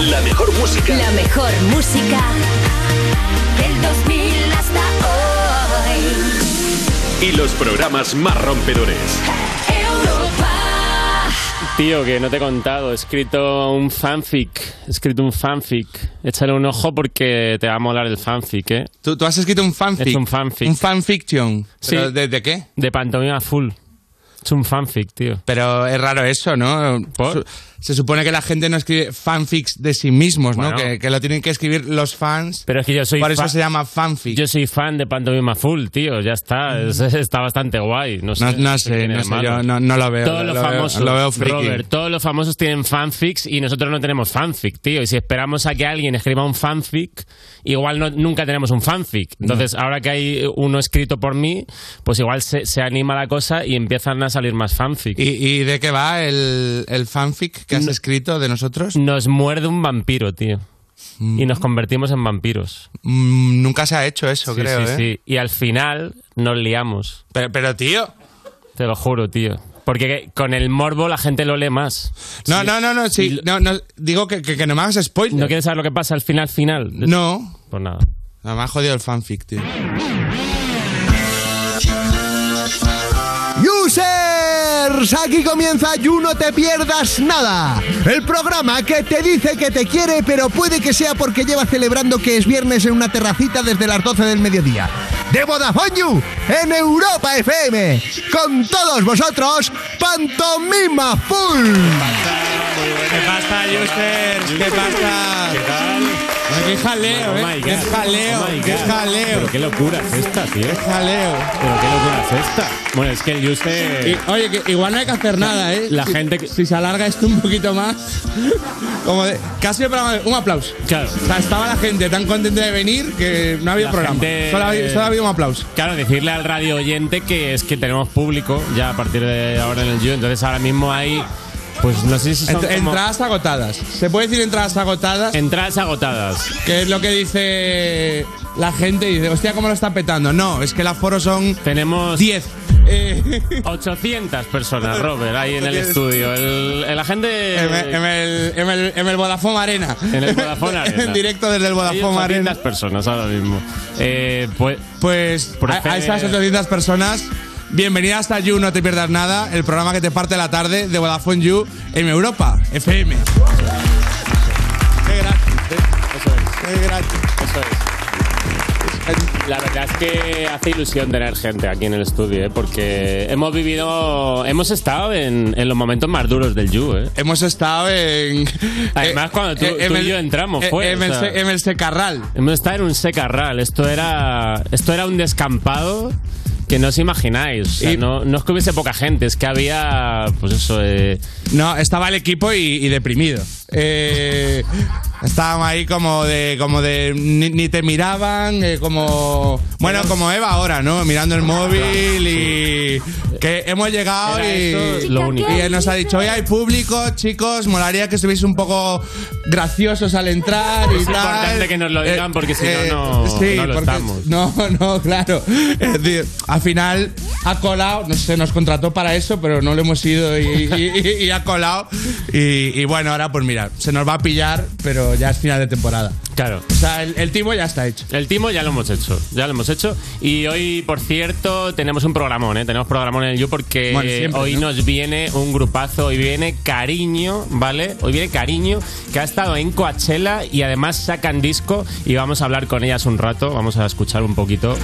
La mejor música. La mejor música del 2000 hasta hoy. Y los programas más rompedores. Tío, que no te he contado, he escrito un fanfic, he escrito un fanfic. Échale un ojo porque te va a molar el fanfic, ¿eh? ¿Tú, tú has escrito un fanfic? Es un fanfic. ¿Un fanfiction? ¿Pero Sí. de, de qué? De pantomima full. Es un fanfic, tío. Pero es raro eso, ¿no? Su- Se supone que la gente no escribe fanfics de sí mismos, ¿no? Bueno. Que, que lo tienen que escribir los fans. Pero es que yo soy Por eso fa- se llama fanfic. Mm. Yo soy fan de pantomima full, tío, ya está, es- está bastante guay, no sé. No- no sé, qué tiene no de sé, malo. yo no- no lo veo, Todos lo- los lo veo- famosos, lo veo friki. Robert, todos los famosos tienen fanfics y nosotros no tenemos fanfic, tío, y si esperamos a que alguien escriba un fanfic, igual no- nunca tenemos un fanfic. Entonces, ahora que hay uno escrito por mí, pues igual se, se anima la cosa y empiezan a salir más fanfics. ¿Y, y de qué va el, el fanfic que has escrito de nosotros? Nos muerde un vampiro, tío. Y nos convertimos en vampiros. Mm, nunca se ha hecho eso, Sí, creo. sí, ¿eh? sí. Y al final nos liamos. Pero, pero, tío. Te lo juro, tío. Porque con el morbo la gente lo lee más. No, no, no, no, sí. No, no, digo que, que- que no me hagas spoiler. ¿No quieres saber lo que pasa al final, final? No. Pues nada. No, me ha jodido el fanfic, tío. Users, aquí comienza You No Te Pierdas Nada, el programa que te dice que te quiere, pero puede que sea porque lleva celebrando que es viernes en una terracita desde las 12 del mediodía. De Vodafone You, en Europa FM, con todos vosotros, Pantomima Full. ¿Qué pasa, users? ¿Qué pasa? ¿Qué tal? Qué Oh jaleo, ¿eh? Qué jaleo, qué jaleo, Pero qué locura es esta, tío. qué jaleo. Pero qué locura es esta. Bueno, es que el Juste... Y- oye, que igual no hay que hacer nada, ¿eh? Eh. La Si- gente que- Si se alarga esto un poquito más. Como de, casi el programa de- Un aplauso. Claro. O sea, estaba la gente tan contenta de venir que no había La programa. gente- Solo, había, solo había un aplauso. Claro, decirle al radio oyente que es que tenemos público ya a partir de ahora en el You. Entonces ahora mismo hay... Pues no sé si son Ent- como- Entradas agotadas. ¿Se puede decir entradas agotadas? Entradas agotadas. que es lo que dice la gente. Dice, hostia, ¿cómo lo está petando? No, es que el aforo son Tenemos 10. Eh, 800 personas, Robert, ahí en el estudio. El, el agente... en, el, en, el, en, el, en el Vodafone Arena. En el Vodafone Arena. en directo desde el Hay Vodafone 800 Arena. personas ahora mismo. Eh, pues, Pues a, Procede- a esas 800 personas, bienvenida hasta You, no te pierdas nada, el programa que te parte la tarde de Vodafone You en Europa, FM. Qué gratis, ¿eh? Qué gratis. la verdad es que hace ilusión tener gente aquí en el estudio, ¿eh? porque hemos vivido, hemos estado en, en los momentos más duros del You. ¿eh? Hemos estado en. eh, Además, cuando tú- tú y yo entramos, fue, En, o el, sea. se- en el Secarral. Hemos estado en un secarral. Esto era, esto era un descampado que no os imagináis. O sea, Y- no, no es que hubiese poca gente, es que había, pues eso, eh, No, estaba el equipo y, y deprimido. Eh, estábamos ahí como de. como de. ni, ni te miraban, eh, como. Bueno, como Eva ahora, ¿no? Mirando el móvil y. Que hemos llegado Era y. esto lo único. Y nos ha dicho, hoy hay público, chicos, molaría que estuvieis un poco graciosos al entrar y Es tal. importante que nos lo digan porque si no, no- eh, sí, no lo porque- estamos. No, no, claro. Es decir, al final ha colado, no sé, nos contrató para eso, pero no lo hemos ido y, y- y- y ha colado. Y, y bueno, ahora pues mira, se nos va a pillar, pero ya es final de temporada. claro. O sea, el, el timo ya está hecho. El timo ya lo hemos hecho, ya lo hemos hecho. Y hoy, por cierto, tenemos un programón, ¿eh? Tenemos programón en el You porque Bueno, siempre, hoy ¿no? nos viene un grupazo, hoy viene Cariño, ¿vale? Hoy viene Cariño, que ha estado en Coachella y además sacan disco y vamos a hablar con ellas un rato, vamos a escuchar un poquito.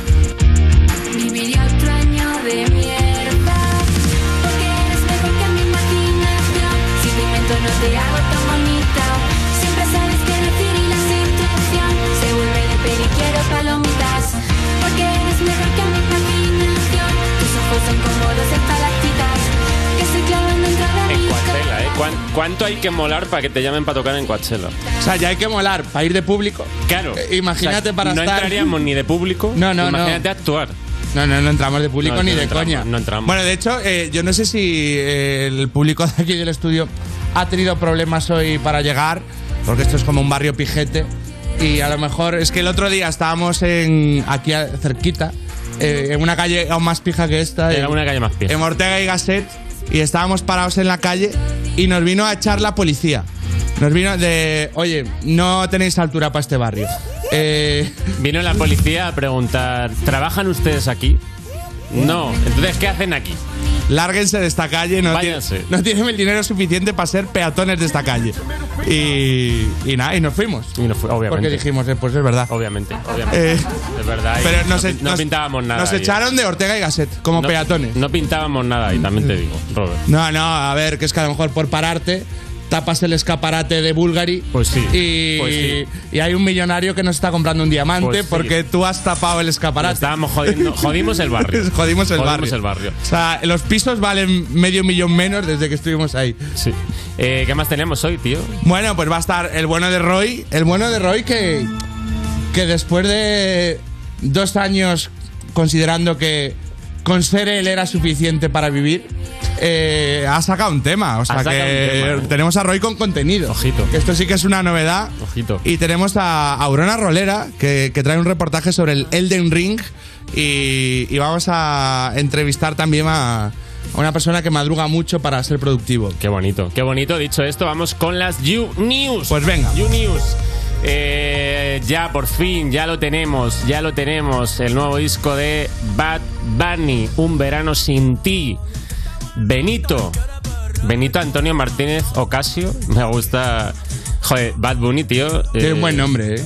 Viviría otro año de mierda. Porque eres mejor que mi imaginación. Si te invento, no te hago tan bonita. Siempre sabes qué decir y la situación se vuelve de periquero palomitas. Porque eres mejor que mi imaginación. Tus ojos son como dos estalactitas que se clavan dentro de En mi Coachella, ¿eh? ¿Cuán- ¿Cuánto hay que molar para que te llamen para tocar en Coachella? O sea, ya hay que molar para ir de público. Claro. Eh, imagínate para no estar- entraríamos ni de público. No, no, no. Imagínate actuar. No, no, no entramos de público No, ni no de entramos, coña. no entramos. Bueno, de hecho, eh, yo no sé si eh, el público de aquí del estudio ha tenido problemas hoy para llegar, porque esto es como un barrio pijete. Y a lo mejor es que el otro día estábamos en aquí a- cerquita, eh, en una calle aún más pija que esta. Era en- una calle más pija. En Ortega y Gasset, y estábamos parados en la calle y nos vino a echar la policía. Nos vino de, oye, no tenéis altura para este barrio. Eh, Vino la policía a preguntar, ¿trabajan ustedes aquí? No, entonces, ¿qué hacen aquí? lárguense de esta calle, no, tiene- Váyanse. no tienen el dinero suficiente para ser peatones de esta calle. Y, y nada, y nos fuimos. Y no fue- obviamente. Porque dijimos, eh, pues es verdad. Obviamente, obviamente. Eh, es verdad. y pero no, nos, e- pin- no nos- pintábamos nada. Nos ahí. ¿eh? echaron de Ortega y Gasset como No- peatones. No pintábamos nada ahí, también te digo, Robert. No, no, a ver, que es que a lo mejor por pararte tapas el escaparate de Bulgari Pues sí, y, pues sí. y hay un millonario que nos está comprando un diamante Pues sí. porque tú has tapado el escaparate. Estábamos jodiendo, jodimos el barrio. Jodimos el barrio. el barrio. O sea, los pisos valen medio millón menos desde que estuvimos ahí. Sí. Eh, ¿Qué más tenemos hoy, tío? Bueno, pues va a estar el bueno de Roy. El bueno de Roy que, que después de dos años considerando que con ser él era suficiente para vivir, eh, ha sacado un tema. O sea sacado que un tema, ¿eh? tenemos a Roy con contenido. Ojito. Que Esto sí que es una novedad. Ojito. Y tenemos a Aurora Rolera que, que trae un reportaje sobre el Elden Ring. Y, y vamos a entrevistar también a, a una persona que madruga mucho para ser productivo. Qué bonito, qué bonito. Dicho esto, vamos con las You News. Pues venga. You News. Eh, ya, por fin, ya lo tenemos, ya lo tenemos. El nuevo disco de Bad Bunny, Un verano sin ti. Benito. Benito Antonio Martínez Ocasio. Me gusta. Joder, Bad Bunny, tío. Tiene Eh, un buen nombre, ¿eh?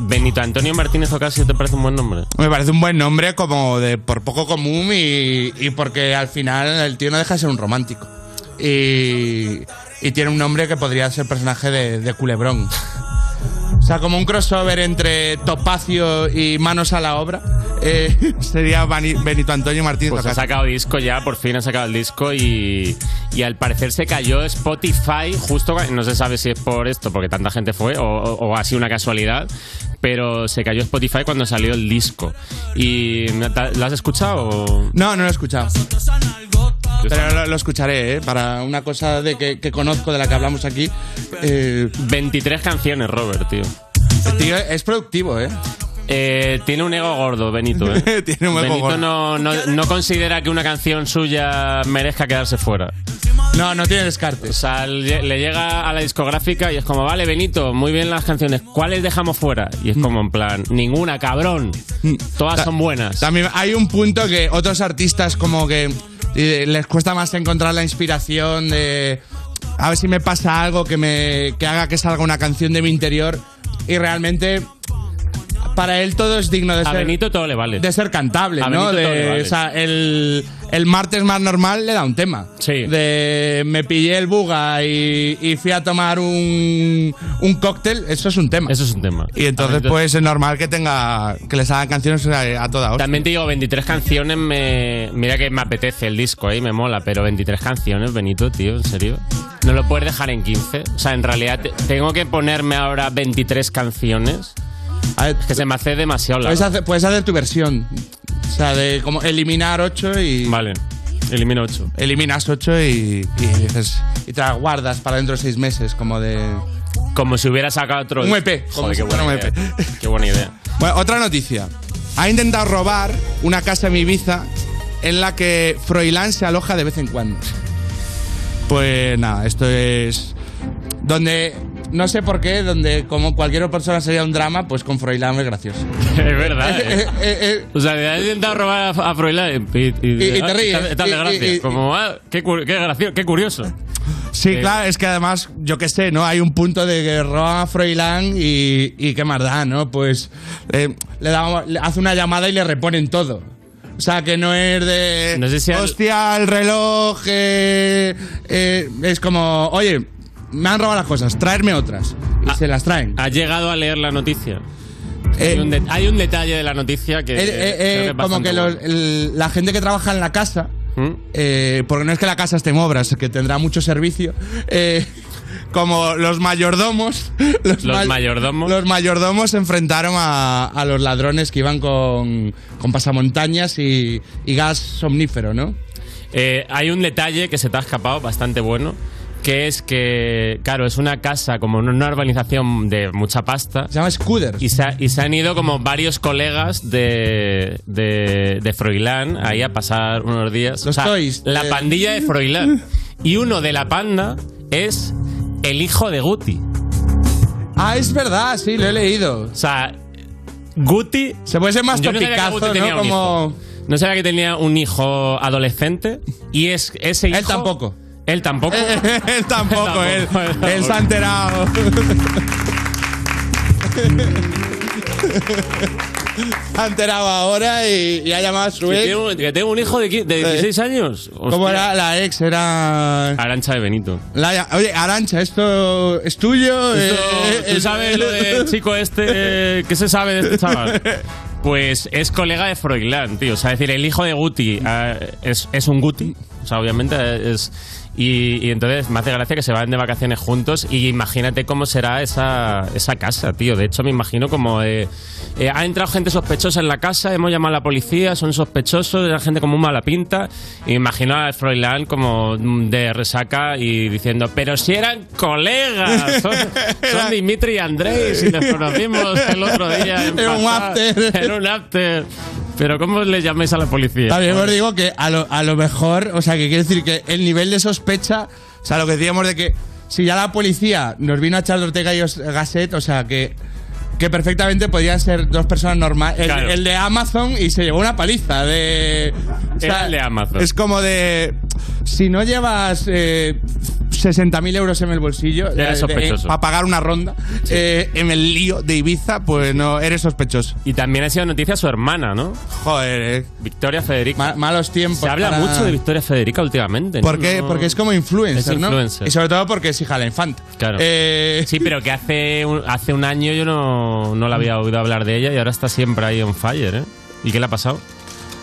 Benito Antonio Martínez Ocasio, ¿te parece un buen nombre? Me parece un buen nombre como de por poco común y, y porque al final el tío no deja de ser un romántico. Y, y tiene un nombre que podría ser personaje de, de culebrón. O sea, como un crossover entre Topacio y Manos a la Obra, eh, sería Bani- Benito Antonio Martínez Pues ha Ocasio. sacado disco ya, por fin ha sacado el disco y, y al parecer se cayó Spotify justo, cua- no se sabe si es por esto, porque tanta gente fue o, o- o ha sido una casualidad, pero se cayó Spotify cuando salió el disco. ¿Y ta- lo has escuchado? No, no lo he escuchado. Pero lo, lo escucharé, ¿eh? Para una cosa de que, que conozco, de la que hablamos aquí. Eh, 23 canciones, Robert, tío. el tío es productivo, ¿eh? Eh, tiene un ego gordo, Benito. ¿eh? Tiene un ego Benito gordo. No, no- no considera que una canción suya merezca quedarse fuera. No, no tiene descartes. O sea, le le llega a la discográfica y es como, vale, Benito, muy bien las canciones, ¿cuáles dejamos fuera? Y es como, en plan, ninguna, cabrón. Todas Mm. Ta- son buenas. También hay un punto que otros artistas como que eh, les cuesta más encontrar la inspiración de a ver si me pasa algo que me que haga que salga una canción de mi interior y realmente para él todo es digno de A ser Benito todo le vale. de ser cantable, A ¿no? Benito todo De- le vale. o sea, el, el martes más normal le da un tema. Sí. De me pillé el buga y, y fui a tomar un, un cóctel, eso es un tema. Eso es un tema. Y entonces, También- pues es normal que tenga que les hagan canciones a, a toda hora. También te digo, 23 canciones me... Mira que me apetece el disco ahí, me mola, pero 23 canciones, Benito, tío, en serio. ¿No lo puedes dejar en 15? O sea, en realidad te- tengo que ponerme ahora 23 canciones. A ver, Es que se me hace demasiado puedes, largo. hacer, puedes hacer tu versión. O sea, de como eliminar 8 y. Vale, elimino 8. Eliminas 8 y, y dices. Y te la guardas para dentro de 6 meses, como de. Como si hubiera sacado otro. eh, Un EP, como Joder, si qué fuera buena, un E idea. EP. qué buena idea. Bueno, otra noticia. Ha intentado robar una casa en Ibiza en la que Froilán se aloja de vez en cuando. Pues nada, esto es. Donde. No sé por qué, donde como cualquier otra persona sería un drama, pues con Froilán es gracioso. Es verdad. Eh, ¿eh? eh, eh, O sea, le has intentado robar a, a Froilán y, Y- y te ah, ríes. tal- tal de Y- gracia. y- y- Como, ah, qué, cu- qué gracioso, qué curioso. Sí, Eh, claro, es que además, yo qué sé, ¿no? Hay un punto de que roba a Froilán y, y qué más da, ¿no? Pues eh, le, da- le hace una llamada y le reponen todo. O sea, que no es de. No sé si al- Hostia, el reloj. eh, eh", es como, oye, me han robado las cosas, traerme otras. Y Ah, se las traen. ¿Has llegado a leer la noticia? Eh, hay, un de- hay un detalle de la noticia que. Eh, eh, eh, creo eh, que es como bastante que los- bueno. el- la gente que trabaja en la casa, ¿Mm? eh, porque no es que la casa esté en obras, que tendrá mucho servicio, eh, como los mayordomos, los, Los mayordomos. los mayordomos se enfrentaron a, a los ladrones que iban con, con pasamontañas y, y gas somnífero, ¿no? Eh, hay un detalle que se te ha escapado bastante bueno. Que es que, claro, es una casa como en una urbanización de mucha pasta. Se llama Scooter. Y se, ha- y se han ido como varios colegas de, de, de Froilán ahí a pasar unos días. Los toys eh. La de- pandilla de Froilán. Y uno de la panda es el hijo de Guti. Ah, es verdad, sí, lo he leído. O sea, Guti. Se puede ser más Yo no sabía que topicazo, Guti tenía ¿no? un Como. No sabía que tenía un hijo adolescente. Y es ese Él hijo. tampoco. Él tampoco. él tampoco, él. Tampoco, él Él se tampoco. ha enterado. Se ha enterado ahora y, y ha llamado a su que, ex. tengo, que tengo un hijo de, qui- de 16 años. ¿Cómo era la ex? Era. Arancha de Benito. Laia- oye, Arancha, esto es tuyo. Esto- Eh, eh, ¿Tú sabes lo del chico este? eh, ¿Qué se sabe de este chaval? Pues es colega de Froilán, tío. O sea, es decir, el hijo de Guti eh, es, es un Guti. O sea, obviamente es. Y, y entonces me hace gracia que se van de vacaciones juntos. Y imagínate cómo será esa, esa casa, tío. De hecho, me imagino como. eh, eh, ha entrado gente sospechosa en la casa, hemos llamado a la policía, son sospechosos, era gente como mala pinta. Y me imagino a Froilán como mm, de resaca y diciendo: Pero si eran colegas, son, son Dimitri y Andrés, y nos conocimos el otro día. en Era un pasar". after. Era un after. Pero ¿cómo le llamáis a la policía? También os digo que a lo, a lo mejor, o sea, que quiere decir que el nivel de sospecha, o sea, lo que decíamos de que si ya la policía nos vino a echar Ortega y Os- Gasset, o sea, que, que perfectamente podían ser dos personas normales. El, Claro. el de Amazon y se llevó una paliza de. o Era el de Amazon. Es como de. Si no llevas. eh, 60.000 euros en el bolsillo eh, Era sospechoso. para pagar una ronda eh, en el lío de Ibiza, pues no, eres sospechoso. Y también ha sido noticia su hermana, ¿no? Joder, eh. Victoria Federica. Ma- malos tiempos. se habla para- mucho de Victoria Federica últimamente. ¿no? Porque, No. porque es como influencer, Es ¿no? influencer. Y sobre todo porque es hija de la infanta. Claro. Eh, Sí, pero que hace un, hace un año yo no, no la había oído hablar de ella y ahora está siempre ahí on fire, ¿eh? ¿Y qué le ha pasado?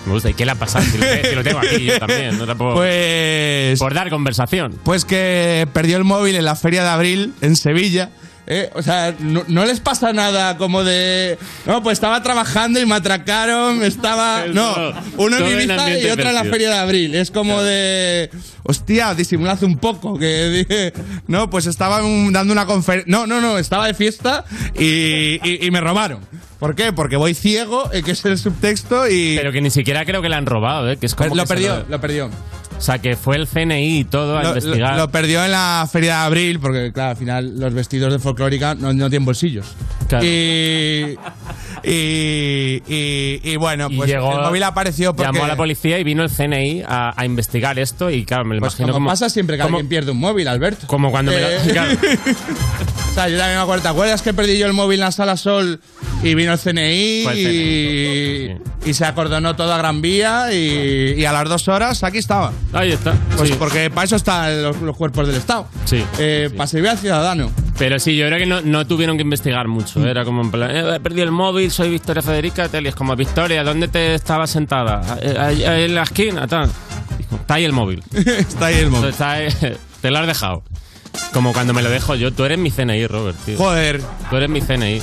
Me gusta. ¿Y qué le ha pasado? Si lo, si lo tengo aquí yo también. No tampoco- Pues. Por dar conversación. Pues que perdió el móvil en la feria de abril en Sevilla. Eh, o sea, no, no les pasa nada como de. No, pues estaba trabajando y me atracaron. Estaba. No, uno Todo en en Ibiza y ambiente otro en la festivo. feria de abril. Es como de. Hostia, disimulad un poco. Que dije. No, pues estaba un- dando una conferencia. No, no, no, estaba de fiesta y, y- y me robaron. ¿Por qué? Porque voy ciego, eh, que es el subtexto y. Pues Pero que ni siquiera creo que la han robado, ¿eh? Que es como lo que se perdió, lo perdió. O sea, que fue el CNI y todo a Lo- investigar. Lo, lo perdió en la feria de abril, porque claro, al final los vestidos de folclórica no, no tienen bolsillos. Claro. Y, y, y- y bueno, Y pues llegó, el móvil apareció porque... llamó a la policía y vino el CNI a, a investigar esto y claro, me lo Pues imagino como, pasa siempre que como, alguien pierde un móvil, Alberto. como cuando me Eh, lo, claro. o sea, yo también me acuerdo, ¿te acuerdas que perdí yo el móvil en la sala Sol y vino el CNI, Fue el y, y se acordonó toda Gran Vía y, y a las dos horas aquí estaba. Ahí está. Pues Sí. porque para eso están los, los cuerpos del Estado. Sí, Eh, sí. Para servir al ciudadano. Mm. Pero sí, yo creo que no, no tuvieron que investigar mucho. Era como en plan, eh, he perdido el móvil, soy Victoria Federica, tal, y es como, Victoria, ¿dónde te estabas sentada? "Ah, ahí- ahí en la esquina, tal. Y como, Está ahí el móvil. Está ahí el móvil. Entonces, está ahí- te lo has dejado. Como cuando me lo dejo yo. Tú eres mi CNI, Robert, tío. Joder. Tú eres mi CNI.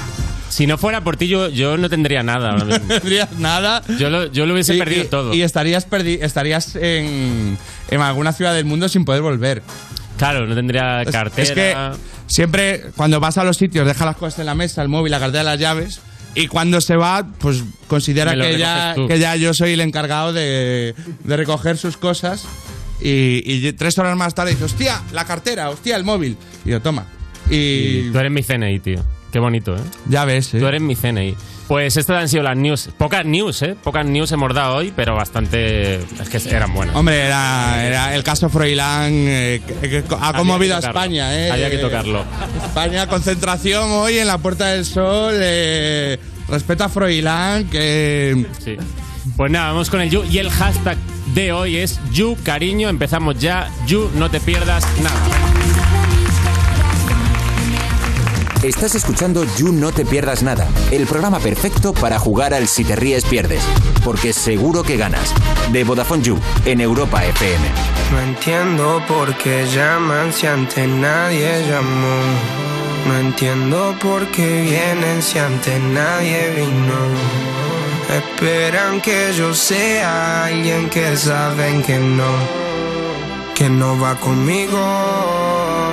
Si no fuera por ti, yo, yo no tendría nada ahora mismo. tendrías nada. Yo lo, yo lo hubiese Y- perdido y- todo. Y estarías, perdi- estarías en, en alguna ciudad del mundo sin poder volver. claro, no tendría Es- cartera. Es que siempre cuando vas a los sitios, deja las cosas en la mesa, el móvil, la cartera, las llaves. Y cuando se va, pues considera Me lo que ya, recoges tú. que ya yo soy el encargado de, de recoger sus cosas. Y, y tres horas más tarde dice, hostia, la cartera, hostia, el móvil. Y yo, toma. Y Tú eres mi CNI, tío. Qué bonito, ¿eh? ya ves, ¿eh? Tú eres mi CNI. Pues estas han sido las news. Pocas news, ¿eh? Pocas news hemos dado hoy, pero bastante... Es que eran buenas. Hombre, era, era el caso Froilán eh, que- que ha Había conmovido a que tocarlo. España. Eh, Había que Eh, tocarlo. España, concentración hoy en la Puerta del Sol. Eh, respeta a Froilán, que... Sí. Pues nada, vamos con el You. Y el hashtag de hoy es You Cariño. Empezamos ya. You, no te pierdas nada. Estás escuchando You No Te Pierdas Nada, el programa perfecto para jugar al Si Te Ríes Pierdes, porque seguro que ganas. De Vodafone You, en Europa FM. No entiendo por qué llaman si antes nadie llamó. No entiendo por qué vienen si antes nadie vino. Esperan que yo sea alguien que saben que no, que no va conmigo.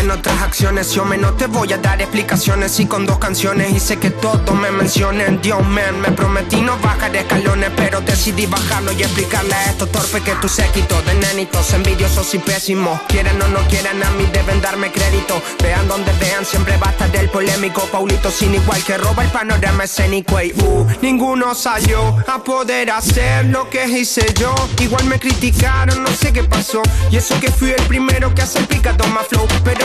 En otras acciones yo me no te voy a dar explicaciones y con dos canciones hice que todos me mencionen Dios man, me prometí no bajar escalones pero decidí bajarlo y explicarle a estos torpes que tu séquito de nenitos envidiosos y pésimos quieran o no quieran a mí deben darme crédito vean donde vean siempre basta del polémico Paulito sin igual que roba el panorama escénico y uh, ninguno salió a poder hacer lo que hice yo igual me criticaron no sé qué pasó y eso que fui el primero que hace el picado más flow pero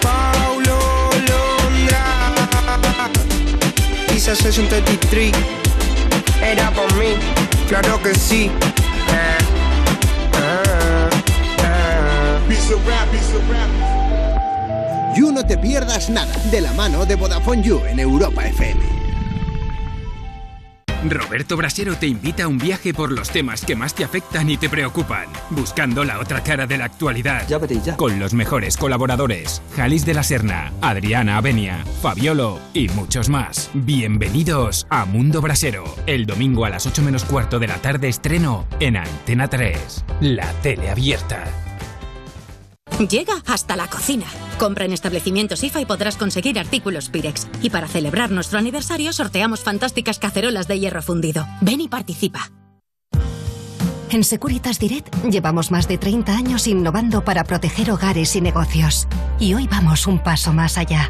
Paulo Londra. Isa Session 33. Era por mí, claro que sí. Ah, ah, ah. You No Te Pierdas Nada, de la mano de Vodafone You en Europa FM. Roberto Brasero te invita a un viaje por los temas que más te afectan y te preocupan, buscando la otra cara de la actualidad. Ya Con los mejores colaboradores: Jalis de la Serna, Adriana Avenia, Fabiolo y muchos más. Bienvenidos a Mundo Brasero. El domingo a las 8 menos cuarto de la tarde estreno en Antena 3. La tele abierta. Llega hasta la cocina. Compra en establecimientos IFA y podrás conseguir artículos Pirex. Y para celebrar nuestro aniversario sorteamos fantásticas cacerolas de hierro fundido. Ven y participa. En Securitas Direct llevamos más de 30 años innovando para proteger hogares y negocios. Y hoy vamos un paso más allá.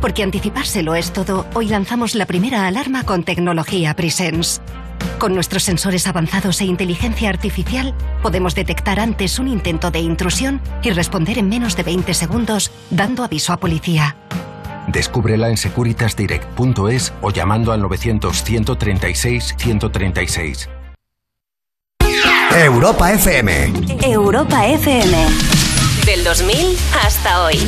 Porque anticipárselo es todo, hoy lanzamos la primera alarma con tecnología Presence. Con nuestros sensores avanzados e inteligencia artificial, podemos detectar antes un intento de intrusión y responder en menos de 20 segundos, dando aviso a policía. Descúbrela en securitasdirect.es o llamando al 900 136 136. Europa FM. Europa FM. Del 2000 hasta hoy.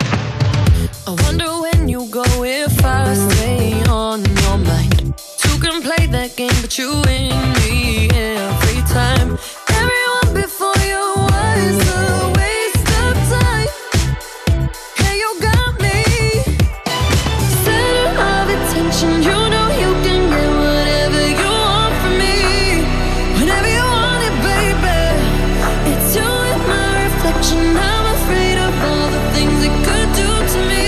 I wonder when you go if I stay on your mind. Two can play that game, but you win me every time. Everyone before you was a waste of time. Hey, you got me. Center of attention, you know you can get whatever you want from me. Whenever you want it, baby. It's you in my reflection. I'm afraid of all the things it could do to me.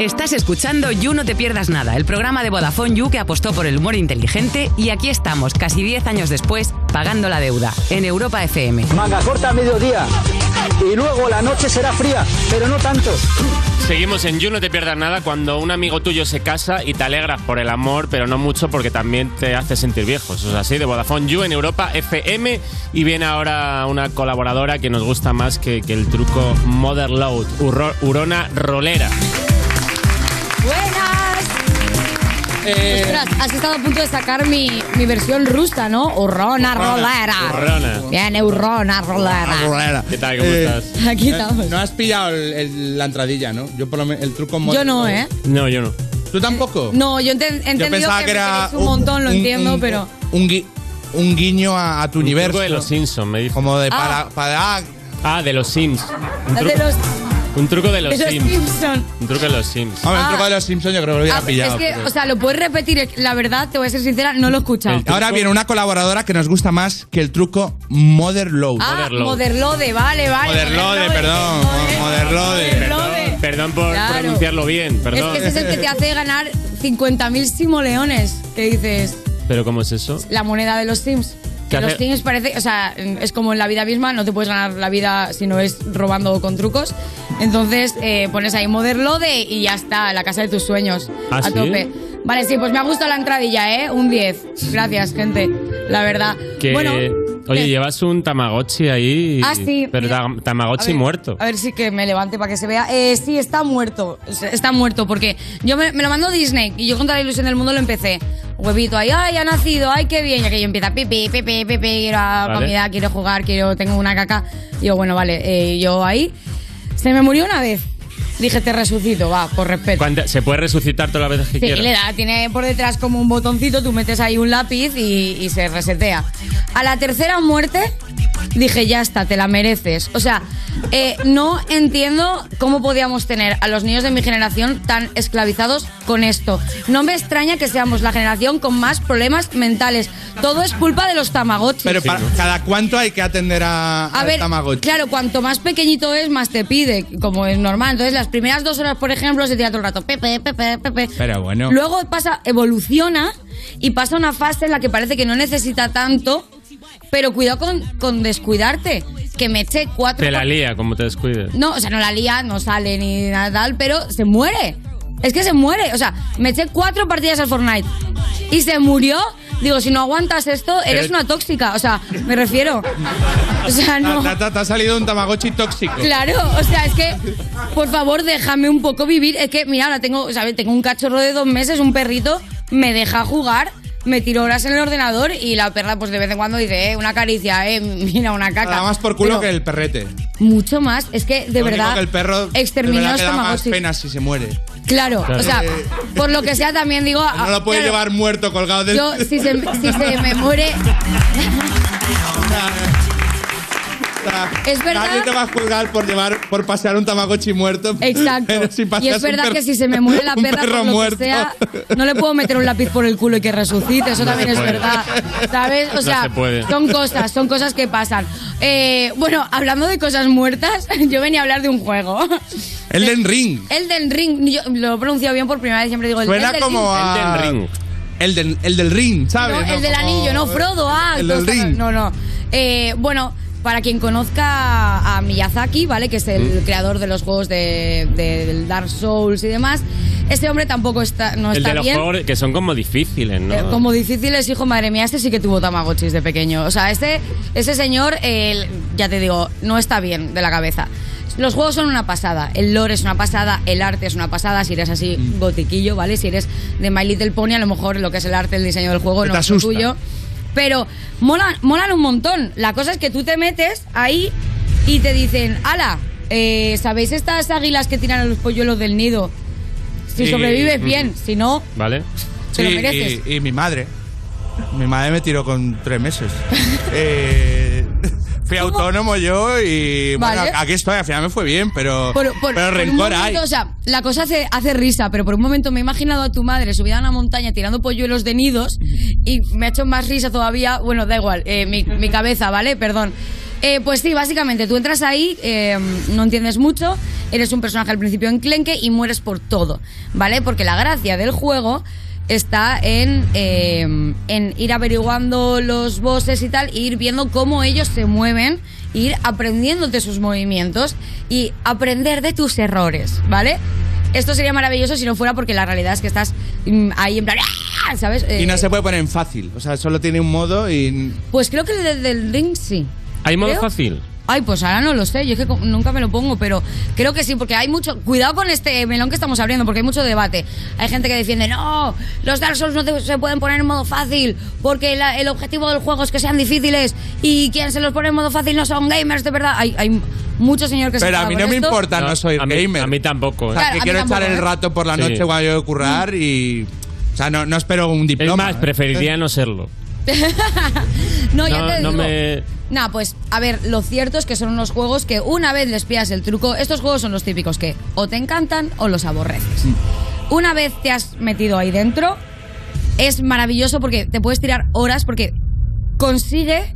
Estás escuchando You No Te Pierdas Nada, el programa de Vodafone You que apostó por el humor inteligente y aquí estamos, casi 10 años después, pagando la deuda, en Europa FM. Manga corta a mediodía y luego la noche será fría, pero no tanto. Seguimos en You, no te pierdas nada cuando un amigo tuyo se casa y te alegras por el amor, pero no mucho porque también te hace sentir viejo. Eso es así, de Vodafone You en Europa FM y viene ahora una colaboradora que nos gusta más que, que el truco Mother Load, Urro- Urona Rolera. Buenas. Ostras, has estado a punto de sacar mi, mi versión rusa, ¿no? Urrona, rolera. Urrona. Bien, urrona, rolera. ¿Qué tal? ¿Cómo estás? Eh, Eh, Aquí estamos. No has pillado el- el- la entradilla, ¿no? Yo por lo menos el truco Yo no, ¿eh? No, yo no. ¿Tú tampoco? No, yo enten- he entendido pensaba que, que me era queréis un un- montón, lo un- entiendo, un- pero... Un, gui- un guiño a, a tu universo. de los Simpsons, me dijo. Como de Ah. para. para- Ah, de los Sims. Un, De truco- los, un truco de los de los Sims. Simpson. Un truco de los Sims. Hombre, el Ah. truco de los Simpsons yo creo que lo Ah, es que, o sea, lo puedes repetir. La verdad, te voy a ser sincera, no lo he escuchado. Ahora viene una colaboradora que nos gusta más que el truco Motherload. Ah, Moderlode, vale, vale. Motherlode, perdón. Motherlode. Motherlode. Perdón por Claro. pronunciarlo bien, Es perdón. que ese es el que te hace ganar 50.000 simoleones. Que dices, ¿Pero cómo es eso? la moneda de los Sims. ¿Qué Que los hace? Sims parece, o sea, es como en la vida misma, no te puedes ganar la vida si no es robando con trucos. Entonces eh, pones ahí Motherlode y ya está, la casa de tus sueños. ¿Ah, a sí? tope. Vale, sí, pues me ha gustado la entradilla, ¿eh? Un 10. Gracias, gente. La verdad. Que, Bueno, eh. oye, llevas un Tamagotchi ahí. Ah, sí, Pero ta- Tamagotchi A ver, muerto. A ver si que me levante para que se vea. Eh, sí, está muerto. Está muerto porque yo me, me lo mando Disney y yo con toda la ilusión del mundo lo empecé. Huevito ahí, ay, ha nacido, ay, qué bien. Y aquello empieza, pipi, pipi, pipi, quiero a Vale. comida, quiero jugar, quiero, tengo una caca. Y yo, bueno, vale, eh, yo ahí. Se me murió una vez. Dije, te resucito, va, por respeto. ¿Cuánta- ¿Se puede resucitar todas las veces que Sí, quieras? le da, tiene por detrás como un botoncito, tú metes ahí un lápiz y, y se resetea. A la tercera muerte dije, ya está, te la mereces. O sea, eh, no entiendo cómo podíamos tener a los niños de mi generación tan esclavizados con esto. No me extraña que seamos la generación con más problemas mentales. Todo es culpa de los tamagotchis. Pero para- cada cuánto hay que atender a, A al ver, Tamagotchi. claro, cuanto más pequeñito es, más te pide, como es normal. Entonces, las primeras dos horas, por ejemplo, se tira todo el rato, pepe, pepe, pepe. Pero bueno. Luego pasa, evoluciona y pasa una fase en la que parece que no necesita tanto, pero cuidado con, con descuidarte. Que me eché cuatro. Te la lía, como te descuides. No, o sea, no la lía, no sale ni nada tal, pero se muere. Es que se muere. O sea, me eché cuatro partidas al Fortnite y se murió. Digo, si no aguantas esto, eres Pero- una tóxica. O sea, me refiero. O sea, no. Te, te- te ha salido un Tamagotchi tóxico. Claro, o sea, es que, por favor, déjame un poco vivir. Es que, mira, ahora tengo, o sea, tengo un cachorro de dos meses, un perrito, me deja jugar, me tiro horas en el ordenador y la perra, pues de vez en cuando dice, eh, una caricia, eh, mira, una caca. Nada más por culo que el perrete. Mucho más, es que, de Lo único verdad, que el perro de exterminados verdad que da más tamagotchis. pena si se muere. Claro, Claro. o sea, por lo que sea también digo... No lo puede llevar muerto colgado del... Ah, Yo, si se, si se me muere... Es verdad... Nadie te va a juzgar por llevar, por pasear un Tamagotchi muerto. Exacto. Pero si y paseas es verdad un per- que si se me muere la un perra, perro por lo muerto. que sea, no le puedo meter un lápiz por el culo y que resucite. Eso No también se es puede. verdad. ¿Sabes? O No sea, se puede. son cosas, son cosas que pasan. Eh, bueno, hablando de cosas muertas, yo venía a hablar de un juego. Elden Ring. Elden Ring, yo lo he pronunciado bien por primera vez, siempre digo el Suena Elden como Ring. a... Ring. El del, el del ring, ¿sabes? No, el del Como- anillo, no, Frodo. Ah, El del no, ring. No, no. Eh, bueno, para quien conozca a Miyazaki, ¿vale? Que es el creador de los juegos de, de- del Dark Souls y demás. Este hombre tampoco está, no el está de los bien. juegos que son como difíciles, ¿no? Eh, Como difícil es, hijo, madre mía, este sí que tuvo Tamagotchis de pequeño. O sea, este, este señor, el- ya te digo, no está bien de la cabeza. Los juegos son una pasada, el lore es una pasada, el arte es una pasada, si eres así gotiquillo, ¿vale? Si eres de My Little Pony, a lo mejor lo que es el arte, el diseño del juego Te no es lo asusta. tuyo. Pero molan, molan un montón. La cosa es que tú te metes ahí y te dicen, ala, eh, ¿sabéis estas águilas que tiran a los polluelos del nido? Si Sí. sobrevives bien, si no, ¿Vale? Te lo mereces. Y, y mi madre. Mi madre me tiró con tres meses. Eh, fui autónomo yo y bueno, Vale. aquí estoy. Al final me fue bien, pero, Por- por- pero por un rencor momento, hay. O sea, la cosa hace, hace risa, pero por un momento me he imaginado a tu madre subida a una montaña tirando polluelos de nidos y me ha hecho más risa todavía. Bueno, da igual, eh, mi, mi cabeza, ¿vale? Perdón. Eh, pues sí, básicamente tú entras ahí, eh, no entiendes mucho, eres un personaje al principio enclenque y mueres por todo, ¿vale? Porque la gracia del juego está en, eh, en ir averiguando los bosses y tal, e ir viendo cómo ellos se mueven, e ir aprendiéndote sus movimientos y aprender de tus errores, ¿vale? Esto sería maravilloso si no fuera porque la realidad es que estás mm, ahí en plan, ¡ah! ¿sabes? Y no Eh, se puede poner en fácil. O sea, solo tiene un modo y. Pues creo que desde el ring sí. ¿Hay modo Creo- fácil? Ay, pues ahora no lo sé, yo es que co- nunca me lo pongo, pero creo que sí, porque hay mucho... Cuidado con este melón que estamos abriendo, porque hay mucho debate. Hay gente que defiende, no, los Dark Souls no te- se pueden poner en modo fácil, porque la- el objetivo del juego es que sean difíciles, y quien se los pone en modo fácil no son gamers, de verdad. Hay, hay mucho señor que se Pero a enfada mí con no me esto. importa, no, soy gamer. A mí tampoco. O sea, Claro, que a mí quiero tampoco, echar el ¿eh? rato por la Sí. noche cuando yo voy a currar y. O sea, no, no espero un diploma. ¿eh? más, preferiría no serlo. no, ya no, te no digo. me. Nah, pues a ver, lo cierto es que son unos juegos que una vez les pillas el truco, estos juegos son los típicos que o te encantan o los aborreces. Una vez te has metido ahí dentro, es maravilloso porque te puedes tirar horas porque consigue...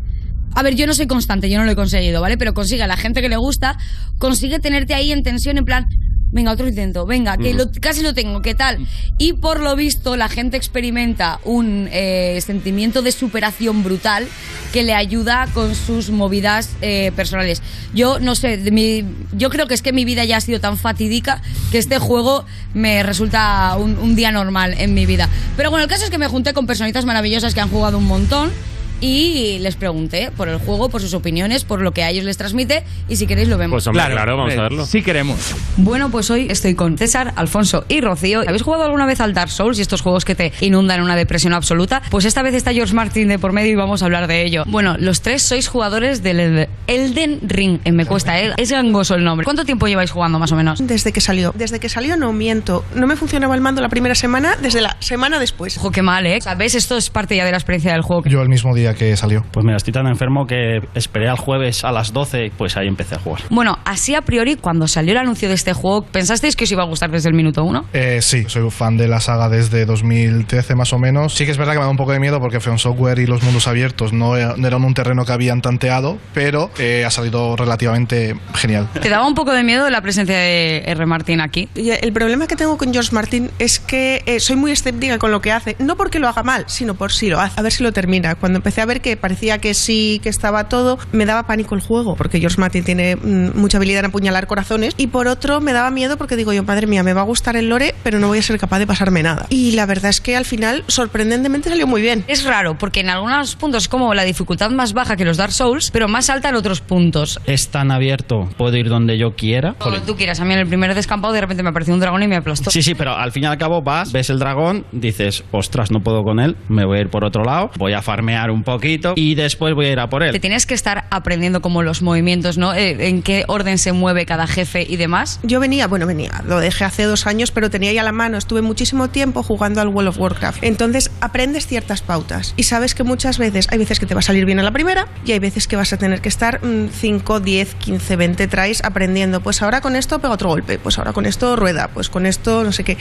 A ver, yo no soy constante, yo no lo he conseguido, ¿vale? Pero consigue a la gente que le gusta, consigue tenerte ahí en tensión en plan... Venga, otro intento, venga, que Mm. lo- casi lo tengo, ¿qué tal? Y por lo visto la gente experimenta un eh, sentimiento de superación brutal que le ayuda con sus movidas eh, personales. Yo no sé, de mi- yo creo que es que mi vida ya ha sido tan fatídica que este juego me resulta un, un día normal en mi vida. Pero bueno, el caso es que me junté con personitas maravillosas que han jugado un montón. Y les pregunté por el juego, por sus opiniones, por lo que a ellos les transmite. Y si queréis lo vemos. Pues hombre, claro, vamos a verlo. Sí queremos. Bueno, pues hoy estoy con César, Alfonso y Rocío. ¿Habéis jugado alguna vez al Dark Souls y estos juegos que te inundan una depresión absoluta? Pues esta vez está George Martin de por medio y vamos a hablar de ello. Bueno, los tres sois jugadores del Eld- Elden Ring. Eh, Me cuesta, ¿eh? Es gangoso el nombre. ¿Cuánto tiempo lleváis jugando más o menos? Desde que salió. Desde que salió no miento. No me funcionaba el mando la primera semana, desde la semana después. Ojo, qué mal, ¿eh? O sea, ¿Ves? Esto es parte ya de la experiencia del juego. Yo el mismo día que salió. Pues mira, estoy tan enfermo que esperé al jueves a las 12 y pues ahí empecé a jugar. Bueno, así a priori, cuando salió el anuncio de este juego, ¿pensasteis que os iba a gustar desde el minuto uno? Eh, sí, soy fan de la saga desde 2013 más o menos. Sí que es verdad que me da un poco de miedo porque From Software y los mundos abiertos no, e- no eran un terreno que habían tanteado, pero eh, ha salido relativamente genial. ¿Te daba un poco de miedo la presencia de R. Martin aquí? Y el problema que tengo con George Martin es que eh, soy muy escéptica con lo que hace. No porque lo haga mal, sino por si lo hace. A ver si lo termina. Cuando empecé a ver que parecía que sí, que estaba todo, me daba pánico el juego. Porque George Martin tiene mm, mucha habilidad en apuñalar corazones. Y por otro, me daba miedo porque digo yo, madre mía, me va a gustar el lore, pero no voy a ser capaz de pasarme nada. Y la verdad es que al final, sorprendentemente, salió muy bien. Es raro, porque en algunos puntos es como la dificultad más baja que los Dark Souls, pero más alta en otros puntos. Es tan abierto, puedo ir donde yo quiera. Como tú quieras, a mí en el primer descampado de repente me apareció un dragón y me aplastó. Sí, sí, pero al fin y al cabo vas, ves el dragón, dices, ostras, no puedo con él, me voy a ir por otro lado, voy a farmear un poquito y después voy a ir a por Te él. tienes que estar aprendiendo como los movimientos, ¿no? Eh, en qué orden se mueve cada jefe y demás. Yo venía, bueno, venía, lo dejé hace dos años, pero tenía ya la mano, estuve muchísimo tiempo jugando al World of Warcraft. Entonces aprendes ciertas pautas y sabes que muchas veces, hay veces que te va a salir bien a la primera y hay veces que vas a tener que estar mm, 5, 10, 15, 20 tries aprendiendo. Pues ahora con esto pega otro golpe, pues ahora con esto rueda, pues con esto no sé qué.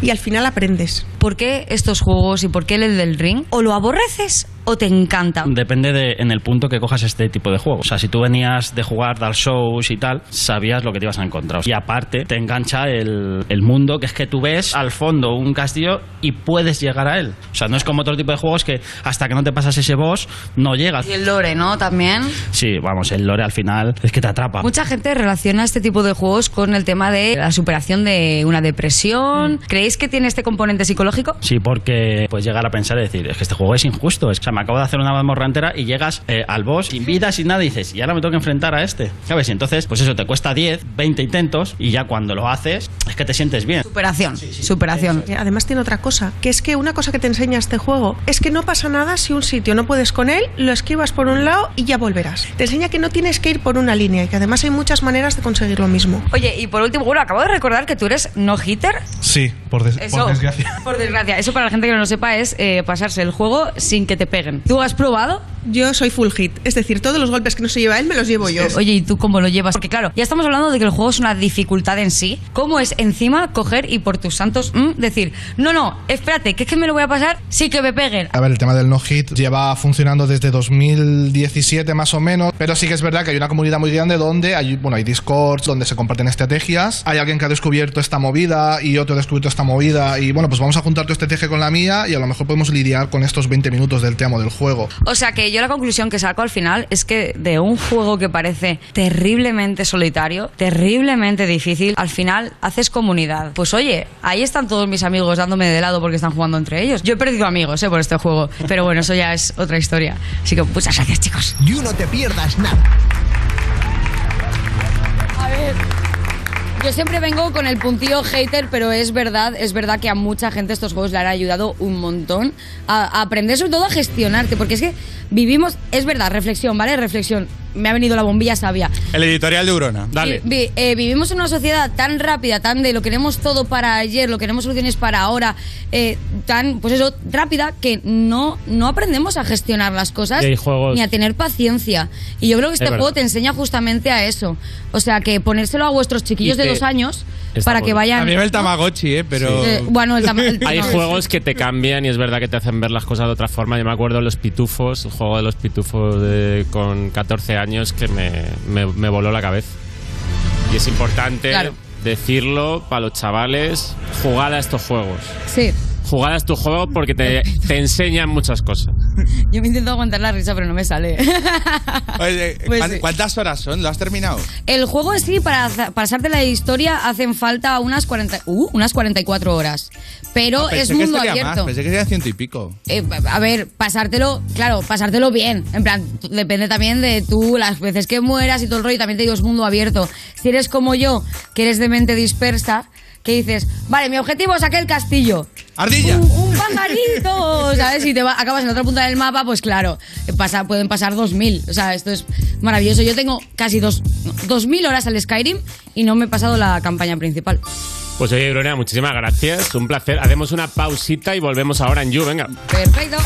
Y al final aprendes. ¿Por qué estos juegos y por qué el del ring? ¿O lo aborreces o te encanta? Depende de en el punto que cojas este tipo de juego. O sea, si tú venías de jugar Dark Souls y tal, sabías lo que te ibas a encontrar. Y aparte, te engancha el, el mundo, que es que tú ves al fondo un castillo y puedes llegar a él. O sea, no es como otro tipo de juegos que hasta que no te pasas ese boss, no llegas. Y el lore, ¿no? También. Sí, vamos, el lore al final es que te atrapa. Mucha gente relaciona este tipo de juegos con el tema de la superación de una depresión. ¿Creéis que tiene este componente psicológico? Sí, porque puedes llegar a pensar y decir, es que este juego es injusto. Es que, o sea, me acabo de hacer una mazmorra entera y llegas eh, al boss sin vida, sin nada, y dices, y ahora me tengo que enfrentar a este. ¿Sabes? Y entonces, pues eso, te cuesta 10, 20 intentos y ya cuando lo haces, es que te sientes bien. Superación, superación. Además tiene otra cosa, que es que una cosa que te enseña este juego es que no pasa nada si un sitio no puedes con él, lo esquivas por un lado y ya volverás. Te enseña que no tienes que ir por una línea y que además hay muchas maneras de conseguir lo mismo. Oye, y por último, bueno, acabo de recordar que tú eres no hitter. Sí, por, des- por Eso, desgracia. Por desgracia. Eso para la gente que no lo sepa es eh, pasarse el juego sin que te peguen. Tú ¿Lo has probado? Yo soy full hit. Es decir, todos los golpes que no se lleva él me los llevo yo. Oye, ¿y tú cómo lo llevas? Porque claro, ya estamos hablando de que el juego es una dificultad en sí. ¿Cómo es encima coger y por tus santos mm, decir, no, no, espérate, que es que me lo voy a pasar, sí que me peguen? A ver, el tema del no-hit lleva funcionando desde 2017 más o menos, pero sí que es verdad que hay una comunidad muy grande donde hay, bueno, hay discords, donde se comparten estrategias, hay alguien que ha descubierto esta movida y otro ha descubierto esta movida y bueno, pues vamos a juntar tu estrategia con la mía y a lo mejor podemos lidiar con estos 20 minutos del tema del juego. O sea que yo la conclusión que saco al final es que de un juego que parece terriblemente solitario, terriblemente difícil, al final haces comunidad. Pues oye, ahí están todos mis amigos dándome de lado porque están jugando entre ellos. Yo he perdido amigos eh, por este juego, pero bueno, eso ya es otra historia. Así que muchas gracias chicos. Y Pues, no te pierdas nada. A ver. Yo siempre vengo con el puntillo hater, pero es verdad, es verdad que a mucha gente estos juegos le han ayudado un montón a, a aprender sobre todo a gestionarte, porque es que vivimos, es verdad, reflexión, ¿vale? Reflexión. Me ha venido la bombilla sabia. El editorial de Urona, dale. Vi- eh, vivimos en una sociedad tan rápida, tan de lo queremos todo para ayer, lo queremos soluciones para ahora, eh, tan, pues eso, rápida, que no, no aprendemos a gestionar las cosas Y hay juegos- ni a tener paciencia. Y yo creo que Es este juego verdad. te enseña justamente a eso. O sea, que ponérselo a vuestros chiquillos Y de que- dos años Está para que bueno. vayan. A mí me el Tamagotchi, eh, pero. Eh, bueno, el tama- el- Hay no, juegos que te cambian y es verdad que te hacen ver las cosas de otra forma. Yo me acuerdo los pitufos, el juego de los pitufos de- con 14 años que me, me- me voló la cabeza. Y es importante decirlo para los chavales, jugad a estos juegos. Sí. Jugad a estos juegos porque te, te enseñan muchas cosas. Yo me intento aguantar la risa, pero no me sale. Oye, Pues Eh, ¿cuán- sí. ¿Cuántas horas son? ¿Lo has terminado? El juego en sí, para za- pasarte la historia, hacen falta unas, 40, uh, unas 44 horas. Pero Ah, es pensé que mundo sería más, abierto. pensé que sería ciento y pico. Eh, a ver, pasártelo, claro, pasártelo bien. En plan, t- depende también de tú, las veces que mueras y todo el rollo. También te digo, es mundo abierto. Si eres como yo, que eres de mente dispersa, que dices, vale, mi objetivo es aquel castillo. ¡Ardilla! Un, un pajarito, ¿sabes? Si te va- acabas en otra punta del mapa, pues claro, eh, pasa, pueden pasar 2000. O sea, esto es maravilloso. Yo tengo casi dos, no, 2000 horas al Skyrim y no me he pasado la campaña principal. Pues oye, Bruna, muchísimas gracias. Un placer. Hacemos una pausita y volvemos ahora en You. Venga. Perfecto.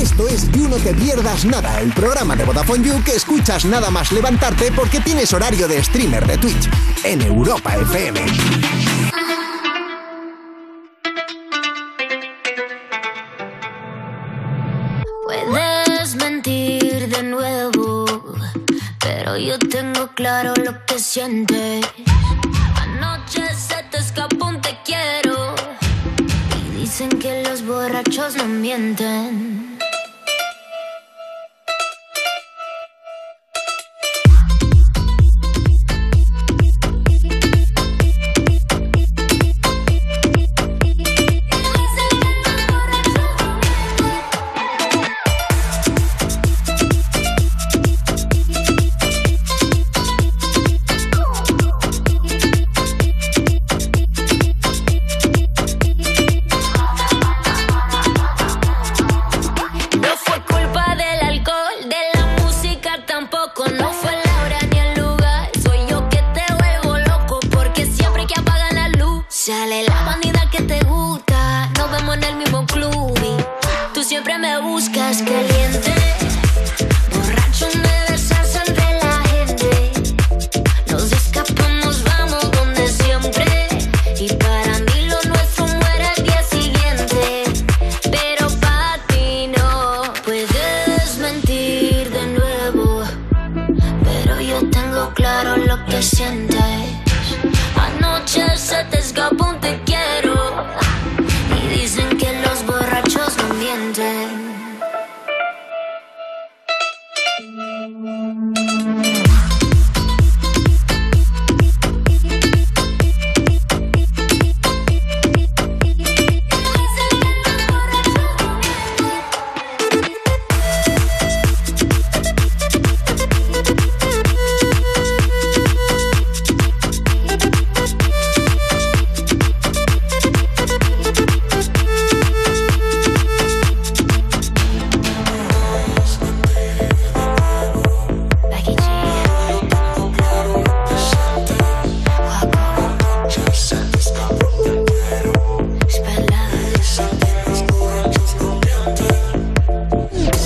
Esto es You No Te Pierdas Nada, el programa de Vodafone You que escuchas nada más levantarte porque tienes horario de streamer de Twitch en Europa FM. Puedes mentir de nuevo, pero yo tengo claro lo que sientes. Anoche se te escapó un te quiero y dicen que los borrachos no mienten.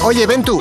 Oye, Ventu,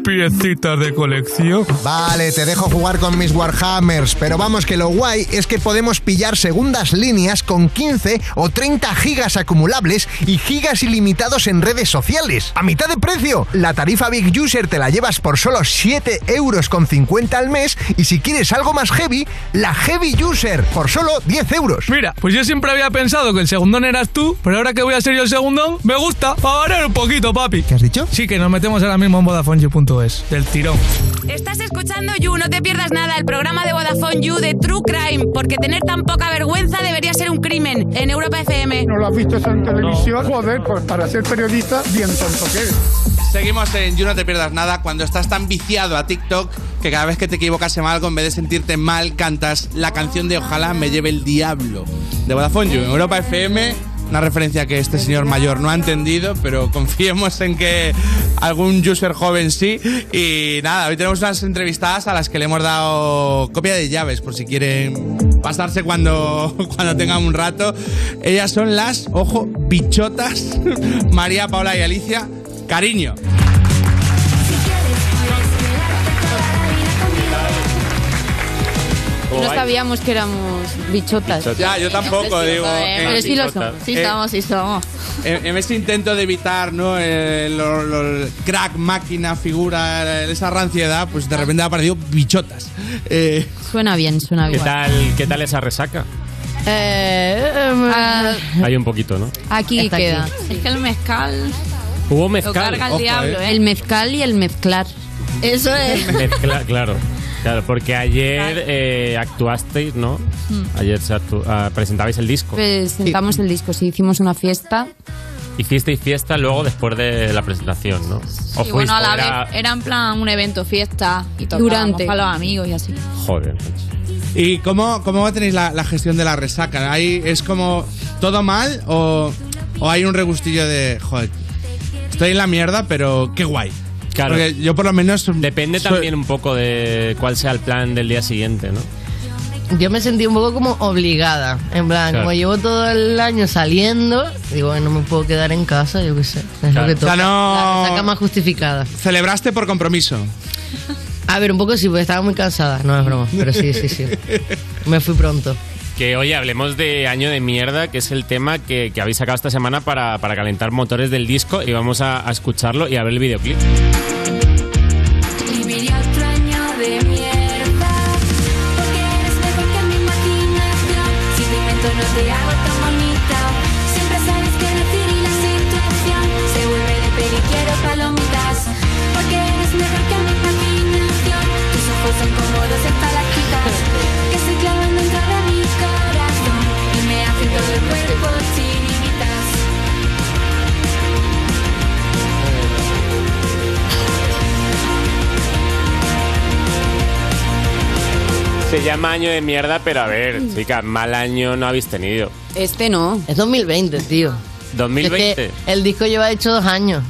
piecitas de colección. Vale, te dejo jugar con mis Warhammers, pero vamos que lo guay es que podemos pillar segundas líneas con 15 o 30 gigas acumulables y gigas ilimitados en redes sociales. ¡A mitad de precio! La tarifa Big User te la llevas por solo 7,50 euros al mes y si quieres algo más heavy, la Heavy User por solo 10 euros. Mira, pues yo siempre había pensado que el segundón eras tú, pero ahora que voy a ser yo el segundón, me gusta, para variar un poquito, papi. ¿Qué has dicho? Sí, que nos metemos ahora mismo en VodafoneYou.es, del tirón. Estás escuchando You, no te pierdas nada, el programa de Vodafone You de True Crime, porque tener tan poca vergüenza debería ser un crimen en Europa FM. ¿No lo has visto eso en televisión? Joder, pues para ser periodista, bien tonto que eres. Seguimos en You No Te Pierdas Nada cuando estás tan viciado a TikTok que cada vez que te equivocas en algo, en vez de sentirte mal, cantas la canción de Ojalá me lleve el diablo de Vodafone You en Europa FM. Una referencia que este señor mayor no ha entendido, pero confiemos en que algún user joven sí. Y nada, hoy tenemos unas entrevistadas a las que le hemos dado copia de llaves, por si quieren pasarse cuando, cuando tengan un rato. Ellas son las, ojo, bichotas, María, Paula y Alicia. Cariño. No sabíamos que éramos bichotas. Ya, yo tampoco, digo. eh, Pero sí lo somos. bichotas. Sí Eh, somos, sí somos. En, en ese intento de evitar, ¿no? El, lo- lo- el crack, máquina, figura, esa ranciedad, pues de repente ha aparecido bichotas. Eh, Suena bien, suena ¿Qué bien. tal? ¿Qué tal esa resaca? Eh, eh, Hay un poquito, ¿no? aquí Está aquí. queda. Es que el mezcal Hubo mezcal. Ojo, ¿eh? El mezcal y el mezclar. Eso es. Mezcla- claro, claro, porque ayer eh, actuasteis, ¿no? Mm. Ayer se actu- ah, presentabais el disco. Pues Presentamos el disco, sí, hicimos una fiesta. Hicisteis fiesta luego después de la presentación, ¿no? O Y bueno, a o la era- vez era en plan un evento fiesta y tocábamos Durante. para los amigos y así. Joder. ¿Y cómo, cómo tenéis la, la gestión de la resaca? ¿Ahí ¿Es como todo mal o, o hay un regustillo de, joder, estoy en la mierda, pero qué guay? Claro. Porque yo por lo menos... Depende también un poco de cuál sea el plan del día siguiente, ¿no? Yo me sentí un poco como obligada. En plan, Claro. como llevo todo el año saliendo, digo, "Ay, no me puedo quedar en casa, yo qué sé. Es Claro. lo que O sea, toca. no- La resaca más justificada. Celebraste por compromiso. A ver, un poco sí, porque estaba muy cansada. No es broma, pero sí, sí, sí. Me fui pronto. Que oye, hablemos de Año de Mierda, que es el tema que, que habéis sacado esta semana para, para calentar motores del disco y vamos a, a escucharlo y a ver el videoclip. Viviría otro año de mierda Porque eres mejor que mi imaginación Si te invento no te hago tan bonita Siempre sabes qué decir y la situación Se vuelve de periquero palomitas Porque eres mejor que mi imaginación Tus ojos son como dos estalactitas Que se clavan dentro de mi corazón Y me hacen todo el cuerpo chiritas Se llama Año de Mierda, pero a ver, Mm. chica, mal año no habéis tenido. Este no. Es 2020, tío. Es 2020. que el disco lleva hecho dos años.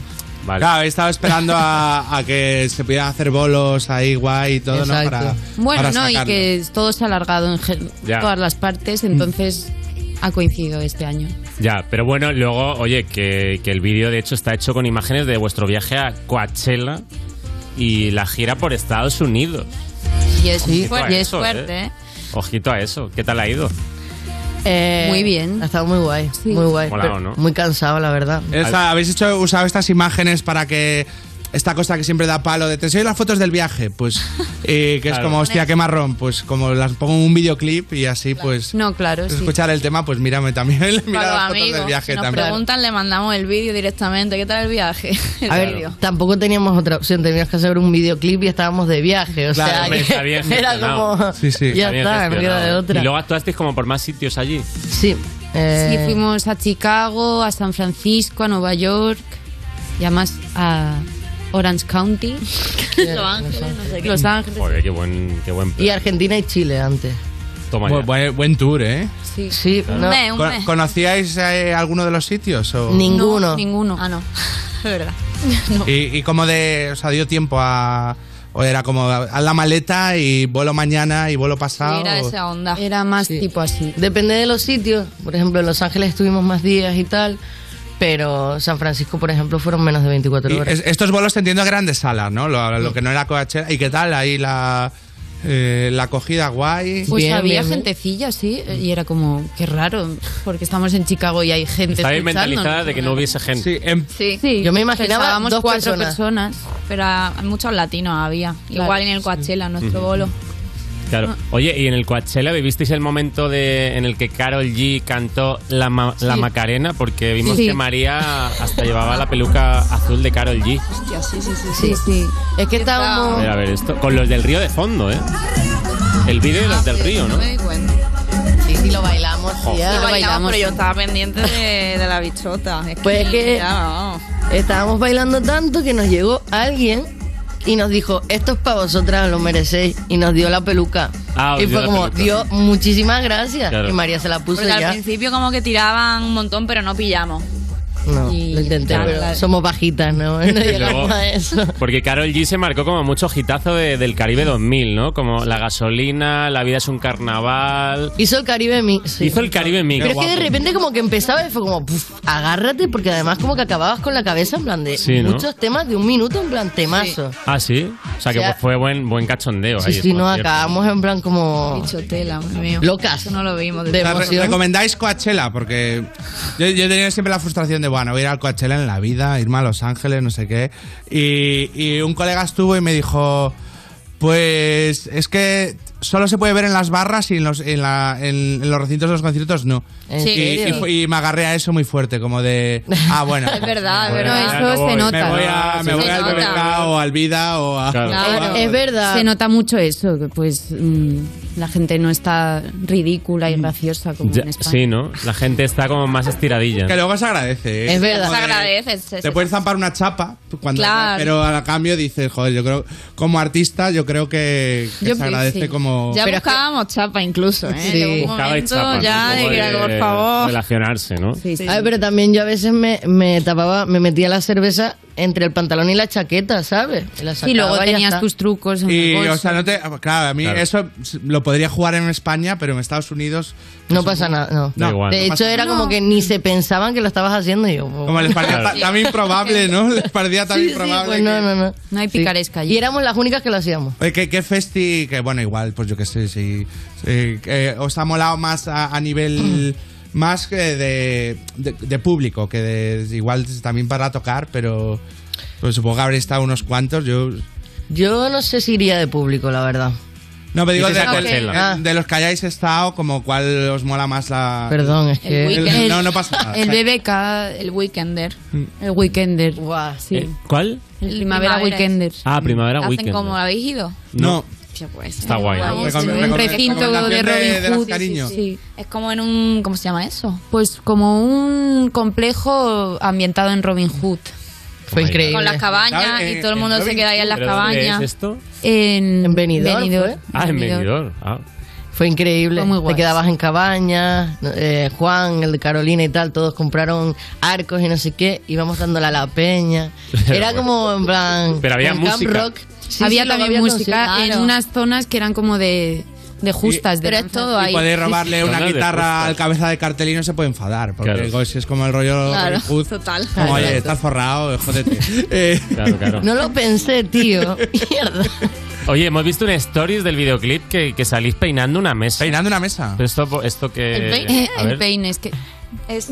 Claro, he estado esperando a, a que se pudieran hacer bolos ahí guay y todo, ¿no? Exacto. Para, Bueno, para no, y sacarlo. que todo se ha alargado en gen- Ya. todas las partes, entonces Mm. ha coincidido este año. Ya, pero bueno, luego, oye, que, que el vídeo de hecho está hecho con imágenes de vuestro viaje a Coachella y la gira por Estados Unidos. Y es, Sí, fuerte, y es eso, fuerte, ¿eh? Ojito a eso, ¿qué tal ha ido? muy bien. Eh, Ha estado muy guay. Muy guay. Molado, pero ¿no? Muy cansado, la verdad. Esta- habéis hecho, usado estas imágenes para que esta cosa que siempre da palo de te soy las fotos del viaje, pues eh, que es Claro. como hostia qué marrón, pues como las pongo en un videoclip y así pues No, claro, sí. escuchar el tema, pues mírame también, mira Para las los fotos amigos. del viaje si nos también. preguntan, le mandamos el vídeo directamente. ¿Qué tal el viaje? El A ver, vídeo. tampoco teníamos otra opción, teníamos que hacer un videoclip y estábamos de viaje, o sea, hombre, que está bien era gestionado. como ya bien está, no queda de gestionado. otra. Y luego actuasteis como por más sitios allí. Sí. Sí, fuimos a Chicago, a San Francisco, a Nueva York y además a Orange County. Los Ángeles, no sé qué. Ah, Los Ángeles. Joder, qué buen, qué buen plan. Y Argentina y Chile antes. Toma Bu- bu- Buen, tour, ¿eh? Sí. Sí, Un mes, un ¿Cono- mes. ¿Conocíais eh, alguno de los sitios? o? No, ninguno. Ah, no. Es verdad. ¿Y, y cómo de, o sea, dio tiempo a... O era como, haz la maleta y vuelo mañana y vuelo pasado. o- onda. Era más tipo así. Depende de los sitios. Por ejemplo, en Los Ángeles estuvimos más días y tal, pero San Francisco, por ejemplo, fueron menos de 24 Y horas. es- estos vuelos entiendo grandes salas, ¿no? Lo, lo que no era Coachella. ¿Y qué tal ahí la, eh, la acogida guay? Pues ¿eh? había gentecilla, sí, y era como, qué raro, porque estamos en Chicago y hay gente Estaba bien escuchándonos. mentalizada de que no hubiese gente. Sí, Sí. Yo me imaginaba Pensábamos dos cuatro personas. personas. pero ah, muchos latinos había. Igual en el Coachella, en nuestro Ujú. bolo. Ah. Claro. Oye, y en el Coachella vivisteis el momento de, en el que Carol G cantó la, ma- la Sí. Macarena, porque vimos Sí. que María hasta llevaba la peluca azul de Carol G. Hostia, sí, sí, sí. Sí, sí. Es que A estábamos. ver, a ver esto. Con los del río de fondo, ¿eh? El vídeo de los del río, ¿no? di cuenta. Sí, sí, lo bailamos, Oh. Sí, tía. bailamos, pero yo estaba pendiente de, de la bichota. Es Pues es que ya, vamos. estábamos bailando tanto que nos llegó alguien y nos dijo, esto es para vosotras, lo merecéis. Y nos dio la peluca. Ah, os y dio fue la como, peluca. dio muchísimas gracias. Claro. Y María se la puso Porque y al ya. principio como que tiraban un montón, pero no pillamos. No, lo intenté, ya, pero la- somos bajitas, ¿no? No Y llegamos luego- a eso. Porque Carol G se marcó como mucho hitazo de- del Caribe 2000, ¿no? Como la gasolina, la vida es un carnaval. Hizo el Caribe Mix. sí. Hizo el Caribe Mix. Pero es que de repente como que empezaba y fue como, "Puf, agárrate, porque además como que acababas con la cabeza en plan de Sí, ¿no? muchos temas de un minuto, en plan temazo. Ah, sí. O sea que O sea- pues fue buen, buen cachondeo. Sí, ahí, sí, por no, cierto. acabamos en plan como... Bichotela, madre mía. Locas. Eso no lo vimos. De O sea, re- emoción. ¿Recomendáis Coachella? Porque yo, yo he tenido siempre la frustración de, bueno, voy a ir al Coachella en la vida, irme a Los Ángeles, no sé qué. Y, y un colega estuvo y me dijo, pues es que solo se puede ver en las barras y en los, en la- en- en los recintos de los conciertos no. ¿En Y- serio? y, fu- y me agarré a eso muy fuerte, como de, ah, bueno. Es verdad, es Bueno, verdad. ya no eso voy. se nota. Me voy, a, me Se voy al nota. BBK o al Vida o a... Es verdad. Se nota mucho eso, que pues mm, la gente no está ridícula y graciosa como Ya- en este España. sí, ¿no? La gente está como más estiradilla. Que luego se agradece. ¿eh? Es verdad. Como Se de- agradece, se- Te se- puedes zampar una chapa, cuando, Claro. pero a cambio dices, joder, yo creo, como artista, yo creo que, que Yo se creo que agradece sí. como. Ya Pero es que- buscábamos chapa incluso, ¿eh? Sí. Llegó un Buscabais momento chapas, ya un de poco que era, de por favor. Relacionarse, ¿no? A ver, pero también yo a veces me, me tapaba, me metía la cerveza entre el pantalón y la chaqueta, ¿sabes? Y la Y luego sacaba ya tenías está. tus trucos. en Y, el bolso. o sea, no te. Claro, a mí Claro. eso s- lo podría jugar en España, pero en Estados Unidos. No pasa nada, no. Da igual. de No hecho, pasa era nada. como que ni se pensaban que lo estabas haciendo y yo. Como les parecía ta- tan improbable, ¿no? Les parecía tan Sí, sí, improbable. pues no, no, no. No hay picaresca Y éramos las únicas que lo hacíamos. Oye, ¿qué, qué festi? Eh, Que bueno, igual, pues yo qué sé, si. si- que ¿Os ha molado más a, a nivel. más que de, de, de público, que de, igual también para tocar, pero. Pues supongo que habréis estado unos cuantos. Yo. Yo no sé si iría de público, la verdad. No, me digo de, Dices a de- Coachella. eh, Ah. de los que hayáis estado, como cuál os mola más la. Perdón, es El El- weekend. no, no pasa nada. El BBK, el Weekender. El Weekender. sí. Eh, ¿Cuál? El Primavera, Primavera Weekender. Ah, Primavera Hacen Weekend. como, ¿habéis ido? No. Hostia, pues. Está guay. ¿no? Vamos, un recinto de de Robin las Hood. cariño. sí, sí. Es como en un. ¿Cómo se llama eso? Pues como un complejo ambientado en Robin Hood. Fue increíble. Con las cabañas y todo el mundo se queda ahí en las ¿Pero dónde cabañas. es esto? En, Benidorm, Benidorm. Ah, en Benidorm. Benidorm. Ah. Fue increíble. Fue muy guay, Te quedabas en cabañas. eh, Juan, el de Carolina y tal, todos compraron arcos y no sé qué. Íbamos dándole a la peña. Era como en plan. Pero había como Camp música. rock. Sí, había sí, luego también música conciertos. en unas zonas que eran como de, de justas. de danza. Y podéis robarle Sí, sí. una No, no, de guitarra justas. al cabeza de cartel y no se puede enfadar. Porque Claro. digo, si es como el rollo Claro, Robin Hood, total. Como, oye, Exacto. estás forrado, eh, jódete. Eh. Claro, claro. No lo pensé, tío. Mierda. Oye, hemos visto un stories del videoclip que, que salís peinando una mesa. Peinando una mesa. Pero esto, esto que. El peine, Eh, a el ver, peine, es que. Es,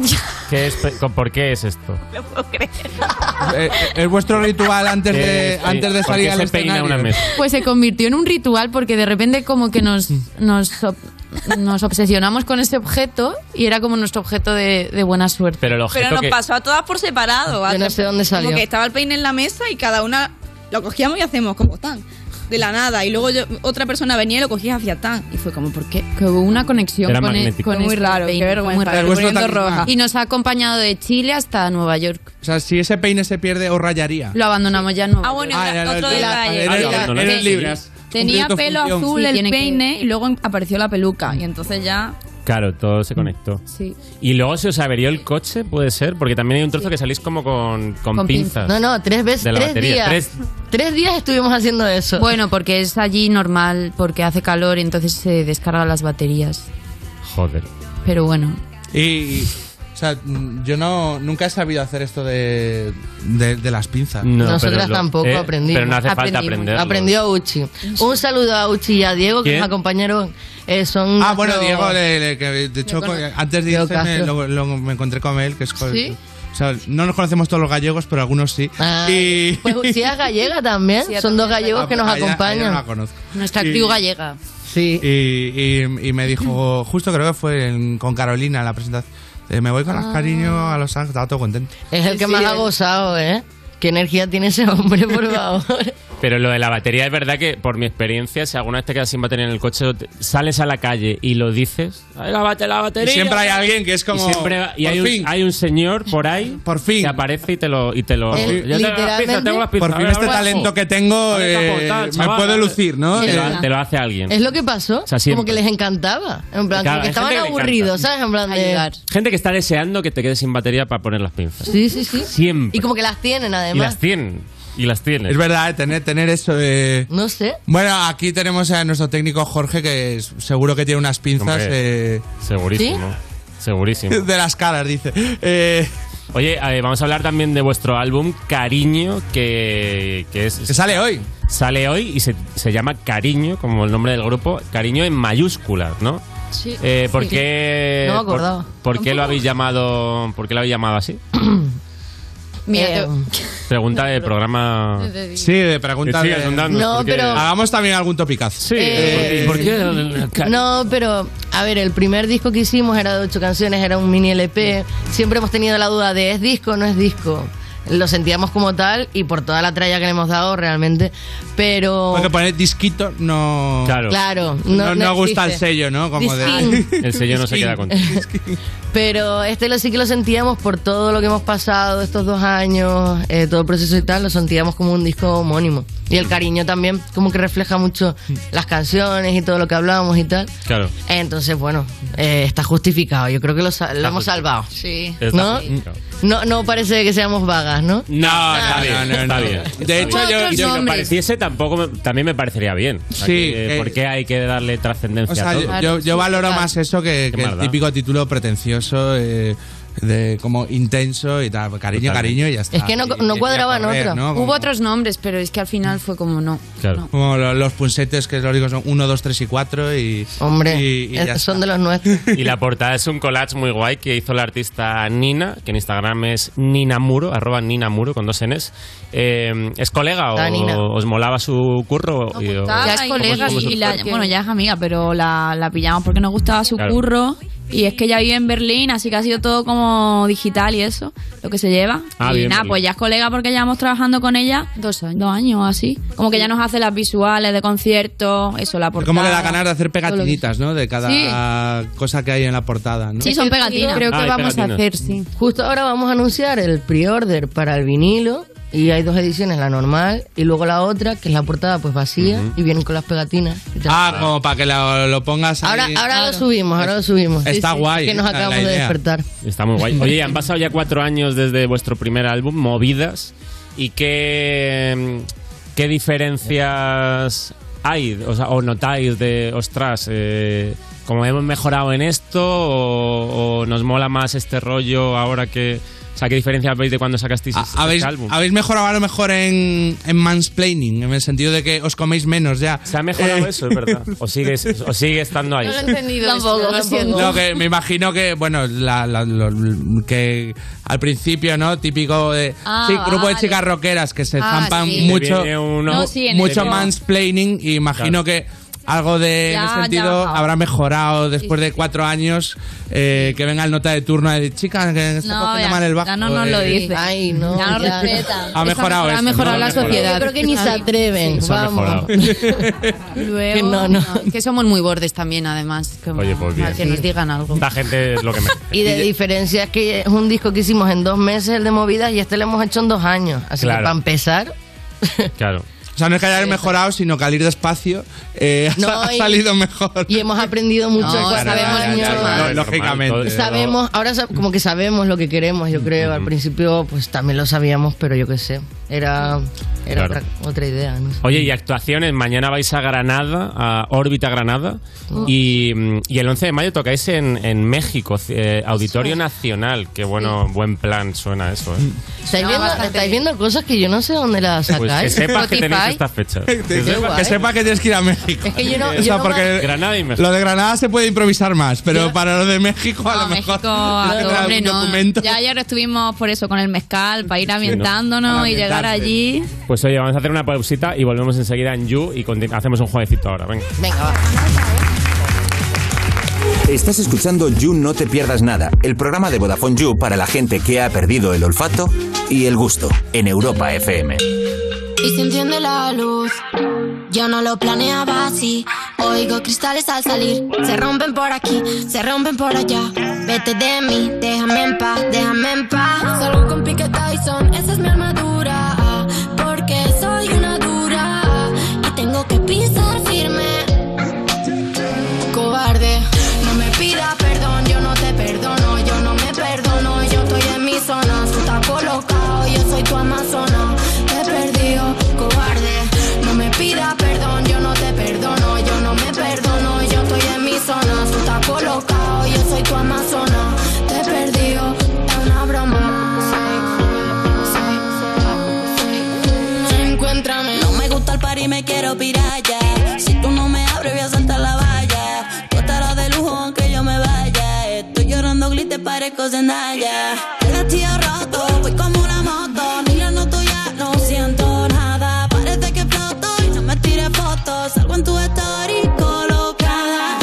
¿qué es pe- con- ¿Por qué es esto? Eh, ¿Es vuestro ritual antes de, Eh, antes de ¿por salir qué al se peina escenario? una mesa? Pues se convirtió en un ritual porque de repente como que nos, nos, ob- nos obsesionamos con ese objeto y era como nuestro objeto de, de buena suerte. Pero el objeto Pero nos que- pasó a todas por separado. Ah, Yo no sé dónde salió. Como que estaba el peine en la mesa y cada una lo cogíamos y hacemos como tan, de la nada. Y luego yo- otra persona venía y lo cogía hacia tan. Y fue como, ¿por qué? Que hubo una conexión Era con, e- magnético. con Muy ese raro, peine, qué fue vergüenza, muy raro. me estoy Vuestro poniendo talismán. roja. Y nos ha acompañado de Chile hasta Nueva York. O sea, si ese peine se pierde, os rayaría. Lo abandonamos ya no. Ah, bueno, Ah, era- era- era- de Eres Ah, no, no, no, eres sí. libres. cumplido Tenía tu pelo función. azul Sí, el tiene que- peine y luego apareció la peluca. Y entonces ya. Claro, todo Mm. se conectó. Sí. Y luego se os averió el coche, puede ser, porque también hay un trozo que salís como con, con, pinzas. No, no, tres veces. De la tres batería. días. Tres- Tres días estuvimos haciendo eso. Bueno, porque es allí normal, porque hace calor y entonces se descargan las baterías. Joder. Pero bueno. Y. O sea, mm, yo no, nunca he sabido hacer esto de, de, de las pinzas. No, eh, Nosotras tampoco aprendimos. pero no hace falta aprenderlo. Aprendió Uchi. Un saludo a Uchi y a Diego que ¿Quién? nos acompañaron. Eh, son Ah, bueno, nuestros- Diego, le- le- que de hecho, Yo co- conozco- antes de Diego irse me, Castro. lo- lo- me encontré con él, que es co- ¿Sí? O sea, no nos conocemos todos los gallegos, pero algunos sí. y... Pues Uchi es gallega también. son dos gallegos que nos A ella- a ella acompañan. no la conozco. Nuestra actriz gallega. Sí. Y, y- y me dijo, justo creo que fue en- con Carolina en la presentación, eh, me voy con las Ah. cariño a Los Ángeles, estaba todo contento. Es el que Sí, más sí, ha él. gozado, ¿eh? Qué energía tiene ese hombre, por favor. Pero lo de la batería es verdad que, por mi experiencia, si alguna vez te quedas sin batería en el coche, te- sales a la calle y lo dices. "Ay, Lávate la batería. Y siempre hay alguien que es como, Y, siempre- y por hay, fin. un, hay un señor por ahí. Por fin. Que aparece y te lo. Y te lo Él, "Yo tengo las pizzas, tengo las pizzas, Por fin ahora este vuelvo". talento que tengo Ahora eh, capo, tal, me chaval, puedo ahora- lucir, ¿no? Te Eh, lo, te lo hace alguien. Es lo que pasó. O sea, siempre. como que les encantaba. En plan, Claro, como que hay gente estaban que le encanta. aburridos, ¿sabes? En plan de. Gente que está deseando que te quedes sin batería para poner las pinzas. Sí, sí, sí. Siempre. Y como que las tienen, Y además. las tienen. Y las tienen. Es verdad, eh, tener, tener eso de... No sé. Bueno, aquí tenemos a nuestro técnico Jorge, que es- seguro que tiene unas pinzas... Hombre, eh, Segurísimo. Segurísimo. De las caras, dice. Eh, Oye, a ver, vamos a hablar también de vuestro álbum Cariño, que, que es... sale hoy. Sale hoy y se, se llama Cariño, como el nombre del grupo. Cariño en mayúsculas, ¿no? Sí. Eh, ¿Por Sí. qué... No me por- acordaba. ¿Por, qué lo habéis llamado, por qué lo habéis llamado así? Mira, Pregunta de programa... Sí, de pregunta Que de... sigas andando, No, porque- pero- Hagamos también algún topicazo. Sí. Eh, ¿Por qué? No, pero a ver, el primer disco que hicimos era de ocho canciones, era un mini LP. Siempre hemos tenido la duda de ¿es disco o no es disco? Lo sentíamos como tal y por toda la tralla que le hemos dado realmente, pero... Porque poner disquito no... Claro. Claro, no- No, no no gusta el existe. sello, ¿no? Como de... Disquín. El sello no se queda con... Pero este lo sí que lo sentíamos por todo lo que hemos pasado estos dos años, eh, todo el proceso y tal, lo sentíamos como un disco homónimo. Y el cariño también como que refleja mucho las canciones y todo lo que hablábamos y tal. Claro. Entonces, bueno, eh, está justificado. Yo creo que lo, sa- lo hemos justificado. salvado. Sí. Está ¿No? justificado. no no parece que seamos vagas, ¿no? No, está bien, está bien. De hecho, yo- yo- si lo nombres. pareciese, tampoco me- también me parecería bien. O sea, Sí, que, eh, ¿Por qué hay que darle trascendencia O sea, a todo? yo, yo- yo valoro más eso que, que el maldad. típico título pretencioso, eh, de como intenso y tal. Cariño, Totalmente. cariño y ya está. Es que no- Y- y no empieza a cuadraban correr, otros. ¿no? Hubo Como, otros nombres, pero es que al final fue como no. como lo- los punsetes, que lo único son 1, 2, 3 y 4 y... Hombre, son de los nuestros. Y la portada es un collage muy guay que hizo la artista Nina, que en Instagram es Nina Muro, arroba Nina Muro con dos Ns. Eh, ¿Es colega Ah, Nina. o os molaba su curro? Y- o- Ya es ¿cómo- colega cómo y, surgió? la, bueno, ya es amiga, pero la, la pillamos porque nos gustaba su Claro. curro. Y es que ella vive en Berlín, así que ha sido todo como digital y eso, lo que se lleva. Ah, y bien, nada, Berlín. pues ya es colega porque llevamos trabajando con ella dos años, dos años así. Como que ella nos hace las visuales de conciertos, eso, la portada. Como que da ganas de hacer todo lo que- pegatinitas, ¿no? De cada cosa que hay en la portada, ¿no? Sí, son pegatinas. Creo que Ah, hay vamos a pegatinas. hacer, sí. Justo ahora vamos a anunciar el pre-order para el vinilo y hay dos ediciones, la normal y luego la otra, que es la portada pues vacía y vienen con las pegatinas. y tal. Ah, como para que lo, lo pongas ahí. ahora ahora lo subimos, ahora lo subimos. Está Sí, sí, guay, Que nos eh, la acabamos de idea. despertar. Está muy guay. Oye, han pasado ya cuatro años desde vuestro primer álbum, Movidas. ¿Y qué, mm, qué diferencias hay? O, sea, ¿o notáis de, ostras, eh, como hemos mejorado en esto o, o nos mola más este rollo ahora que... O sea, ¿qué diferencia veis de cuando sacasteis este ¿Habéis, álbum? habéis mejorado a lo mejor en, en mansplaining, en el sentido de que os coméis menos ya. Eh. Se ha mejorado eso, es verdad. O sigue, o sigue estando ahí. entendido Tampoco, esto, lo tampoco. siento. No, que me imagino que, bueno, la- la- lo- que al principio, ¿no? Típico de. Ah, sí, grupo de vale. chicas rockeras que se Ah, zampan sí. mucho, Te viene uno- No, sí, en mucho eso. mansplaining y imagino que. Algo de en Ya, ese ya sentido bajado. habrá mejorado después de cuatro años eh, que venga el nota de turno de chicas que está No, cogiendo ya- mal el bajo. ya no nos lo eh, dice. Ay, no. Ya no respeta. Ha mejorado Ha eso, mejorado ¿no? la Ha mejorado. sociedad. Yo creo que ni se atreven, Se ha vamos. Luego, Que no, no. que somos muy bordes también, además. como Oye, pues bien. a que nos digan algo. Esta gente es lo que me... Y de diferencia es que es un disco que hicimos en dos meses, el de movidas, y este lo hemos hecho en dos años. Así Claro. que para empezar, Claro. O sea, no es que hayáis mejorado, sino que al ir despacio eh, No, ha y- salido mejor. Y hemos aprendido mucho. No, cosas, claro, sabemos ya, ya, mucho ya, más. no, lógicamente. Sabemos, ahora sab- como que sabemos lo que queremos, yo creo. Al principio, pues también lo sabíamos, pero yo qué sé. Era, era Claro. otra, otra idea, no sé. Oye, y actuaciones, mañana vais a Granada, a Órbita Granada, y, mm, y el 11 de mayo tocáis en, en México, c- eh, Auditorio Nacional, que bueno, buen plan suena eso. ¿eh? ¿Estáis, viendo, estáis viendo cosas que yo no sé dónde las Pues que sacáis. sepas que tenéis Spotify. estas fechas. Que sepa- que sepa que tienes que ir a México. Es que yo no- O yo sea, no porque me- Granada y México. Lo de Granada se puede improvisar más, pero para lo de México a lo mejor. hay que traer hombre, un no. documento. Ya ayer estuvimos por eso con el mezcal, para ir ambientándonos Para y llegar ambientarse. allí. Pues oye, vamos a hacer una pausita y volvemos enseguida en You y continu- hacemos un jueguecito ahora. Venga. Venga, va. Estás escuchando You No Te Pierdas Nada, el programa de Vodafone You para la gente que ha perdido el olfato y el gusto en Europa FM. Y se enciende la luz. Yo no lo planeaba así. Oigo cristales al salir. Se rompen por aquí, se rompen por allá. Vete de mí, déjame en paz, déjame en paz. Salgo con Pique Tyson, esa es mi armadura. ah, Porque soy una dura. ah, Y tengo que pisar firme cobarde. No me pida perdón, yo no te perdono, yo no me perdono, yo estoy en mi zona, tú estás colocado, yo soy tu amazona, te he perdido, cobarde. No me pida perdón, yo no te perdono, yo no me perdono, yo estoy en mi zona, tú estás colocado, yo soy tu amazona, te he perdido, es una broma. Encuéntrame. No me gusta el par y me quiero pirar ya. Si tú no me abres, voy a saltar la valla. Tú estarás de lujo aunque yo me vaya. Estoy llorando glitter, parezco Zendaya. El vestido roto, voy como una moto. Mirándote ya no siento nada. Parece que floto y no me tires fotos. Salgo en tu story colocada.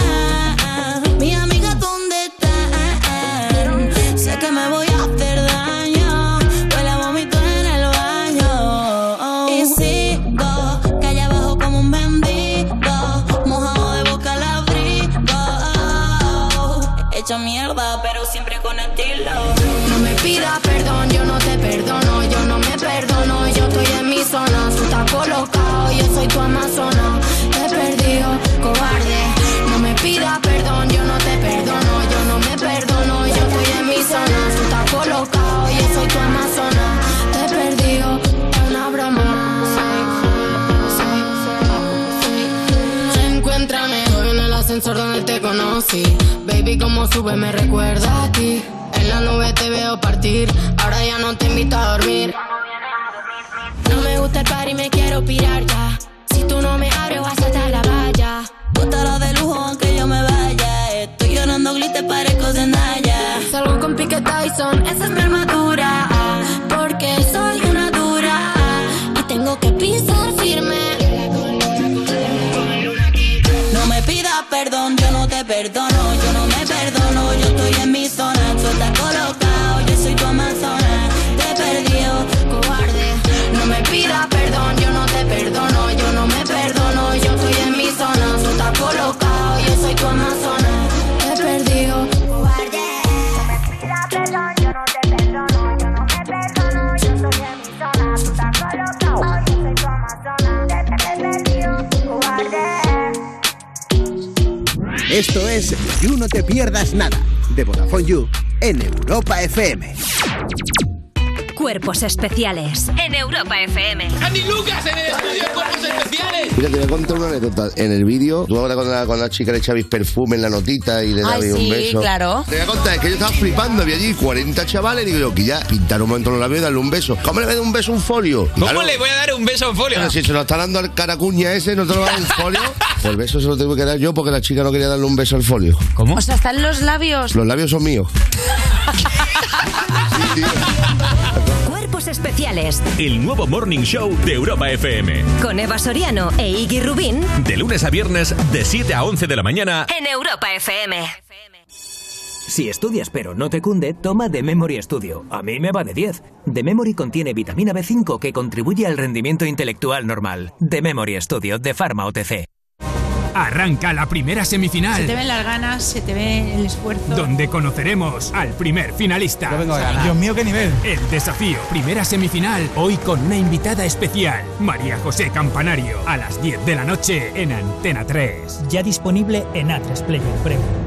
Mi amiga, ¿dónde están? Sé que me voy a hacer daño. Huele a vómito en el baño. Y sigo, calle abajo como un bendito. Mojado de boca la abrigo. Hecha mierda, pero siempre con estilo. No me pida perdón, yo no te perdono, yo no me perdono, yo estoy en mi zona, tú estás colocado, yo soy tu amazona, te he perdido, cobarde. No me pida perdón, yo no te perdono, yo no me perdono, yo estoy en mi zona, tú estás colocado, yo soy tu amazona, te he perdido, es una broma. Encuéntrame hoy en el ascensor donde te conocí. Baby, como sube me recuerda a ti. En la nube te veo partir. Ahora ya no te invito a dormir. No me gusta el party, me quiero pirar ya. Si tú no me abres, vas hasta la valla. Bótalo de lujo aunque yo me vaya. Estoy llorando glitter, parezco Zendaya. Salgo con Pique Tyson, esa es mi armadura. ah, Porque soy una dura ah, y tengo que pisar firme. No me pidas perdón, yo no te perdono, yo no me perdono, yo estoy en mi zona, tú estás colocado, yo soy tu amazona, te perdió, cobarde. No me pida perdón, yo no te perdono, yo no me perdono, yo estoy en mi zona, tú estás colocado, yo soy tu amazona, te he perdido. Esto es You No Te Pierdas Nada, de Vodafone You, en Europa FM. Cuerpos especiales en Europa FM. Andy Lucas en el estudio de Cuerpos Especiales. Mira, te voy a contar una anécdota. En el vídeo, tú ahora con la, con la chica le echabais perfume en la notita y le Ay, dabais sí, un beso. claro. Te voy a contar, es que yo estaba flipando, había allí 40 chavales, digo yo, que ya pintar un momento los labios y darle un beso. ¿Cómo le voy a dar un beso a un folio? ¿Cómo le voy a dar un beso en folio? Pero si se lo está dando al caracuña ese, no te lo va a dar un folio. Pues el beso se lo tengo que dar yo porque la chica no quería darle un beso al folio. ¿Cómo? O sea, están los labios. Los labios son míos. Cuerpos especiales El nuevo Morning Show de Europa FM. con Eva Soriano e Iggy Rubín De lunes a viernes, de 7 a 11 de la mañana. en Europa FM. Si estudias pero no te cunde, toma The Memory Studio. A mí me va de 10. The Memory contiene vitamina B5 que contribuye al rendimiento intelectual normal. The Memory Studio de Pharma OTC. Arranca la primera semifinal. Se te ven las ganas, se te ve el esfuerzo. donde conoceremos al primer finalista. Yo vengo a ganar. Dios mío, qué nivel. El desafío, primera semifinal, hoy con una invitada especial, María José Campanario, a las 10 de la noche en Antena 3. Ya disponible en A3 Player Premium.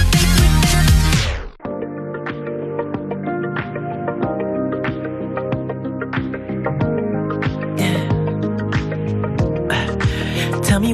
Tell me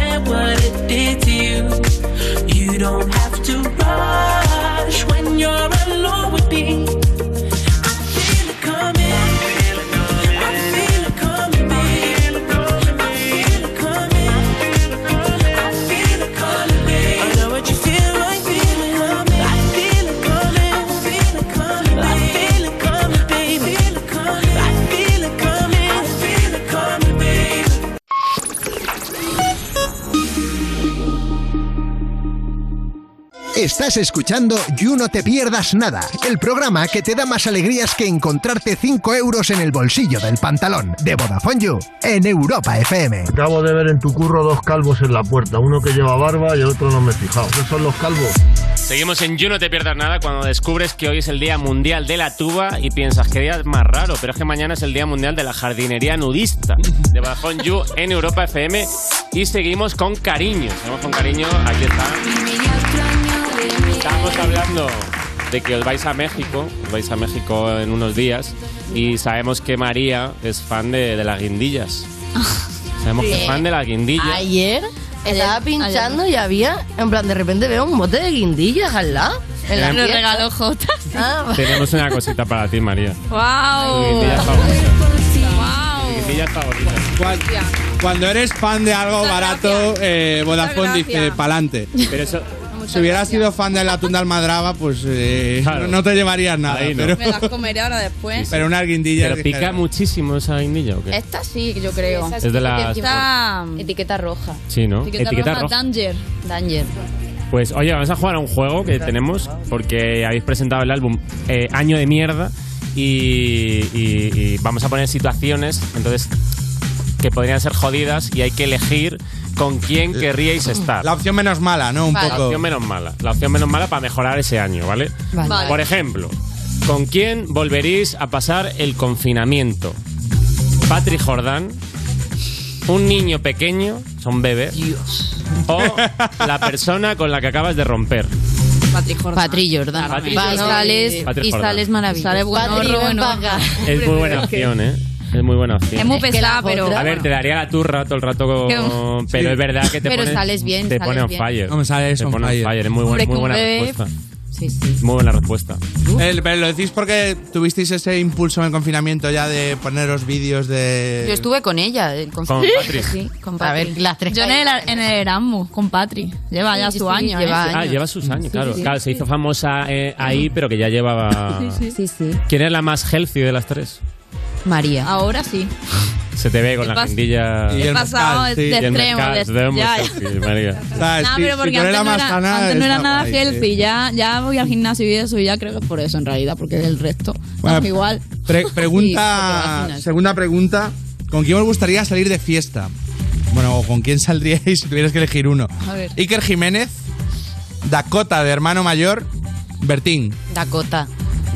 and what it did to you. You don't have to rush when you're alone with me. Estás escuchando You No Te Pierdas Nada, el programa que te da más alegrías que encontrarte 5 euros en el bolsillo del pantalón de Vodafone You en Europa FM. Acabo de ver en tu curro dos calvos en la puerta, uno que lleva barba y el otro no me he fijado. ¿Qué son los calvos? Seguimos en You, no te pierdas nada cuando descubres que hoy es el Día Mundial de la Tuba y piensas que día más raro, pero es que mañana es el Día Mundial de la Jardinería Nudista de Vodafone You en Europa FM y seguimos con cariño. Seguimos con cariño, aquí está. Estamos hablando de que os vais a México, os vais a México en unos días y sabemos que María es fan de, de las guindillas. Sabemos que es Sí. fan de las guindillas. Ayer estaba pinchando y había, en plan, de repente veo un bote de guindillas al lado. En la Nos fiesta. regaló Jotas. Ah, Tenemos una cosita para ti, María. ¡Wow! Guindillas favoritas. Guindillas favoritas. Cuando eres fan de algo barato, eh, Vodafone Muchas gracias. dice pa'lante. Pero eso. Si hubieras sido fan de la tunda almadraba, pues eh, no- no te llevarías nada. Ahí no. Pero, Me las comeré ahora después. pero una guindilla. Pero pica muchísimo esa guindilla, ¿o qué? Esta sí, yo creo. Es de las- Esta etiqueta roja. Sí, ¿no? Etiqueta roja. Danger. Danger. Pues oye, vamos a jugar a un juego que tenemos porque habéis presentado el álbum eh, Año de Mierda y, y- y vamos a poner situaciones entonces que podrían ser jodidas y hay que elegir con quién querríais estar. Eh, La opción menos mala, ¿no? Un Vale. La poco. opción menos mala. La opción menos mala para mejorar ese año, ¿vale? Vale. Vale. Por ejemplo, ¿con quién volveréis a pasar el confinamiento? Patrick Jordán, un niño pequeño, son bebés, o la persona con la que acabas de romper. Patrick Jordan. Patrick Jordan. Patrick Va, Jordan. sales, Patrick y Jordan. sales maravilloso. Sale bueno, Patrick, bueno. ven pa' acá. Es muy buena opción, ¿eh? Es muy buena opción. Es muy pesada, pero. A ver, te daría la turra todo el rato, con- pero es verdad que te Pero pone, sales bien, te sales pone on bien. fire. No, me sales te on pone fire. Es muy, buen- Hombre, muy con buena bebé. respuesta. Sí, sí. Muy buena respuesta. El- pero lo decís porque tuvisteis ese impulso en el confinamiento ya de poneros vídeos de. Yo estuve con ella. eh, Con, Con Sí, Patrick. Sí, con A Patrick. ver, las tres. Yo en el, en el Erasmus con Patrick. Lleva Sí, ya sí, su sí, año. ¿eh? lleva Ah, lleva sus años, Sí, claro. sí, sí. claro, se hizo famosa eh, ahí, pero que ya llevaba... Sí, sí. ¿Quién es la más healthy de las tres? María. Ahora sí. Se te ve con He la pas- guindilla... he Y el pasado mezcal, de sí. Y el extremo, mezcal, de- se te ve muy ya, healthy, María. No, pero porque antes, no era, antes no era nada healthy. Ya, ya voy al gimnasio y eso, y ya creo que es por eso en realidad, porque el resto. Bueno, estamos igual. Pre- Sí, porque pregunta. vaginas. segunda pregunta. ¿Con quién os gustaría salir de fiesta? Bueno, o con quién saldríais si tuvieras que elegir uno. A ver. Iker Jiménez, Dakota de hermano mayor, Bertín. Dakota.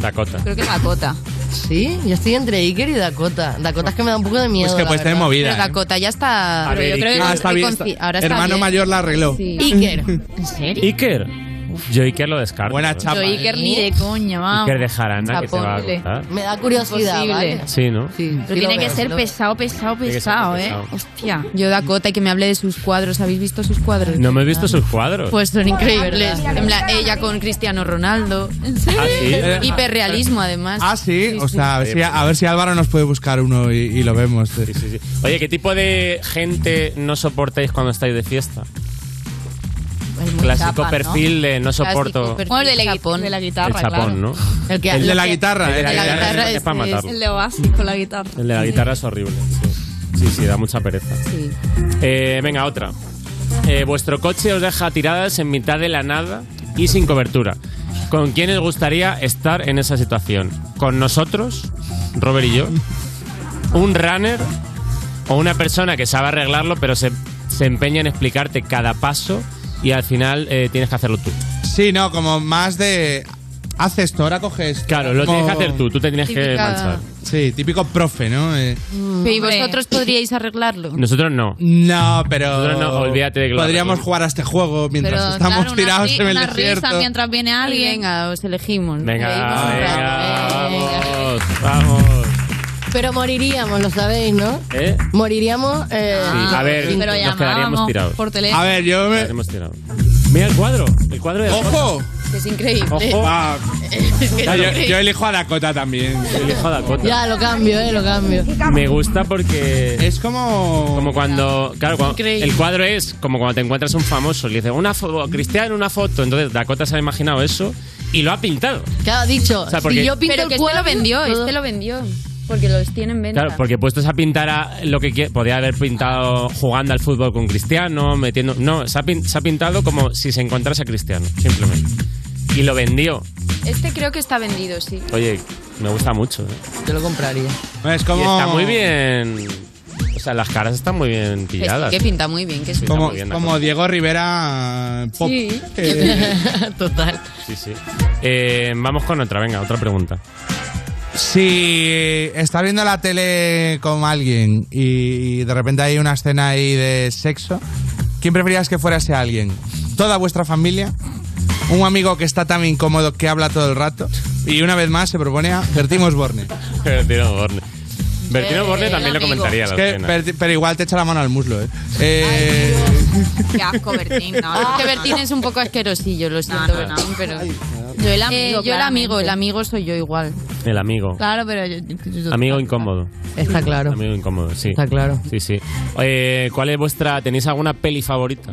Dakota. Creo que Dakota. Sí, yo estoy entre Iker y Dakota. Dakota es que me da un poco de miedo. Es que la puedes tener verdad. movida, Pero ¿eh? Dakota ya está. A ver, Iker. Ah, está bien, está- hermano mayor la arregló. Iker. ¿En serio? Iker. Yo Iker lo descarto. Buena ¿eh? Yo Iker ni de coña, vamos. Iker de jarana que se va a Chapotle. gustar. Me da curiosidad, Imposible. ¿vale? Sí, ¿no? Pero Sí lo tiene que veo, sí ser lo veo. pesado, pesado, Tiene que ser pesado, ¿eh? pesado. Hostia. Yo Dakota y que me hable de sus cuadros. ¿Habéis visto sus cuadros? No me he visto sus cuadros. Pues son increíbles. En plan, ella con Cristiano Ronaldo. Ah, sí. Hiperrealismo, además. Ah, sí. O sea, a ver, Sí, pues si, a ver si Álvaro nos puede buscar uno y, y lo vemos. Oye, ¿qué tipo de gente no soportáis cuando estáis de fiesta? Es muy Clásico chapa, ¿no? perfil de no soporto. Bueno, el de la, guitarra, de la El guitarra, chapón, ¿no? El, que- El de lo la que- guitarra, el de la guitarra es- es, es para es- matarlo. el El de- de Oasis con la guitarra. El de la guitarra es horrible. Sí, sí, sí, da mucha pereza. Eh, venga, otra. Eh, vuestro coche os deja tiradas en mitad de la nada y sin cobertura. ¿Con quién os gustaría estar en esa situación? ¿Con nosotros, Robert y yo? ¿Un runner? ¿O una persona que sabe arreglarlo pero se, se empeña en explicarte cada paso y al final eh, tienes que hacerlo tú? Sí, no, como más de. Haz esto, ahora coges. Claro, lo tienes que hacer tú, tú te tienes que Típica- manchar. Sí, típico profe, ¿no? Eh, Pero, ¿Y vosotros podríais arreglarlo? Nosotros no. No, pero. Nosotros no, olvídate de que lo Podríamos jugar a este juego mientras Pero, estamos claro, una tirados ri- en el una desierto. risa mientras viene alguien. Venga, os elegimos. Venga, venga, vamos, vamos. Pero moriríamos, lo sabéis, ¿no? ¿Eh? Moriríamos. eh, Sí, a ver, sin- nos quedaríamos tirados. teléfono. A ver, yo me. Quedaríamos tirados. Mira el cuadro, el cuadro de ¡Ojo! Es increíble. Ojo. Ah, Es que yo, no- yo elijo a Dakota también. Yo elijo a Dakota. Ya, lo cambio, eh, lo cambio. Me gusta porque. Es como. Como cuando. Claro, cuando- Increíble. el cuadro es como cuando te encuentras un famoso. Le dices, una foto, Cristiano, una foto. Entonces Dakota se ha imaginado eso y lo ha pintado. Claro, dicho. O sea, porque- si yo pinto Pero el que este cuadro, lo vendió, todo- este lo vendió. Porque los tiene en venta. Claro, porque puestos a pintar a lo que quiere. Podría haber pintado jugando al fútbol con Cristiano, metiendo. No, se ha, pin- se ha pintado como si se encontrase a Cristiano, simplemente. Y lo vendió. Este creo que está vendido, sí. Oye, me gusta mucho. ¿eh? Yo lo compraría. Es Y como. está muy bien. O sea, las caras están muy bien pilladas. que pinta muy bien, que sí. Pinta Como, muy bien, como Diego Rivera. Pop. Sí. Eh, Total. Sí, sí. Eh, vamos con otra, venga, otra pregunta. Si estás viendo la tele con alguien y de repente hay una escena ahí de sexo, ¿quién preferirías que fuera ese alguien? ¿Toda vuestra familia? ¿Un amigo que está tan incómodo que habla todo el rato? Y una vez más se propone a Bertín Osborne. Bertino Borne. Bertino Eh, Borne también lo amigo. comentaría. Es la que escena. Berti- pero igual te echa la mano al muslo, ¿eh? Eh, Qué asco, Bertín. No, es que Bertín es un poco asquerosillo, lo siento, no, no. Bertín, pero... Yo el amigo, Eh, yo el amigo, el amigo soy yo igual. El amigo. Claro, pero yo, Amigo incómodo. Está claro. Amigo incómodo, sí. Está claro. Sí, sí. Eh, ¿Cuál es vuestra. ¿Tenéis alguna peli favorita?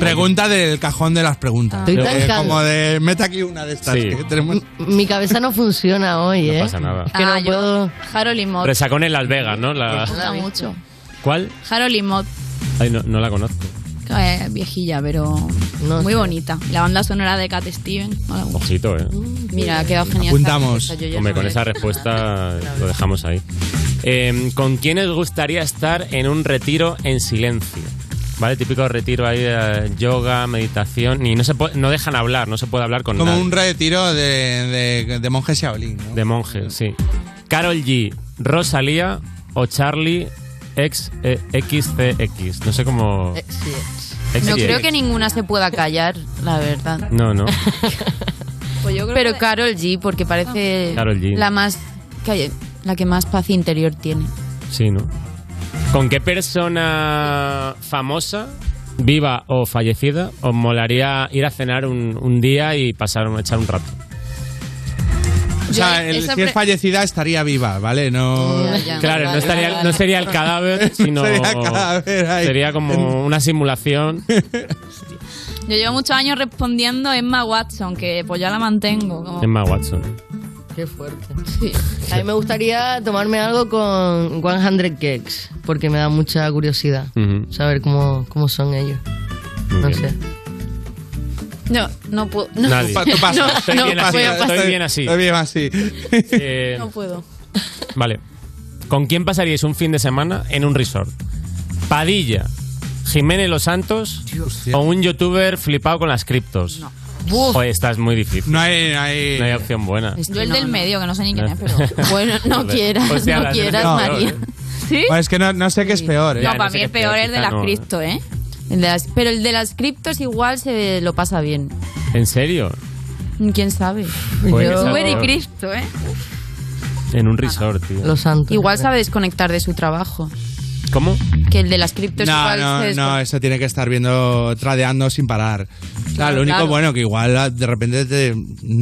pregunta del cajón de las preguntas. Estoy tan Eh, cansada. como de mete aquí una de estas Sí. que tenemos. Mi cabeza no funciona hoy, ¿eh? pasa nada. Es Que no puedo. Ah, Harold y Mod. Resacón en Las Vegas, ¿no? La- Me gusta mucho. ¿Cuál? Harold y Mod, Ay, no, no la conozco. Eh, viejilla, pero muy bonita. La banda sonora de Cat Steven. Hola, guapa. Ojito, ¿eh? Mm. Mira, ha quedado genial. Apuntamos. Hombre, con esa respuesta lo dejamos ahí. Eh, ¿Con quién os gustaría estar en un retiro en silencio? ¿Vale? Típico retiro ahí de eh, yoga, meditación. Y no, se puede- no dejan hablar, no se puede hablar con Como nadie. un retiro de, de, de monje Shaolin. ¿no? De monje, sí. Carol G, Rosalía o Charlie X, eh, XCX. No sé cómo. Eh, No XCX. creo que ninguna se pueda callar, la verdad. No, no. Pero Carol G, porque parece Ah. Karol G. la más calle- la que más paz interior tiene. Sí, ¿no? ¿Con qué persona famosa, viva o fallecida, os molaría ir a cenar un, un día y pasar un- echar un rato? O sea, el- esa si es pre- fallecida estaría viva, ¿vale? No. claro, no, estaría- no sería el cadáver, sino. sería el cadáver ahí. sería como una simulación. Yo llevo muchos años respondiendo Emma Watson, que pues ya la mantengo. como- Emma Watson. Qué fuerte. Sí. A mí me gustaría tomarme algo con 100 Cakes, porque me da mucha curiosidad Ujú. saber cómo, cómo son ellos. Muy no bien. sé. No, no puedo. No, Nadie. Pa- tú pasas. No, Estoy no bien puedo así, pasar. Estoy bien así. Estoy bien así. Eh, No puedo. Vale. ¿Con quién pasaríais un fin de semana en un resort? ¿Padilla, Jiménez Los Santos o un youtuber flipado con las criptos? Oye, estás muy difícil. No hay, no hay... opción buena. Yo el del medio, que no sé ni quién es, pero. Bueno, no quieras, Hostia, no las- quieras, no, María. ¿Sí? Pues es que no, no sé qué es peor. ¿eh? No, para mí el peor es el de las cripto, ¿eh? El de las- pero el de las criptos igual se lo pasa bien. ¿En serio? ¿Quién sabe? Pues Yo- algo- Muy de cripto, ¿eh? En un resort, tío. Igual sabe desconectar de su trabajo. ¿Cómo? Que el de las criptos No, igual se no, desconecta. no, eso tiene que estar viendo, tradeando sin parar. Claro, lo único claro. bueno que igual ah, de repente te,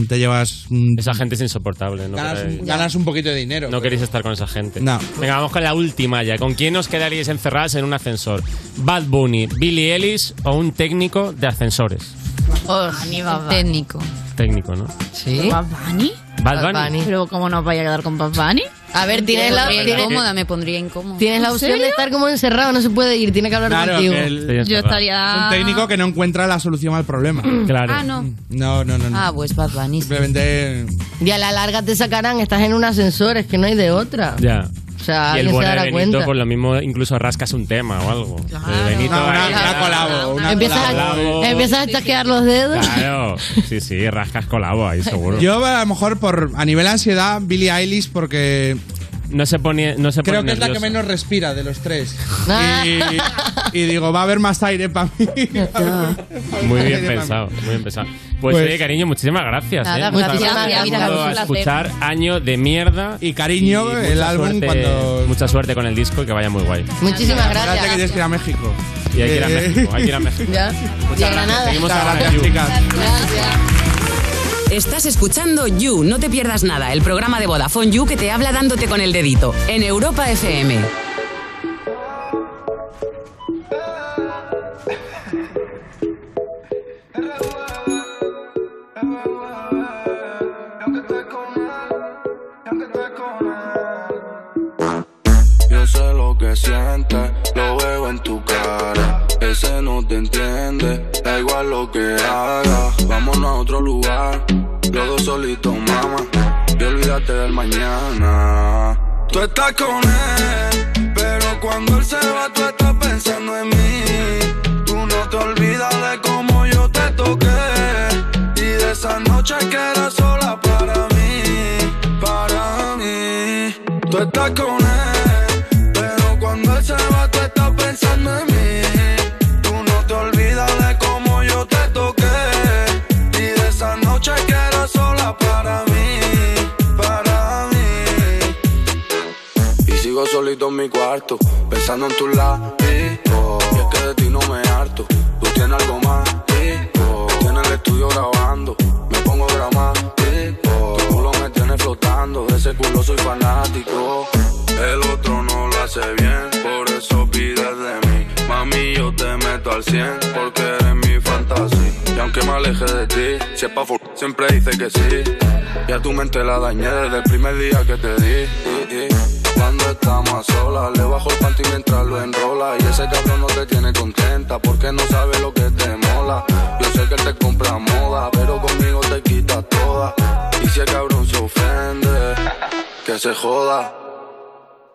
te llevas. Esa gente es insoportable. No Ganas- queréis- ganas un poquito de dinero. No queréis estar con esa gente. No. Venga, vamos con la última ya. ¿Con quién os quedaríais encerradas en un ascensor? ¿Bad Bunny, Billy Ellis o un técnico de ascensores? técnico. Técnico, ¿no? ¿Sí? ¿Bad Bunny? Bad Bunny. Bad Bunny. Pero ¿cómo no vaya a quedar con Bad Bunny? A ver, tienes la- tienes- incómoda, me pondría incómoda. Tienes la ¿En opción serio? de estar como encerrado, no se puede ir, tiene que hablar Claro, contigo. que el- Yo estaría- Un técnico que no encuentra la solución al problema. Claro. Ah, no. No, no, no. no. Ah, pues Bad Bunny. Simplemente. Y a la larga te sacarán, estás en un ascensor, es que no hay de otra. Ya. O sea, y el Ah, alguien se bueno de dará Benito, cuenta. por lo mismo, incluso rascas un tema o algo. El Benito No, una- ahí- una colabo, una empiezas, colabo. a, empiezas a chasquear los dedos. Claro. Sí, sí, rascas colabo ahí, seguro. Yo, a lo mejor, por a nivel de ansiedad, Billie Eilish, porque. No se pone. No se Creo pone que es la que nerviosa. menos respira de los tres. y, y digo, va a haber más aire para mí. Muy bien pensado, muy bien pensado. Pues, Pues- oye, cariño, muchísimas gracias. Nada, eh. pues, Muchas gracias, gracias gracias, por un placer. escuchar Año de Mierda. Y cariño, el mucha álbum suerte- cuando- Mucha suerte con el disco y que vaya muy guay. Muchísimas Espérate que gracias. tienes que ir a México. Y hay que ir a Eh. México, hay que ir a México. Ya. Y a Granada. Seguimos Muchas ahora en gracias, You. chicas. Estás escuchando You, no te pierdas nada, el programa de Vodafone You que te habla dándote con el dedito en Europa FM. Yo sé lo que sientes, lo veo en tu cara. Ese no te entiende, da igual lo que haga. Vámonos a otro lugar, los dos solitos, mamá. Y olvídate del mañana. Tú estás con él, pero cuando él se va, tú estás pensando en mí. Tú no te olvidas de cómo yo te toqué. Y de esas noches que era sola para mí, para mí. Tú estás con él. Pero cuando él se va, tú estás pensando en mí. Tú no te olvidas de cómo yo te toqué. Y de esa noche que era sola para mí, para mí. Y sigo solito en mi cuarto, pensando en tus labios. Y es que de ti no me harto. Tú tienes algo más. Estoy en el estudio grabando, me pongo dramático. Tu culo me tiene flotando, de ese culo soy fanático. El otro no lo hace bien, por eso pides de mí. Mami, yo te meto al 100, porque eres mi fantasía. Y aunque me aleje de ti, si es pa' fu- siempre dice que sí. Y a tu mente la dañé desde el primer día que te di. Cuando estamos a solas, le bajo el panty mientras lo enrola. Y ese cabrón no te tiene contenta porque no sabe lo que te mola. Yo sé que él te compra moda, pero conmigo te quita toda. Y si el cabrón se ofende, que se joda.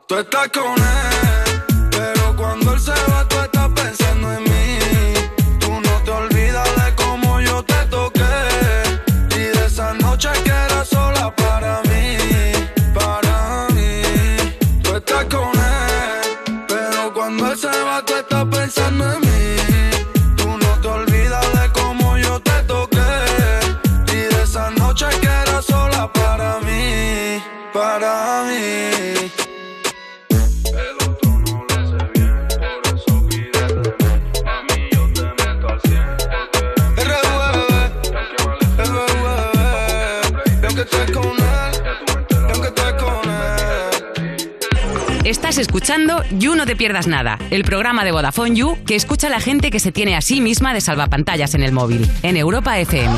Tú estás con él, pero cuando él se va, tú estás pensando en mí. Tú no te olvidas de cómo yo te toqué. Y de esa noche que era sola para mí, para mí. Tú estás con él, pero cuando él se va, tú estás pensando en mí. Tú no te olvidas de cómo yo te toqué. Y de esa noche que era sola para mí, para mí. Estás escuchando You, no te pierdas nada, el programa de Vodafone You que escucha a la gente que se tiene a sí misma de salvapantallas en el móvil en Europa FM.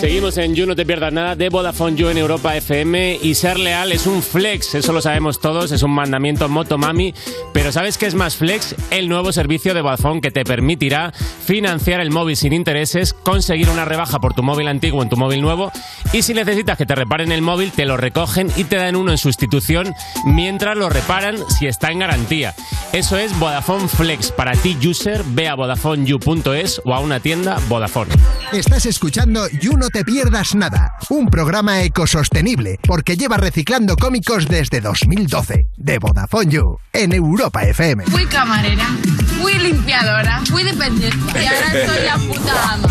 Seguimos en You No Te Pierdas Nada de Vodafone You en Europa FM y ser leal es un flex, eso lo sabemos todos, es un mandamiento motomami, pero ¿sabes qué es más flex? El nuevo servicio de Vodafone que te permitirá financiar el móvil sin intereses, conseguir una rebaja por tu móvil antiguo en tu móvil nuevo y si necesitas que te reparen el móvil te lo recogen y te dan uno en sustitución mientras lo reparan si está en garantía. Eso es Vodafone Flex. Para ti, user, ve a VodafoneYou.es o a una tienda Vodafone. Estás escuchando You No Te Pierdas Nada, un programa ecosostenible porque lleva reciclando cómicos desde 2012. De Vodafone You, en Europa FM. Fui camarera, fui limpiadora, fui dependiente y ahora soy la puta ama.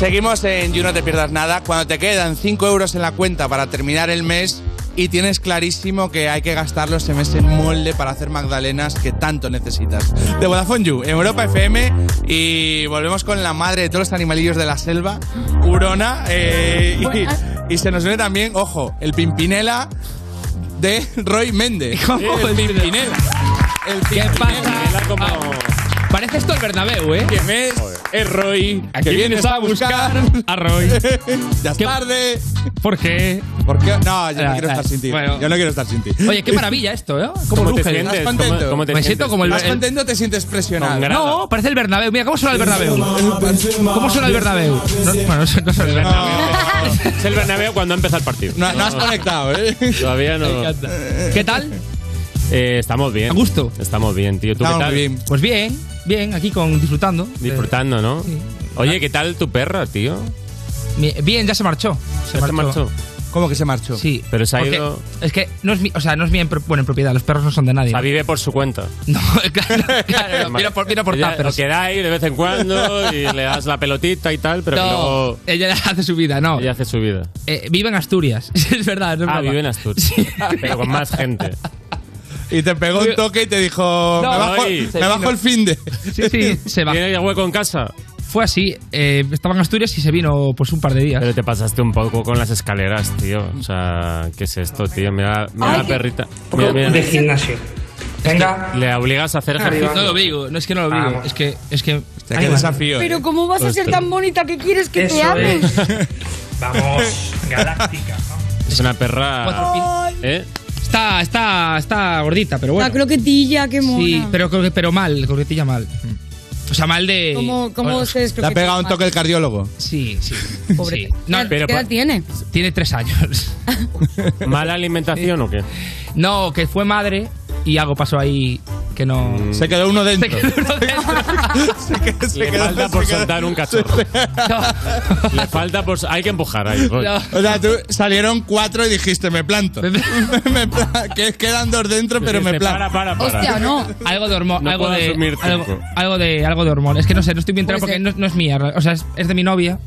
Seguimos en You No Te Pierdas Nada. Cuando te quedan 5 euros en la cuenta para terminar el mes y tienes clarísimo que hay que gastarlos en ese molde para hacer magdalenas que tanto necesitas. De Vodafone You, en Europa FM y volvemos con la madre de todos los animalillos de la selva, Urona. eh, y, y se nos viene también, ojo, el Pimpinela de Roy Méndez. El Pimpinela. El Pimpinela. Ah, Parece esto el Bernabéu, ¿eh? ¿Quién es? Es Roy. ¿A que vienes a buscar? A Roy. ya es tarde. ¿Por qué? ¿Por qué? No, yo no Ah, quiero estar sin ti. bueno. Yo no quiero estar sin ti. Oye, qué maravilla esto, ¿eh? Cómo ¿Cómo te ruge. sientes? ¿Estás contento? ¿Cómo- cómo te Me sientes? siento como el... ¿Estás el- contento te sientes presionado? No, parece el Bernabéu. Mira, ¿cómo suena el Bernabéu? ¿Cómo suena el Bernabéu? No, bueno, no sé no sé el Bernabéu. Es el Bernabéu cuando ha empezado el partido. No- no has conectado, ¿eh? Todavía no. ¿Qué tal? Eh, estamos bien. A gusto. Estamos bien, tío. ¿Tú qué tal? Pues bien, bien, aquí con disfrutando. Disfrutando, ¿no? Oye, ¿qué tal tu perra, tío? Eh, Mi- Bien, ya se marchó. Se ¿Ya se marchó? ¿Cómo que se marchó? Sí. Pero se ha porque ido- Es que no es mi, o sea, no es mi en, pro- bueno, en propiedad, los perros no son de nadie. La vive por su cuenta. Claro, mira por, mira por Ella tuppers. lo queda ahí de vez en cuando y le das la pelotita y tal, pero que No, luego Ella hace su vida, no. ella hace su vida. Eh, vive en Asturias, es verdad. no es Ah, broma. vive en Asturias. Ah, Pero con más gente. Y te pegó un toque y te dijo, me bajo, Ay. me bajo el fin de... Sí, sí, se va. ¿Tiene ya hueco en casa? Fue así, eh, estaba en Asturias y se vino pues un par de días. Pero te pasaste un poco con las escaleras, tío. O sea, ¿qué es esto, tío? Mira, mira Ay, la qué- perrita. Mira, mira. De gimnasio. Venga. Le obligas a hacer ejercicio. No lo obligo, no es que no lo obligo, Vamos. es que es que eh. qué desafío, Ah, Pero ¿cómo vas a ser tan bonita que quieres que te Eso ames? Vamos, galáctica. Es una perra. ¿Eh? Está está está gordita, pero bueno. La croquetilla, qué mona. Sí, pero creo que pero mal, croquetilla mal. O sea, mal de ¿Cómo- cómo se Le descroquetilla Le ha pegado un mal? toque el cardiólogo. Sí, sí. Pobre. sí. No, ¿Qué edad tiene? tiene tres años. ¿Mala alimentación o qué? No, que fue madre y algo pasó ahí que no. Se quedó uno dentro. Le falta por soltar un cachorro. Le falta por. Hay que empujar ahí. coño. O sea, tú salieron cuatro y dijiste, me planto. me, pla- que quedan dos dentro, pero me Dijiste, planto. "Para, para, para". Hostia, no. Algo de hormona. No algo, puedo de, asumir algo, cinco. algo de algo de hormona. Es que no sé, no estoy bien enterado porque no, no es mía. O sea, es, es de mi novia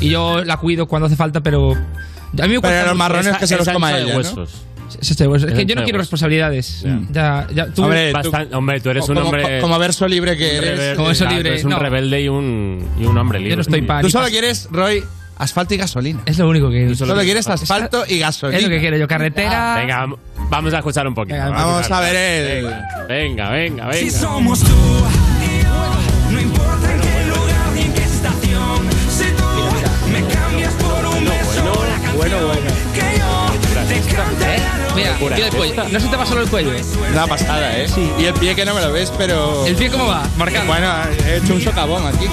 y yo la cuido cuando hace falta, pero. A mí me cuesta mucho. Esa- esa ancha de huesos. Es este hueso. Es que yo no quiero responsabilidades. Ya, ya, tú- Hombre, tú, Bastan- hombre, tú eres un como- hombre. como verso libre que un eres. rebelde, Como verso ah, tú libre, eres un no. rebelde y un, y un hombre libre. tío. Tú solo quieres, Roy, asfalto y gasolina. Es lo único que quieres. Solo quieres asfalto y gasolina. Es lo que quiero yo, carretera. Ah, Venga, vam- vamos a escuchar un poquito. Venga, vamos a ver el- Venga, venga, venga. venga. Si somos tú y yo, no importa en qué lugar ni en qué estación. Si tú me cambias por un beso, la canción que yo te cantaré. Mira, Locura. yo del cuello. No se te va solo el cuello. ¿eh? Una pasada, ¿eh? Y el pie que no me lo ves, pero. ¿El pie cómo va? Marcado. Bueno, he hecho un socavón aquí.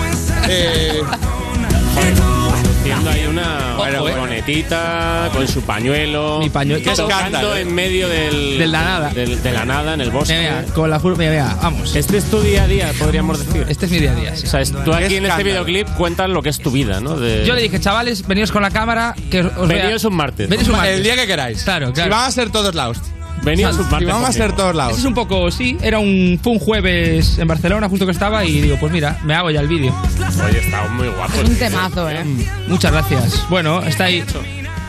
Eh, Haciendo ahí una eh. bueno, eh. monetita con su pañuelo. Mi pañuelo. Qué escándalo, Tocando eh. en medio del, De la nada. del- de la nada, en el bosque. Mira, mira, con la fur... Mira, mira, vamos. Este es tu día a día, podríamos decir. Este es mi día a día. sí. O sea, es- tú Qué aquí en este escándalo. videoclip cuentas lo que es tu vida, ¿no? De- Yo le dije, chavales, veníos con la cámara. Que os os Veníos vea- un martes. Veníos un martes. El día que queráis. Claro, claro. Si van a ser todos laos. Veníos un martes Si vamos a conmigo. ser todos laos. Ese Este es un poco, sí, era un, fue un jueves en Barcelona justo que estaba y digo, pues mira, me hago ya el vídeo. Ah, pues Oye, está muy guapo. Un temazo, ¿eh? Muchas gracias. Bueno, está ahí.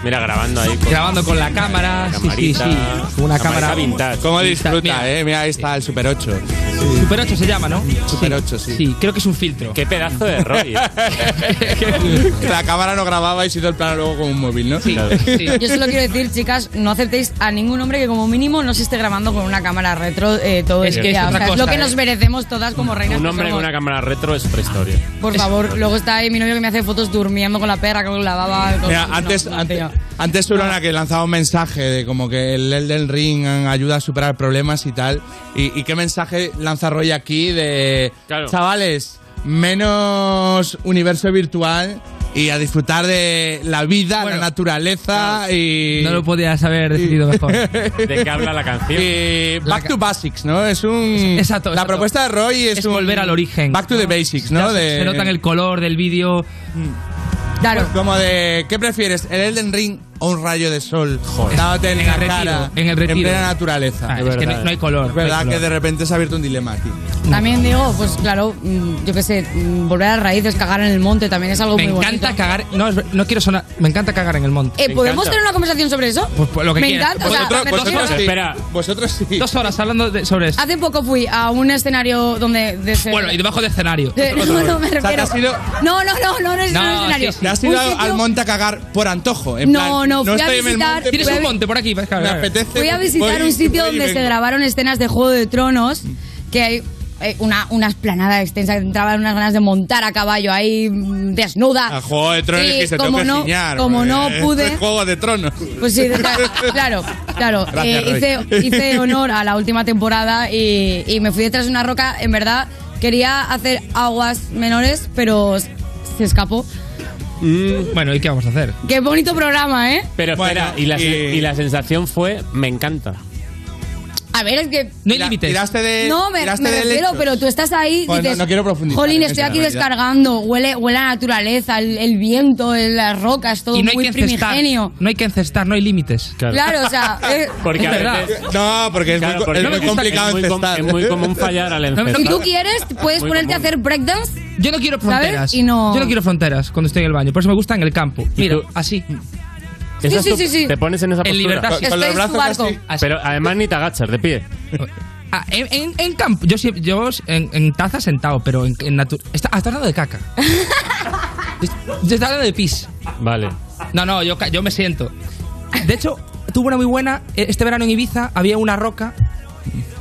Mira, grabando ahí. Con Grabando con la cámara. Sí, sí, Camarita. sí. Una Camarita cámara. vintage. ¿Cómo Vintage, disfruta, mira. eh? Mira, ahí está el Super 8. Super 8 se llama, ¿no? Super 8, sí. Sí, creo que es un filtro. Qué pedazo de rollo. la cámara no grababa y se hizo el plano luego con un móvil, ¿no? Sí, Yo solo quiero decir, chicas, no aceptéis a ningún hombre que como mínimo no se esté grabando con una cámara retro eh, todo Es el que día. es O otra sea, es lo cosa, que ¿eh? nos merecemos todas como reinas. Un que hombre con somos. una cámara retro es otra historia. Por favor, luego está ahí mi novio que me hace fotos durmiendo con la perra, con la baba. con- Mira, no, antes, no, antes, tío. antes Urona que lanzaba un mensaje de como que el Elden Ring ayuda a superar problemas y tal. ¿Y, y qué mensaje lanza Roy aquí de chavales, menos universo virtual y a disfrutar de la vida, la naturaleza y... No lo podías haber definido mejor. ¿De qué habla la canción? Eh, Y Eh, back to Basics, ¿no? Es un... Exacto, La exacto. propuesta de Roy es, Es un- volver al origen. Back to the Basics, ¿no? Ya se- De- Se nota en el color del vídeo. Pues como de, ¿qué prefieres? ¿El Elden Ring o un rayo de sol? Dándote en, En la el retiro, cara, en el retiro. plena naturaleza. Ah, es que no- no hay color, Es no hay verdad color. que de repente se ha abierto un dilema aquí. También digo, pues claro, mm, yo qué sé, mm, volver a las raíces, cagar en el monte también es algo Me muy bonito. encanta cagar. No, es ver- no quiero sonar. Me encanta cagar en el monte. Eh, ¿Podemos tener una conversación sobre eso? Pues, pues, lo que me quieras. encanta, o sea, me refiero- espera. Vosotros sí. Dos horas hablando de- sobre esto. Hace poco fui a un escenario donde... de- se- Bueno, y debajo de escenario. de- no, no, me O sea, te refiero. has ido- No, no, no, no, no es un escenario. Te has Un ido sitio- al monte a cagar por antojo. En No, plan, no, fui a estoy en el visitar- monte, pues, Tienes pero un monte por aquí. Me apetece. Fui a voy visitar y- un sitio voy y donde se vengo. grabaron escenas de Juego de Tronos, que hay eh, una, una esplanada extensa, que entraban unas ganas de montar a caballo ahí mm, desnuda. Ah, Al juego de tronos Y que se como toca no, giñar, como porque no esto pude... es juego de tronos. Pues sí, cla- claro, claro. Gracias, Eh, Roy. hice, hice honor a la última temporada y, y me fui detrás de una roca. En verdad, quería hacer aguas menores, pero s- se escapó. Mm. Mm, Bueno, ¿y qué vamos a hacer? Qué bonito programa, ¿eh? Pero espera, y, la, eh, sen- y la sensación fue, me encanta. A ver, es que... No hay límites. Tiraste de. No, me, tiraste me de refiero, lechos. pero tú estás ahí y Bueno, dices... no quiero profundizar en Jolín, esa estoy aquí realidad". descargando. Huele, huele a la naturaleza, el, el viento, el- las rocas, todo y no hay muy que encestar. primigenio. No hay que encestar, no hay límites. Claro, o sea... eh, Porque a verdad. No, porque es Claro, muy, co- porque es muy es muy complicado com- es muy com- encestar. es muy común fallar al si tú quieres, puedes Muy ponerte a común. hacer breakdance. Yo no quiero ¿Sabes? fronteras. Y no- Yo no quiero fronteras cuando estoy en el baño. Por eso me gusta en el campo. Mira, así. Sí, Esa es sí, tu- sí, sí. Te pones en esa En postura. libertad, Con- sí. con los Estáis brazos barco. así. Pero además ni te agachas, de pie. Ah, en, en- en campo. Yo, sí- yo en, en taza sentado, pero en, en natu- Está, ah, está hablando de caca. Yo está hablando de pis. Vale. No, no, yo, ca- yo me siento. De hecho, tuve una muy buena. Este verano en Ibiza había una roca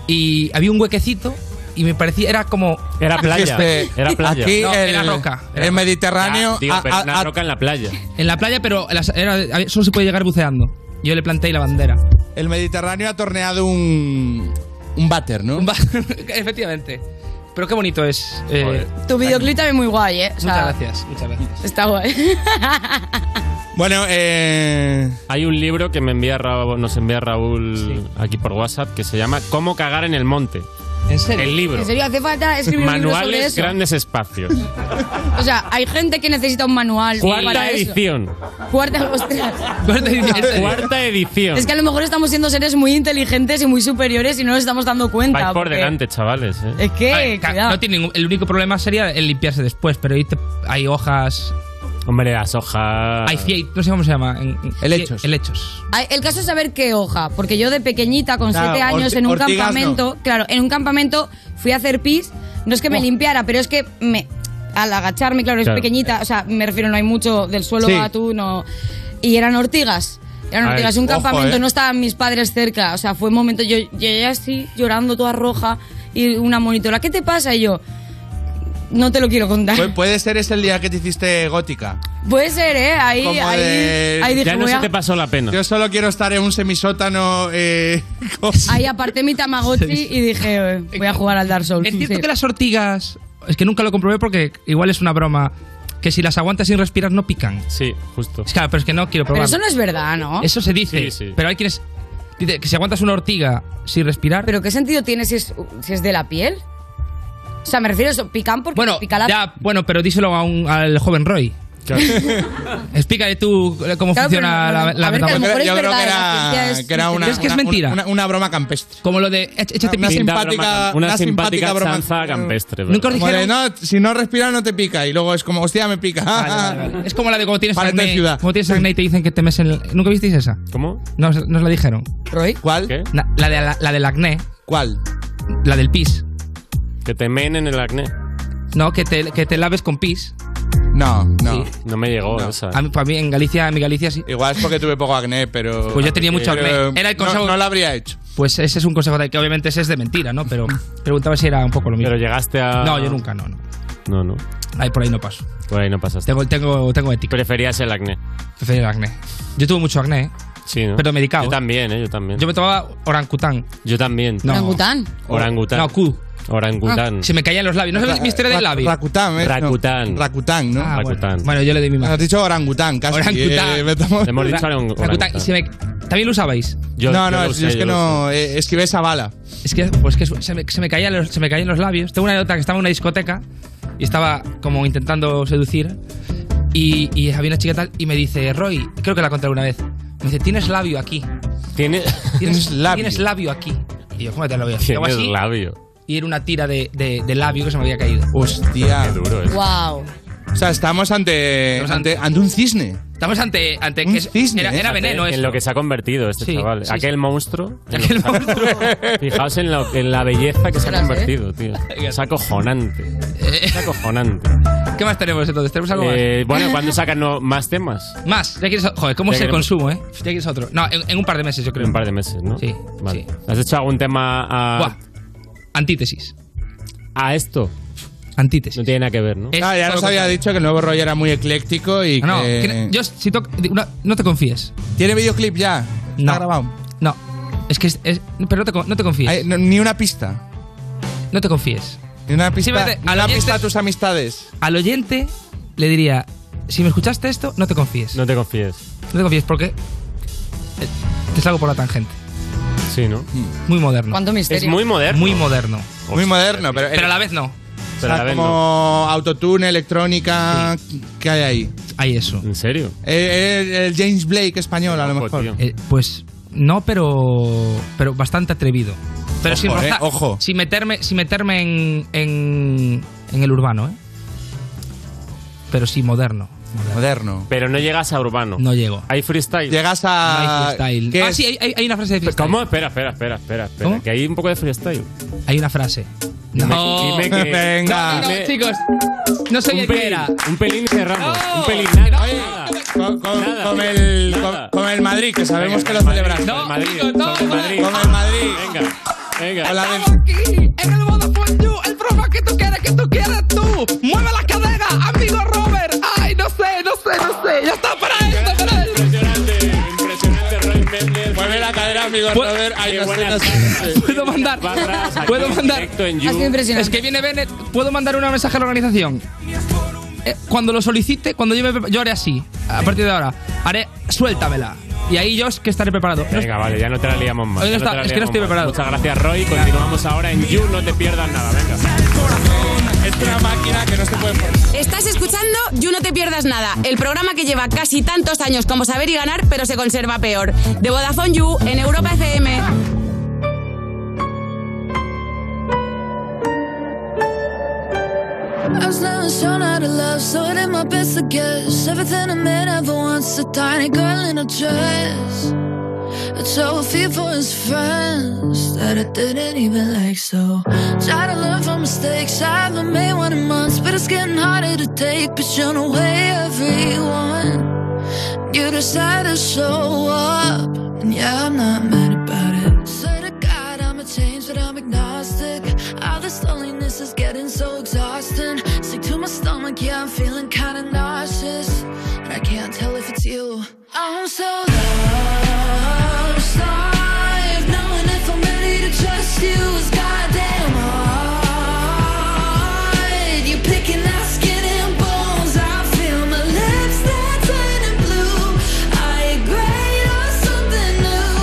y había un huequecito y me parecía. Era como. Era playa. Dijiste, Era playa. Aquí No, el- era roca. Era- Este, El Mediterráneo. Ya, digo, a- pero a- una a- roca en la playa. En la playa, pero las- era- solo se puede llegar buceando. Yo le planteé la bandera. el Mediterráneo ha torneado un. Un váter, ¿no? Un Efectivamente. Pero qué bonito es. eh, Tu videoclip también muy guay, ¿eh? O sea, muchas gracias, muchas gracias. Está guay. Bueno, eh... Hay un libro que me envía Raúl, nos envía Raúl aquí por WhatsApp que se llama Cómo cagar en el monte. ¿En serio? El libro. En serio, hace falta escribir un libro sobre Manuales eso. grandes espacios. O sea, hay gente que necesita un manual Cuarta para eso. edición. Cuarta, ostras. Cuarta edición. Cuarta edición. Es que a lo mejor estamos siendo seres muy inteligentes y muy superiores y no nos estamos dando cuenta. Vais por Ah, porque- delante, chavales. eh. Es que, Ca- cuidado. No tiene ningún- el único problema sería el limpiarse después, pero ahí te- hay hojas. Hombre, las hojas. Hay fieit, no sé cómo se llama. en- en- Helechos. Helechos. Ay, El caso es saber qué hoja, porque yo de pequeñita, con Claro, siete años, orti- en un ortigas campamento, claro, en un campamento fui a hacer pis, no es que me limpiara, pero es que me al agacharme, claro, es Claro. pequeñita, o sea, me refiero, no hay mucho del suelo Sí. a tú, no. Y eran ortigas. Eran Ay, ortigas, un ojo, campamento, eh. no estaban mis padres cerca. O sea, fue un momento, yo llegué así, llorando toda roja, y una monitora, ¿qué te pasa? Y yo, no te lo quiero contar. Pu- Puede ser ese el día que te hiciste gótica. Puede ser, ¿eh? Ahí, Como ahí, de- ahí dije, voy a- pasó la pena. Yo solo quiero estar en un semisótano. Eh, con- Ahí aparté mi Tamagotchi y dije, eh, voy a jugar al Dark Souls. Es cierto Sí. que las ortigas. Es que nunca lo comprobé porque igual es una broma. Que si las aguantas sin respirar no pican. Sí, justo. claro, pero es que no quiero Pero probar. eso no es verdad, ¿no? Eso se dice. Pero hay quienes. Dice que si aguantas una ortiga sin respirar. ¿Pero qué sentido tiene si es, si es de la piel? O sea, me refiero a eso, pican porque pica la Ya, bueno, pero díselo a un, al joven Roy. Explícale tú cómo funciona Claro, pero no, no, la, la a ver, que a metáfora. lo mejor es Yo creo verdad, que era- la ciencia es que era una- Es que es una- mentira. una- broma campestre. Como lo de "Éch- échate Una pipi". simpática, una simpática broma. chanza campestre. Nunca os Como dijeron- de, "No, si no respiras no te pica. Y luego es como, hostia, me pica. Es como la de cuando tienes Para acné. esta ciudad. Cuando tienes acné y te dicen que te mes el... ¿Nunca visteis esa? ¿Cómo? No, os- no os la dijeron. ¿Roy? ¿Cuál? La, la de, la, la del acné. ¿Cuál? La del pis. Que te menen el acné. No, que te, que te laves con pis. No, no. No me llegó esa. A mí, para mí, en Galicia, en mi Galicia sí. Igual es porque tuve poco acné, pero. Pues yo tenía mucho Pero, acné. Era el no- consejo- No, lo habría hecho. Pues ese es un consejo de- que obviamente ese es de mentira, ¿no? Pero preguntaba si era un poco lo mismo. Pero llegaste a. No, yo nunca, no, no. No, no. Ahí por ahí no paso. Por ahí no pasaste. Tengo, tengo, tengo ética. Preferías el acné. Prefería el acné. Yo tuve mucho acné, ¿eh? Sí, ¿no? Pero medicado. Yo también, ¿eh? Yo también. Yo me tomaba orangután. Yo también. No. ¿Orangután? Orangután. No, Q. Orangután. Ah, se me caían los labios. ¿No sabes mi historia del labio? Rakután, ¿eh? Rakután. No, Rakután, ¿no? Ah, bueno. Rakután. Bueno, yo le di mi Nos mano. has dicho orangután, casi. Orangután. Eh, me tomo- Le hemos dicho orang- Rakután. orangután. Y se me- ¿También lo usabais? Yo- no, yo no, lo es, sé, es yo que lo no. eh, esquivé esa bala. Es que, pues que se me, se me caían los, se me caían los labios. Tengo una anécdota que estaba en una discoteca y estaba como intentando seducir. Y, y había una chica tal y me dice, Roy, creo que la conté alguna vez. Me dice, tienes labio aquí. Tiene. Tienes labio. Tienes labio aquí. Y yo, ¿cómo te lo voy a decir? Hago Tienes así, labio. Y era una tira de, de- de labio que se me había caído. Hostia. Qué duro, ¿eh? Wow. O sea, estamos ante, ante, ante un cisne. Estamos ante. ante que es- era, era veneno en eso. lo que se ha convertido este Sí, chaval. sí, Aquel sí. monstruo. en lo que se ha convertido. Fijaos en, lo- en la belleza que se ha Ostras, ¿eh? convertido, tío. Es acojonante. Es acojonante. ¿Qué más tenemos entonces? ¿Tenemos algo más? Eh, bueno, ¿cuándo sacan no- más temas? Más, ya quieres. Joder, ¿cómo Ya es el queremos- consumo, eh? Ya quieres otro. No, en, en un par de meses, yo creo. En un par de meses, ¿no? Sí. Vale. ¿Has hecho algún tema a. Buah, Antítesis. a esto? Antítesis. No tiene nada que ver, ¿no? Ah, ya nos había dicho que el nuevo rollo era muy ecléctico y No, que... que- yo si toc- una- no te confíes. ¿Tiene videoclip ya? No. ¿Está grabado? No. Es que es. es- pero no te, co- no te confíes. Ay, no, ni una pista. No te confíes. Ni una pista, Simplemente, ni al una oyente- pista a tus amistades. Al oyente le diría: si me escuchaste esto, no te confíes. No te confíes. No te confíes porque. eh, Te salgo por la tangente. Sí, ¿no? Muy moderno. ¿Cuánto misterio? moderno. Muy moderno. Muy moderno, pero... Pero a la vez no. o sea, Pero a la vez como no. autotune, electrónica... ¿Qué hay ahí? Hay eso. ¿En serio? Eh, el, el James Blake español, a lo mejor. Eh, pues no, pero pero bastante atrevido. Pero Ojo, sin, eh, rozar- ojo. sin meterme, sin meterme en, en, en el urbano, ¿eh? Pero sí moderno. Moderno. Pero no llegas a urbano. No llego. Hay freestyle. Llegas No a... hay freestyle. ¿qué Ah, es? sí, hay- hay, hay una frase de freestyle. ¿Cómo? Espera, espera, espera, espera. espera, ¿Cómo? Que hay un poco de freestyle. Hay una frase. Dime- No. dime que- Venga. No, no, chicos. No un sabía pelín, qué era. Un pelín cerramos. No. Un pelín nada. Oye, nada. con, con- Nada. con el, Nada. con- con el Madrid, que sabemos Venga, que lo Madrid, celebras. No, el Madrid, chicos, no, con el no. Madrid. Con el Madrid. Venga, venga. Con la de- aquí en el Vodafone You, el programa que tú quieres, que tú quieres tú. Mueve la cadera, amigo Robert. Ay, no sé, no sé, no sé. Ya está para esto, para esto. Impresionante, impresionante Roy Méndez. Mueve la cadera, amigo Pues- Robert. Ay, Qué no sé, buena no sé. Puedo mandar. barras aquí Puedo mandar. directo en You. Ha sido Es impresionante. que viene Bennett. ¿Puedo mandar un mensaje a la organización? Eh, cuando lo solicite, cuando yo, me- yo haré así. A partir de ahora. Haré suéltamela. Y ahí yo es que estaré preparado. No es- Venga, vale, ya no te la liamos más. Hoy ya no está- te la es que no liamos estoy más. preparado. Muchas gracias, Roy. Continuamos ahora en You, no te pierdas nada. Venga. Es una máquina que no se puede poner. Estás escuchando You No Te Pierdas Nada, el programa que lleva casi tantos años como saber y ganar, pero se conserva peor. De Vodafone You en Europa FM. I was never shown how to love, so I did my best to guess. Everything a man ever wants, a tiny girl in a dress. A trophy for his friends that I didn't even like, so. Try to learn from mistakes, I haven't made one in months, but it's getting harder to take. But you're no way, everyone. You decide to show up, and yeah, I'm not mad about it. Swear to God, I'm a change, but I'm agnostic. All this loneliness is getting so exhausting. Sick to my stomach, yeah, I'm feeling kinda nauseous. And I can't tell if it's you. I'm so lost. I've known if I'm ready to trust you is goddamn hard. You're picking out skin and bones. I feel my lips, they're turning blue. I agree on something new.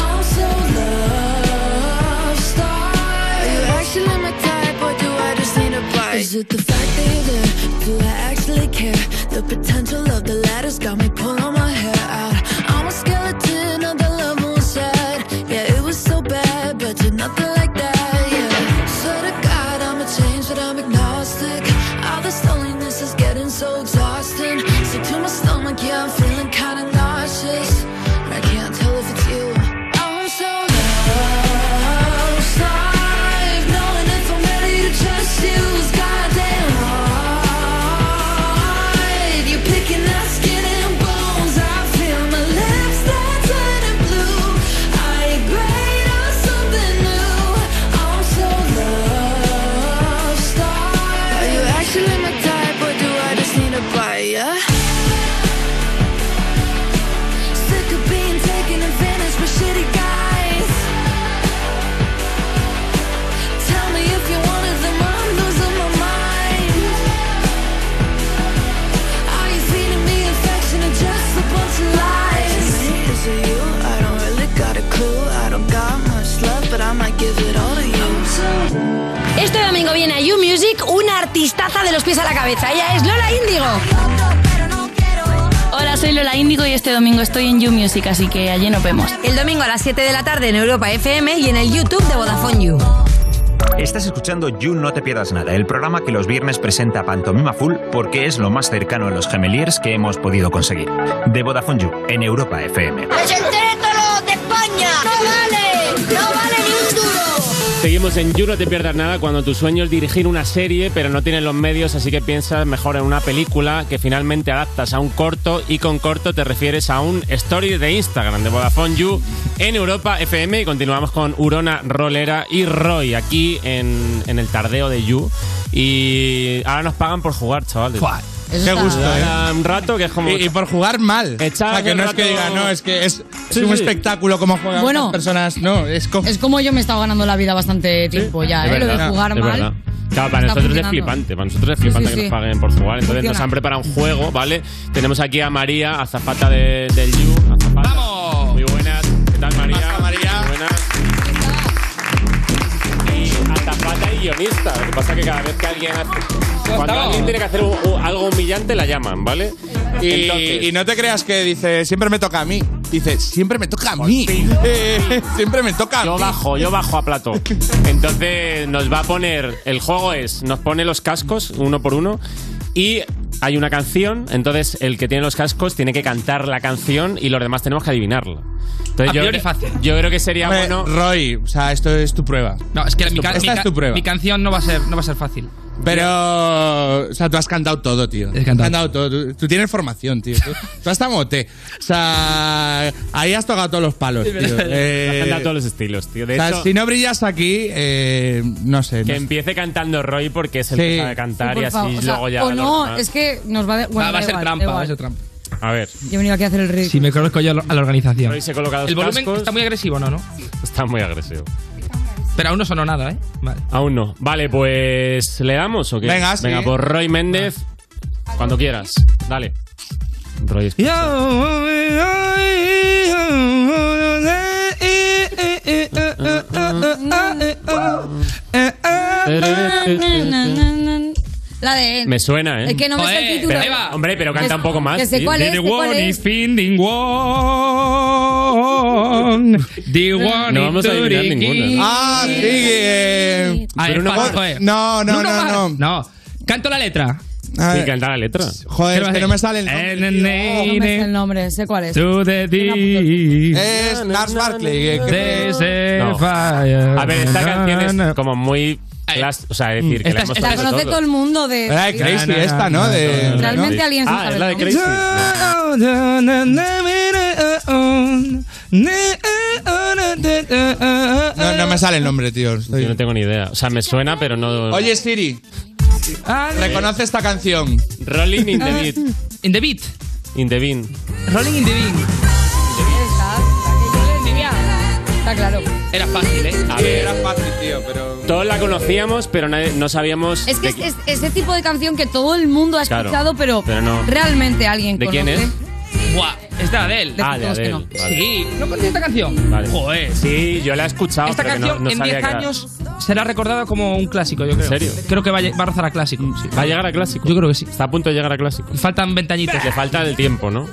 I'm so lost. Are you actually my type, or do I just need a bite? Is it the fact that you're there? Do I actually care? The potential. All of the letters got me pulling my hair out. I'm a skeleton of the love on side. Yeah, it was so bad, but you're nothing like that. Yeah. Swear to God, I'm a change, but I'm agnostic. All this loneliness is getting so exhausting. Sick to my stomach, yeah, I'm feeling kinda nauseous. But I can't tell if it's you. I'm so lost. I'm knowing if I'm ready to trust you is goddamn hard. You're picking out skin and bones. I feel my lips, they're turning blue. I agree on something new. I'm so lost. Are you actually my type, or do I just need a bite? Yeah? Sick of being taken advantage by shitty guys. Tell me if you're one of them. I'm losing my mind. Are you feeding me affection or just a bunch of lies? Is it you? I don't really got a clue. I don't got much love, but I might give it all to you. Este domingo viene a You Music una artistaza de los pies a la cabeza. Ella es Lola Índigo. Hola, soy Lola Índigo y este domingo estoy en You Music, así que allí nos vemos. El domingo a las 7 de la tarde en Europa FM y en el YouTube de Vodafone You. Estás escuchando You No Te Pierdas Nada, el programa que los viernes presenta Pantomima Full porque es lo más cercano a los gemeliers que hemos podido conseguir. De Vodafone You, en Europa FM. ¡Es de España! ¡No vale! ¡No vale ni un duro! Seguimos en You, no te pierdas nada cuando tu sueño es dirigir una serie, pero no tienes los medios, así que piensas mejor en una película que finalmente adaptas a un corto y con corto te refieres a un story de Instagram de Vodafone You en Europa FM y continuamos con Urona, Rolera y Roy aquí en, en el tardeo de You y ahora nos pagan por jugar, chavales. Eso Qué está- gusto, ¿eh? Ahora Un rato que es como... Y, y por jugar mal. Echar o sea, que un no es que rato- diga, no, es que es, es Sí, un sí. espectáculo como juegan Bueno. las personas. No, es como. Es como yo me he estado ganando la vida bastante tiempo ya, Es ¿eh? Lo de verdad, jugar es mal. verdad. Claro, para nosotros Está es funcionando. flipante, para nosotros es flipante Sí, sí, que sí. nos paguen por jugar. Entonces Funciona. nos han preparado un juego, ¿vale? Tenemos aquí a María, azafata de- del You. Azafata. ¡Vamos! Muy buenas. ¿Qué tal, María? María? Muy buenas. Y azafata y guionista. Lo que pasa es que cada vez que alguien hace... Pues Cuando estamos. alguien tiene que hacer un- un- algo humillante, la llaman, ¿vale? Y, Entonces- y no te creas que dice, siempre me toca a mí. Dice, siempre me toca a mí. Eh, siempre me toca a mí. Yo bajo, yo bajo a plato. Entonces nos va a poner, el juego es, nos pone los cascos uno por uno y hay una canción, entonces el que tiene los cascos tiene que cantar la canción y los demás tenemos que adivinarla. Entonces A yo, priori cre- fácil. yo creo que sería Hombre, bueno... Roy, o sea, esto es tu prueba. No, es que mi, ca- Esta mi es ca- tu prueba. mi canción no va a ser, no va a ser fácil. Pero, o sea, tú has cantado todo, tío. Has cantado, todo. Tú, tú tienes formación, tío. Tú, tú has tamote. O sea, ahí has tocado todos los palos, Es tío. verdad. Eh, Has cantado todos los estilos, tío. De o sea, hecho, si no brillas aquí, eh, no sé. no que sé. empiece cantando Roy porque es el Sí. que sabe cantar Por y así favor, o sea, luego ya... o los no, demás. es que nos va a... de- Bueno, Va- va a da ser igual, trampa, da va a igual. ser trampa. A ver. Yo he venido aquí a hacer el ridículo. Si me conozco yo a la a la organización. Roy se coloca los El volumen cascos. está muy agresivo, ¿no? ¿no? Está muy agresivo. Pero aún no sonó nada, ¿eh? Vale. Aún no. Vale, pues le damos o qué? Venga, sí. Venga por Roy Méndez. Cuando quieras. Dale. Roy, escucha. La de él. Me suena, ¿eh? Es que no me sé el título. Pero- hombre, pero canta un poco más. Que sé tío. cuál es, sé cuál es. Finding one. The one No vamos a adivinar ninguna. Ah, sí. eh, Ah, Bruno Mars. No, no, no, no. No. Canto la letra. Sí, canta la letra. Joder, es que no me sale el nombre. No me sé el nombre, sé cuál es. To the pues, deep. Es Lars Barkley. There's a No. fire. A ver, esta Na, canción na, es como muy. clas- o sea, decir, que la Esta- hemos La conoce todo el mundo de... Era de Crazy Na, na, esta, na, ¿no? na, De, Realmente alguien se Ah, sabe es la de el nombre. Crazy. uh, uh, No, no me sale el nombre, tío. Estoy- Yo no tengo ni idea. O sea, me suena, pero no. Oye, Siri. Ah, Reconoce esta canción. Rolling in the beat. In the beat. In the bean. Rolling in the beat. Está claro. Era fácil, ¿eh? A ver. fácil, tío, pero. Todos la conocíamos, pero nadie- no sabíamos. Es que de- es, es- ese tipo de canción que todo el mundo ha Claro, escuchado, pero, pero no. realmente alguien ¿De conoce. quién es? Buah, es de Adele. Ah, de Adele. Vale. Sí, no conocía esta canción. Vale. Sí, yo la he escuchado. Esta pero que canción no, no en sabía 10 que era- años será recordado como un clásico, yo creo. ¿En serio? Creo que va a, lle- va a rozar a clásico. sí. ¿Va a llegar a clásico? Yo creo que sí. Está a punto de llegar a clásico. Faltan ventañitas. Le falta el tiempo, ¿no?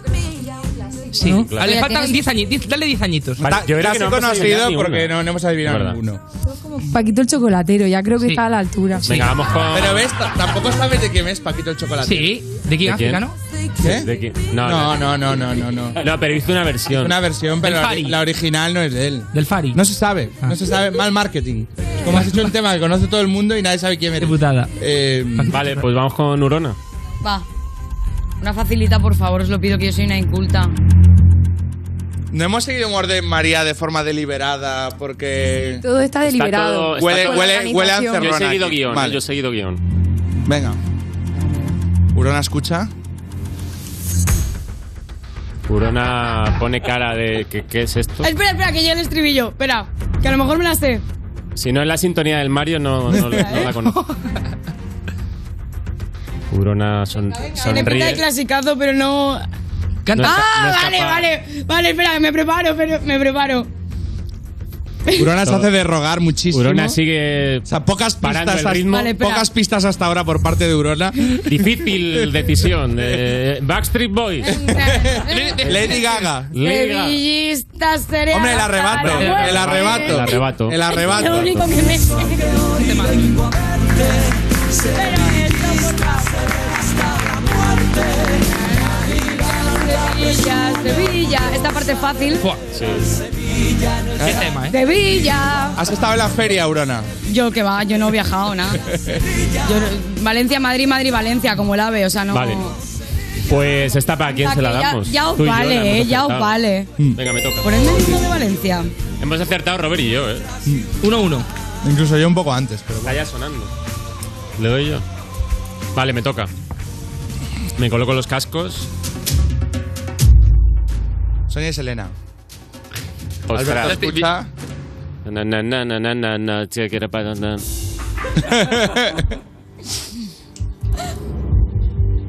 Sí. ¿No? Ah, Le Mira, faltan tienes- 10 añitos. Dale 10 añitos. Vale, yo era que no hemos adivinado ni uno. no hemos adivinado ¿Verdad? ninguno. Paquito el chocolatero, ya creo que está a la altura. Venga, vamos con. Pero ves, t- tampoco sabes de quién es Paquito el Chocolate. Sí, ¿de quién africano? ¿Qué? ¿De quién? No, no, no, no, no, no. No, pero hizo una versión. Una versión, pero Del la, Fari. la original no es de él. Del Fari. No se sabe, no Ah. se sabe. Mal marketing. Como has hecho un tema que conoce todo el mundo y nadie sabe quién eres. Putada. Eh, Vale, pues vamos con Urona. Va. Una facilita, por favor, os lo pido, que yo soy una inculta. No hemos seguido un orden María de forma deliberada porque. Todo está deliberado. Huele, huele, huele a Yo he encerrona seguido aquí. guión, ¿eh? Vale. yo he seguido guión. Venga. Urona escucha. Urona pone cara de ¿qué, qué es esto? Ah, espera, espera, que llega el estribillo. Espera, que a lo mejor me la sé. Si no es la sintonía del Mario, no, no, lo- no eh. la conozco. Urona son- Tiene pinta de sonríe. clasicazo, pero no. Canta. No es ca- ah, no es vale, capaz. vale. Vale, espera, me preparo, pero me preparo. Urona se hace de rogar muchísimo. Urona sigue. O sea, pocas parando pistas, el hasta- ritmo. Vale, espera. pocas pistas hasta ahora por parte de Urona. Difícil decisión. eh, Backstreet Boys. Lady Gaga. Lady Gaga. Sevillista seré Hombre, el hasta arrebato. la muerte. El El arrebato. arrebato. El arrebato. Es lo único que me sé. eh, Sevilla, Pues Sevilla. Esta parte es fácil. ¿Qué ¿eh? tema, Sevilla. ¿Eh? ¿Has estado en la feria, Urona? Yo que va, yo no he viajado nada. Yo no- Valencia, Madrid, Madrid, Valencia, como el ave, o sea, no. Vale. Pues esta para quién O sea, se la que ya- damos. ya os Tú y yo vale, la hemos eh, ya os acertado. vale. Venga, me toca. Ponedme el himno de Valencia. Hemos acertado Robert y yo, eh. Mm. 1-1. Incluso yo un poco antes, pero Está ya sonando. Le doy yo. Vale, me toca. Me coloco los cascos. Sonia y Selena. Ostras. Alberto, escucha. Na, na, na, na, na, na, na, tía, que era para- na.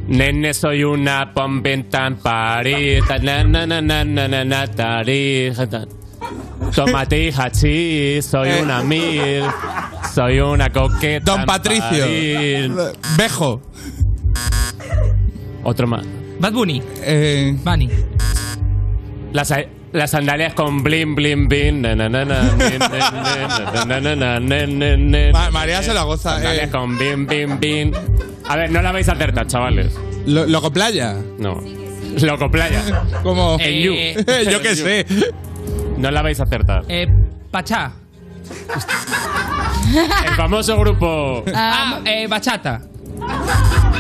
Nene, soy una pompenta en París. Ta, Na, na, na, na, na, na, na, tarij, ta. Tomate y hachís, soy una mil. Soy una coqueta. Eh. Don en Patricio. París. Bejo. Otro más. Bad Bunny. Eh. Bunny. Las, las sandalias con blin, blin, blin. Na, na, na, na, nen, nen, nen, na, na, na, na, nen, nen, Ma- nen, María nen. se la goza, Sandalias eh. con blin, blin, blin. A ver, no la vais a acertar, chavales. Lo- ¿Loco Playa? No. Loco playa. Como. Eh, En you. yo qué sé. No la vais a acertar. Eh, Pachá. El famoso grupo. Ah, eh, Bachata.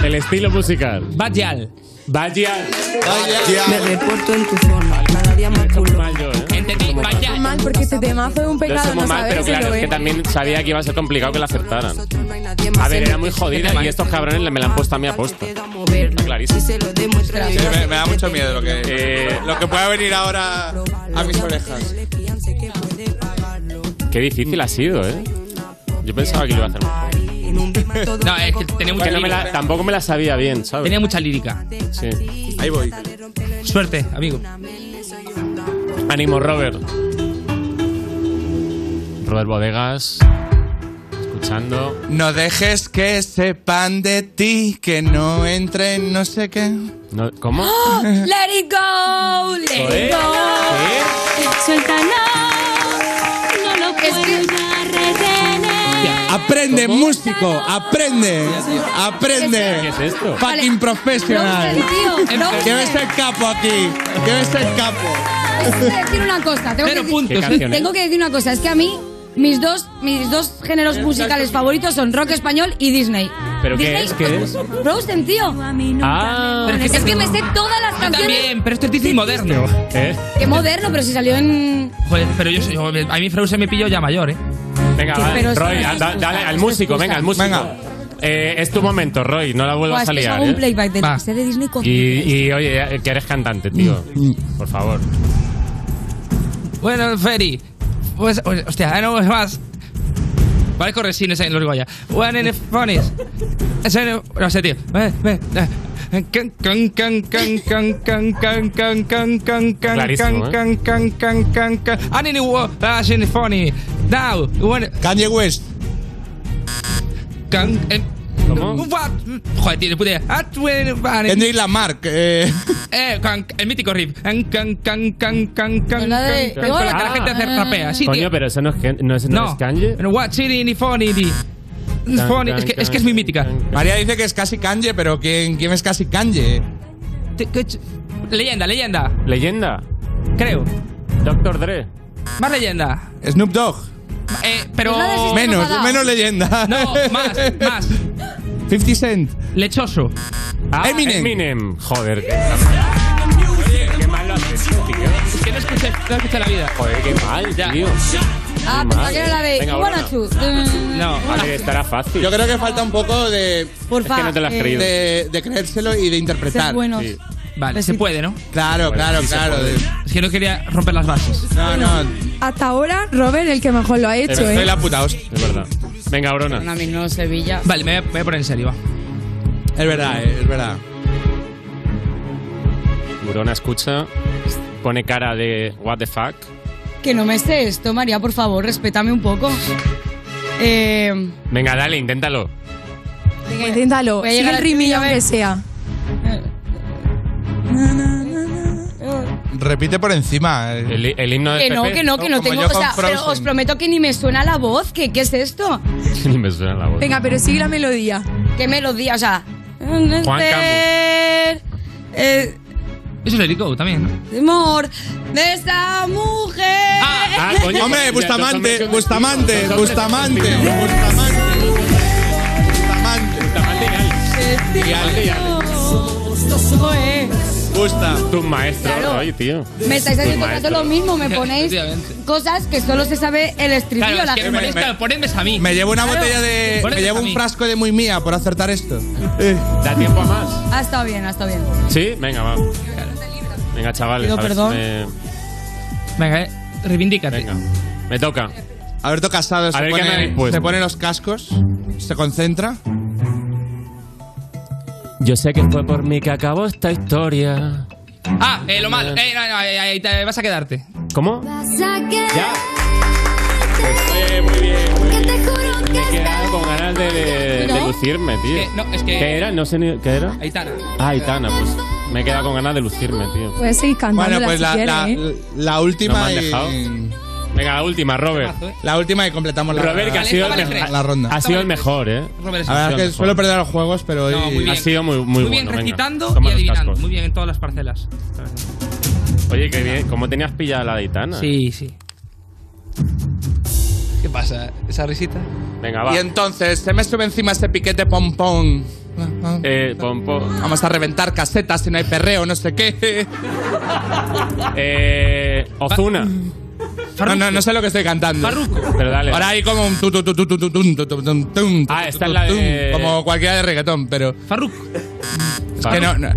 El estilo musical. Badial. Badial. Me reporto en tu forma, cada día más culo. Entendí, Vaya. ¿eh? Mal, porque este temazo es ¿eh? un Lo pecado, somos no mal, sabes pero si claro, lo es que es. también sabía que iba a ser complicado que la aceptaran. A ver, era muy jodida y estos cabrones le- me la han puesto a mí aposta. Está clarísimo. Sí, me, me da mucho miedo lo que, Eh, lo que pueda venir ahora a mis orejas. Qué difícil ha sido, ¿eh? Yo pensaba que lo iba a hacer. mejor. No, es que tenía mucha Que no me la- lírica. tampoco me la sabía bien, ¿sabes? Tenía mucha lírica. Sí. Ahí voy. Suerte, amigo. Ánimo, Robert. Robert Bodegas. Escuchando. No dejes que sepan de ti, que no entren no sé qué. No, ¿Cómo? ¡Oh! Let it go, let Joder, it go. Suéltalo, no lo puedes Aprende, músico, aprende, aprende. ¿Qué es esto? Fucking professional. Robert, tío, Robert. ¿Qué ves el capo aquí? ¿Qué ves el Tengo que capo? decir una cosa. Tengo, Cero que, puntos. ¿Qué canción es? tengo ¿eh? que decir una cosa. Es que a mí, mis dos, mis dos géneros musicales favoritos son rock español y Disney. ¿Pero qué Disney, es? ¿Qué es? Rosen, tío. Ah. es, que, me sé todas las canciones. También, pero esto es Disney moderno. ¿Eh? Qué moderno, pero si salió en. Joder, pero yo, soy- yo- a mí Frozen me pillo ya mayor, ¿eh? Venga, Sí, va, Roy, pero eso no es da- excusa, dale al eso no es músico, venga, al músico. Venga. Eh, es tu momento, Roy, no la vuelvas Buah, es a que os liar. hago un ¿eh? playback de, Va. sé de Disney con. Y, y, oye, eh, que eres cantante, tío. Mm, Por favor. Bueno, Ferry. Pues, pues, hostia, no es más. Vale, corre, sí, no sé, lo digo ya. One in the funnies. Ese no- No sé, tío. Eh, eh, eh. Can, can, can, can, can, can, can, can, can, can, can, Clarísimo, can, can, can, can, can, can. And in the wo- ah, it's in the funny. Now, when- Kanye West. can- eh, what? Joder, tío, Ah, ni puta idea. Kendrick Lamarck. Eh. Eh, can- el mítico riff. Can, can, can, can, can, can, can, can, Con la que la gente Ah. hace rapea. Sí, Coño, tío. pero eso no es, Ken- no es, no No. es Kanye. Pero What's it in the funny, di? Funny. Es que- es que es muy mítica. María dice que es casi Kanye, pero ¿quién, quién es casi Kanye? Te- que ch- Leyenda, leyenda. ¿Leyenda? Creo. Doctor Dre. Más leyenda. Snoop Dogg. Eh, pero. menos, menos leyenda. No, más, más. 50 Cent. Lechoso. Ah, Eminem. Eminem. Joder. qué- Oye, qué mal lo haces, tío. Que no escuché, no escuché la vida. Joder, qué mal, tío. Ah, Qué pues mal. que era la de. Venga, Buena Borona. No, a ver, estará fácil. Yo creo que falta un poco de. Porfa, Es que no te lo has eh, creído. De, de creérselo y de interpretar. Ser buenos. Sí. Vale, se puede, ¿no? Claro, Bueno, claro, sí se claro. puede. de- Es que no quería romper las bases. No, no. Hasta ahora, Robert, el que mejor lo ha hecho, ¿eh? puta hostia. Es verdad. Venga, Brona. Una no Sevilla. Vale, me voy a- me voy a poner en serio, va. Es verdad, eh, es verdad. Brona escucha, pone cara de what the fuck. Que no me esté esto, María, por favor, respétame un poco. Eh, Venga, dale, inténtalo. Venga, inténtalo. Voy a Sigue llegar el al tuyo, rimillo a ver. aunque sea. Repite por encima. El, himno que no, que no, que no tengo. O sea, pero os prometo que ni me suena la voz. que ¿Qué es esto? Ni me suena la voz. Venga, pero sigue la melodía. ¿Qué melodía? O sea. Juan eh, Eso es Let It Go también, ¿no? Amor de esta mujer. Hombre, Eh, Bustamante, Bustamante, Bustamante. Mm. Joder. Gusta. Tus maestros, Claro. oye, tío. Me estáis Tus haciendo todo maestros. lo mismo, me ponéis cosas que solo se sabe el estribillo. Claro, es la que me ponéis, gente. claro, ponedme a mí. Me llevo una Claro. botella de. Ponedme Me llevo a un mí. frasco de muy mía por acertar esto. Eh. Da tiempo a más. Ha estado Ah, bien, ha estado bien. ¿Sí? Venga, va. Venga, chavales. Pido a ver si perdón. Me, Venga, eh, reivindícate. me toca. Alberto Casado se, ver, ¿qué me habéis pone, puesto? se pone los cascos, se concentra. Yo sé que fue por mí que acabó esta historia. Ah, eh, lo malo. Eh, no, no, eh, ahí te vas a quedarte. ¿Cómo? Ya. muy bien, muy bien. juro Me he quedado con ganas de, de- de ¿No? lucirme, tío. Es que- no, es que- ¿Qué era? No sé ni... ¿Qué era? Aitana. Ah, Aitana, pues me he quedado con ganas de lucirme, tío. Puedes seguir cantando. Bueno, pues la, la, la No me última han y. dejado. Venga, la última, Robert. La última y completamos la Robert, que ha sido, el la, mejor, ronda. ha sido el mejor, ¿eh? Robert, La verdad es que suelo perder los juegos, pero hoy. Ha sido muy, muy, Muy bien bueno, venga. recitando Toma y los adivinando. cascos. Muy bien en todas las parcelas. Oye, qué bien. ¿Cómo tenías pillada la Aitana? Sí, sí. ¿Qué pasa? ¿Esa risita? Venga, va. Y entonces, se me sube encima este piquete pompón. Eh, Pompo. Vamos a reventar casetas si no hay perreo, no sé qué. Eh, Ozuna. No, no, no sé lo que estoy cantando. Pero dale. Ahora hay como un tu tu tu tu tu tu tum, tu tu tum, tum, Ah, tu, esta tu, es la tum, de- Como cualquiera de reggaetón, pero. Farruk. Es que no, no.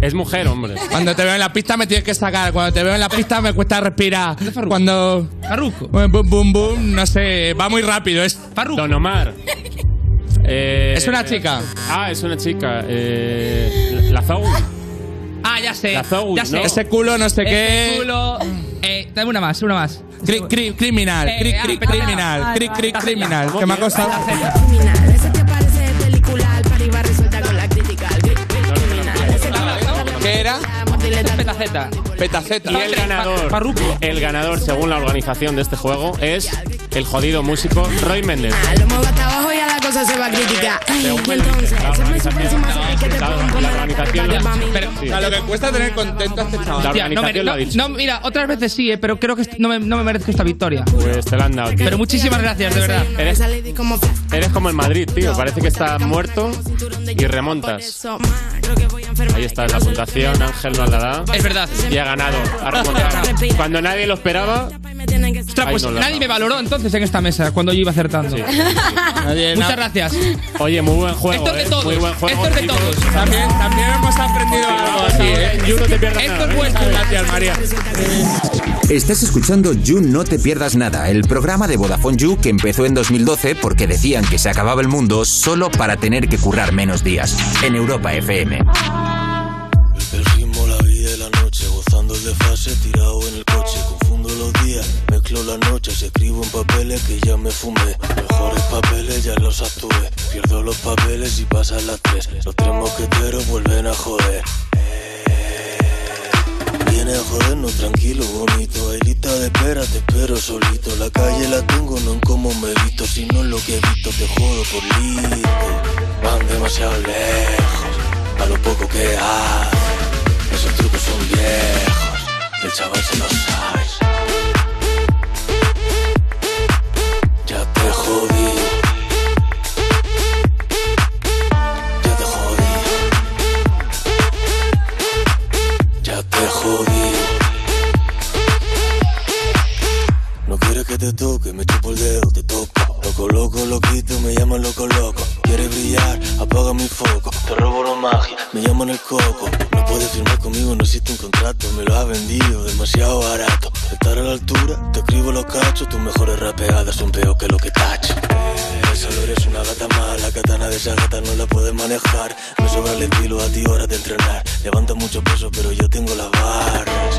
Es mujer, hombre. Cuando te veo en la pista me tienes que sacar. Cuando te veo en la pista me cuesta respirar. Cuando. Farruko. Boom, boom, boom, boom, no sé. Va muy rápido. Es. Don Omar. Eh, Es una chica. Ah, es una chica. Eh, la Zou. Ah, ya sé. La Zou, ya sé. ¿no? Ese culo, no sé Ese qué. culo. Eh, dame una más, una más. Cri- cri- criminal, Eh, cri- ah, cri- espera. criminal, cri- cri- criminal. Que me ha costado. Criminal, ese que parece de película, al par y va resuelta con la crítica. El gri- gri- criminal, ese ¿Qué era? Petaceta. Petaceta. Y el ganador, el ganador, según la organización de este juego, es el jodido músico Roy Méndez. Lo muevo hasta abajo y a la cosa se va a criticar. Ay, Según me entonces, dicen, la se me organización- sorprende más el que te pongo la- la organización lo ha dicho. Sí. A lo que cuesta tener contento a este chaval. La Tía, no, organización me- lo ha no- dicho. no, mira, otras veces sí, eh, pero creo que est- no me, no me merezco esta victoria. Pues te la han dado, tío. Pero muchísimas gracias, de verdad. Eres, eres como el Madrid, tío. Parece que estás muerto y remontas. Ahí está la puntuación. Ángel no la da. Es verdad. Y ha ganado. Ha remontado. Cuando nadie lo esperaba. Ostras, Ay, pues no la nadie da. me valoró entonces en esta mesa cuando yo iba acertando. Muchas gracias. Oye, muy buen juego. Esto es de ¿eh? todos. Muy buen juego. Esto es de todos. También, también hemos aprendido algo aquí, ¿eh? Yo no te pierdas nada, Esto ¿eh? es vuestro. Gracias, María. Estás escuchando You No Te Pierdas Nada, el programa de Vodafone You que empezó en 2012 porque decían que se acababa el mundo solo para tener que currar menos días. En Europa FM. El ritmo, la vida y la la noche, gozando el desfase tirado en el coche. Confundo los días, mezclo las noches, escribo en papeles que ya me fumé. Mejores papeles ya los actué. Pierdo los papeles y pasan las tres. Los tres mosqueteros vuelven a joder. Viene a jodernos tranquilo, bonito. Ailita de espera, te espero solito. La calle la tengo, no en cómo me visto, sino en lo que he visto. Te jodo por listo. Van demasiado lejos, a lo poco que hacen. Esos trucos son viejos, el chaval se los sabe. Ya te jodí. Ya te jodí. Ya te jodí. No quieres que te toque, me chupo el dedo, te toco. Loco, loco, loquito, me llaman loco, loco. Quieres brillar, apaga mi foco. Te robo la magia, me llaman el coco. No puedes firmar conmigo, no existe un contrato. Me lo has vendido demasiado barato. Estar a la altura, te escribo los cachos. Tus mejores rapeadas son peor que lo que tacho. Eh, Esa Lore es una gata mala, katana de esa gata no la puedes manejar. Me sobra el estilo a ti, hora de entrenar. Levanta mucho peso, pero yo tengo las barras.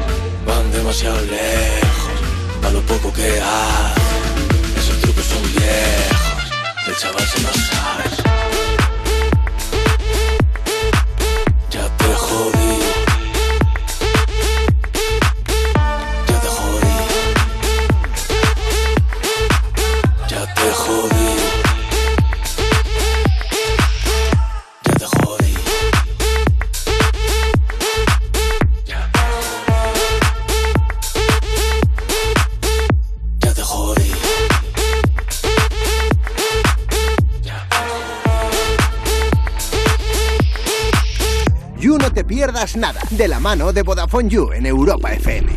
Van demasiado lejos, a lo poco que hacen. Esos trucos son viejos, el chaval se los sabe. Ya te jodí. Ya te jodí. Ya te jodí. Ya te jodí. Ya te jodí. You No Te Pierdas Nada, de la mano de Vodafone You en Europa FM.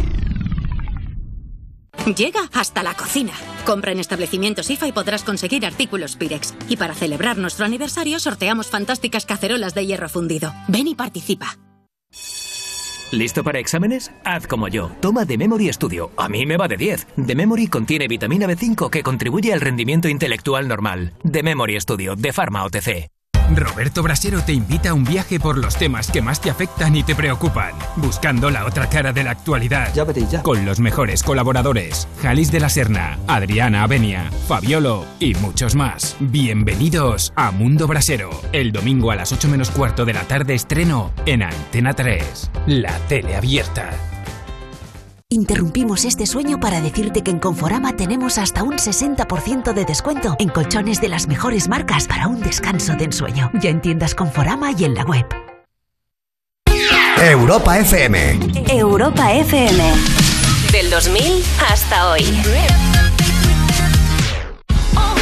Llega hasta la cocina. Compra en establecimientos IFA y podrás conseguir artículos Pirex. Y para celebrar nuestro aniversario sorteamos fantásticas cacerolas de hierro fundido. Ven y participa. ¿Listo para exámenes? Haz como yo. Toma The Memory Studio. A mí me va de 10. The Memory contiene vitamina B5 que contribuye al rendimiento intelectual normal. The Memory Studio, de Pharma OTC. Roberto Brasero te invita a un viaje por los temas que más te afectan y te preocupan, buscando la otra cara de la actualidad. Ya Con los mejores colaboradores: Jalis de la Serna, Adriana Avenia, Fabiolo y muchos más. Bienvenidos a Mundo Brasero. El domingo a las 8 menos cuarto de la tarde estreno en Antena 3, la tele abierta. Interrumpimos este sueño para decirte que en Conforama tenemos hasta un 60% de descuento en colchones de las mejores marcas para un descanso de ensueño. Ya en tiendas Conforama y en la web. Europa FM. Europa FM. Del 2000 hasta hoy. Oh, oh,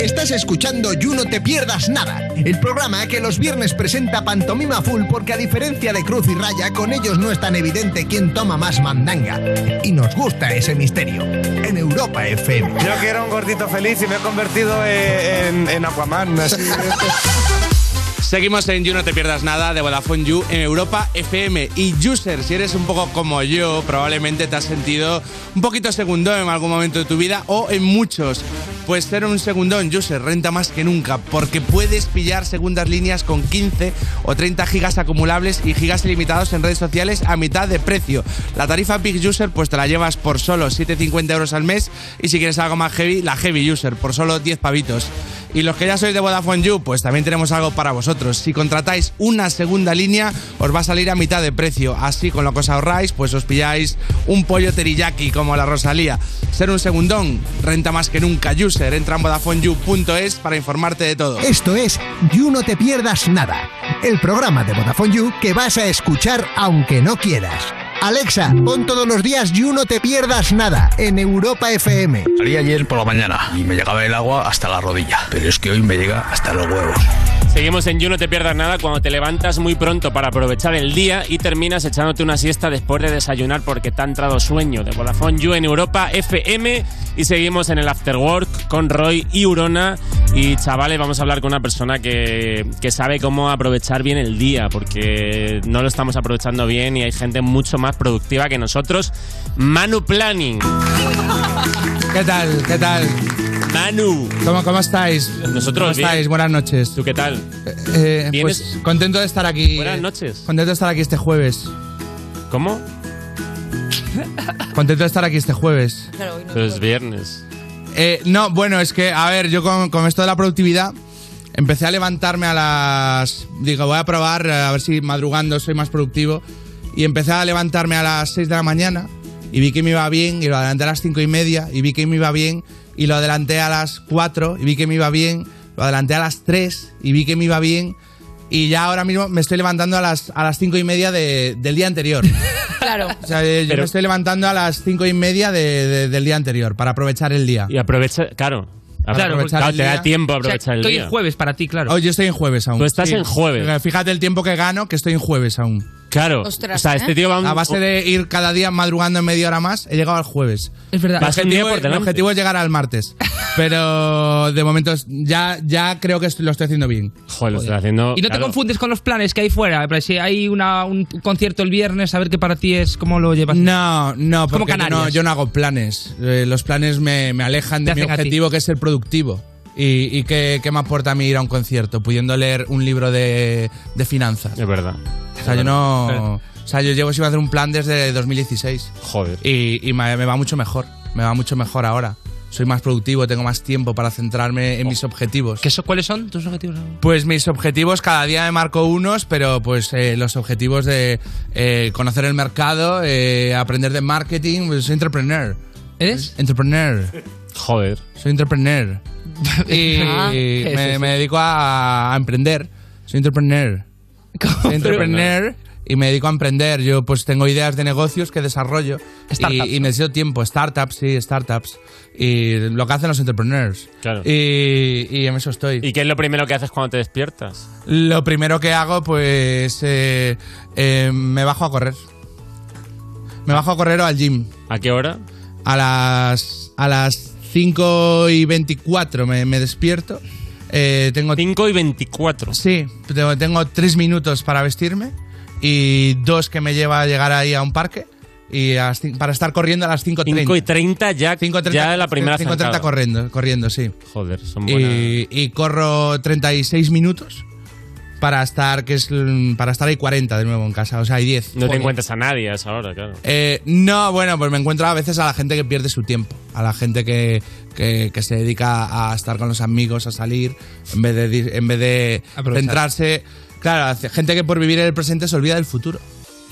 Estás escuchando You No Te Pierdas Nada, el programa que los viernes presenta Pantomima Full porque a diferencia de Cruz y Raya, con ellos no es tan evidente quién toma más mandanga. Y nos gusta ese misterio. En Europa FM. Yo que era un gordito feliz y me he convertido en, en- en Aquaman. así. Seguimos en You No Te Pierdas Nada de Vodafone You en Europa FM. Y user, si eres un poco como yo, probablemente te has sentido un poquito segundón en algún momento de tu vida o en muchos. Pues ser un segundón, user, renta más que nunca porque puedes pillar segundas líneas con 15 o 30 gigas acumulables y gigas ilimitados en redes sociales a mitad de precio. La tarifa Big User pues te la llevas por solo 7,50 euros al mes y si quieres algo más heavy, la Heavy User por solo 10 pavitos. Y los que ya sois de Vodafone You, pues también tenemos algo para vosotros. Si contratáis una segunda línea, os va a salir a mitad de precio. Así, con lo que os ahorráis, pues os pilláis un pollo teriyaki como la Rosalía. Ser un segundón renta más que nunca, user. Entra en VodafoneYou.es para informarte de todo. Esto es You No Te Pierdas Nada, el programa de Vodafone You que vas a escuchar aunque no quieras. Alexa, pon todos los días You No Te Pierdas Nada en Europa FM. Salí ayer por la mañana y me llegaba el agua hasta la rodilla, pero es que hoy me llega hasta los huevos. Seguimos en You, no te pierdas nada cuando te levantas muy pronto para aprovechar el día y terminas echándote una siesta después de desayunar porque te ha entrado sueño. De Vodafone You en Europa FM y seguimos en el After Work con Roy y Urona. Y chavales, vamos a hablar con una persona que, que sabe cómo aprovechar bien el día porque no lo estamos aprovechando bien y hay gente mucho más productiva que nosotros. Manu Planning. ¿Qué tal? ¿Qué tal? Manu. ¿Cómo, cómo estáis? Nosotros ¿Cómo estáis? bien. Buenas noches. ¿Tú qué tal? Eh, ¿Vienes? pues, contento de estar aquí. Buenas noches. Contento de estar aquí este jueves. ¿Cómo? Contento de estar aquí este jueves. Pero es viernes. Eh, no, bueno, es que, a ver, yo con, con esto de la productividad empecé a levantarme a las... Digo, voy a probar, eh, a ver si madrugando soy más productivo. Y empecé a levantarme a las 6 de la mañana y vi que me iba bien y lo adelanté a las 5 y media y vi que me iba bien y lo adelanté a las 4 y vi que me iba bien. Lo adelanté a las 3 y vi que me iba bien. Y ya ahora mismo me estoy levantando a las, a las 5 y media de- del día anterior. Claro. O sea, eh, yo Pero- me estoy levantando a las cinco y media de- de- del día anterior para aprovechar el día. Y aprovecha, claro. Claro, Aprovechar claro, el te da día. tiempo a aprovechar el estoy día. en jueves para ti, claro. Hoy yo estoy en jueves aún. Tú estás Sí. en jueves. Fíjate el tiempo que gano que estoy en jueves aún. Claro. o sea, ¿eh? este tío va un- a base de ir cada día madrugando en media hora más, he llegado al jueves. Es verdad. Mi Vas un día objetivo, por mi delante. objetivo es llegar al martes. Pero de momento es- ya, ya creo que esto- lo estoy haciendo bien. Joder, lo estás haciendo. Y no te confundes con los planes que hay fuera. pero Si hay una- un concierto el viernes, a ver qué para ti es, cómo lo llevas. No, no, como porque yo no, Canarias. yo no hago planes. Eh, los planes me, me alejan de Te mi hacen a ti. objetivo, que es ser productivo. ¿Y, y qué, qué me aporta a mí ir a un concierto? Pudiendo leer un libro de, de finanzas. Es verdad. O sea, yo no. O sea, yo llevo sin hacer un plan desde 2016. Joder. Y, y me, me va mucho mejor. Me va mucho mejor ahora. Soy más productivo, tengo más tiempo para centrarme en Oh. mis objetivos. ¿Cuáles son tus objetivos? Pues mis objetivos, cada día me marco unos, pero pues eh, los objetivos de eh, conocer el mercado, eh, aprender de marketing, pues soy entrepreneur. ¿Eres? Entrepreneur. Joder. Soy entrepreneur. y Ah, me, sí, sí. me dedico a, a emprender. Soy entrepreneur. Soy entrepreneur y me dedico a emprender. Yo pues tengo ideas de negocios que desarrollo y, Startups, y necesito tiempo. Startups, sí, startups. Y lo que hacen los entrepreneurs. Claro. Y, y en eso estoy. ¿Y qué es lo primero que haces cuando te despiertas? Lo primero que hago, pues. eh, eh, me bajo a correr. Me bajo a correr o al gym. ¿A qué hora? A las. A las 5 y 24 me, me despierto. Eh, tengo 5 y 24. Sí, tengo, tengo 3 minutos para vestirme y dos que me lleva a llegar ahí a un parque. Y a las cin- para estar corriendo a las 5.30. 5 y 30 ya, ya la primera 5.30 zancada. corriendo, corriendo, sí. Joder, son buenas. Y, y corro 36 minutos para estar que es mm, para estar ahí 40 de nuevo en casa, o sea, hay 10. No te Joder. encuentras a nadie a esa hora, claro. Eh, no, bueno, pues me encuentro a veces a la gente que pierde su tiempo, a la gente que, que- que se dedica a estar con los amigos, a salir, en vez de, di- en vez de Aprovechar. centrarse. Claro, hace- gente que por vivir en el presente se olvida del futuro.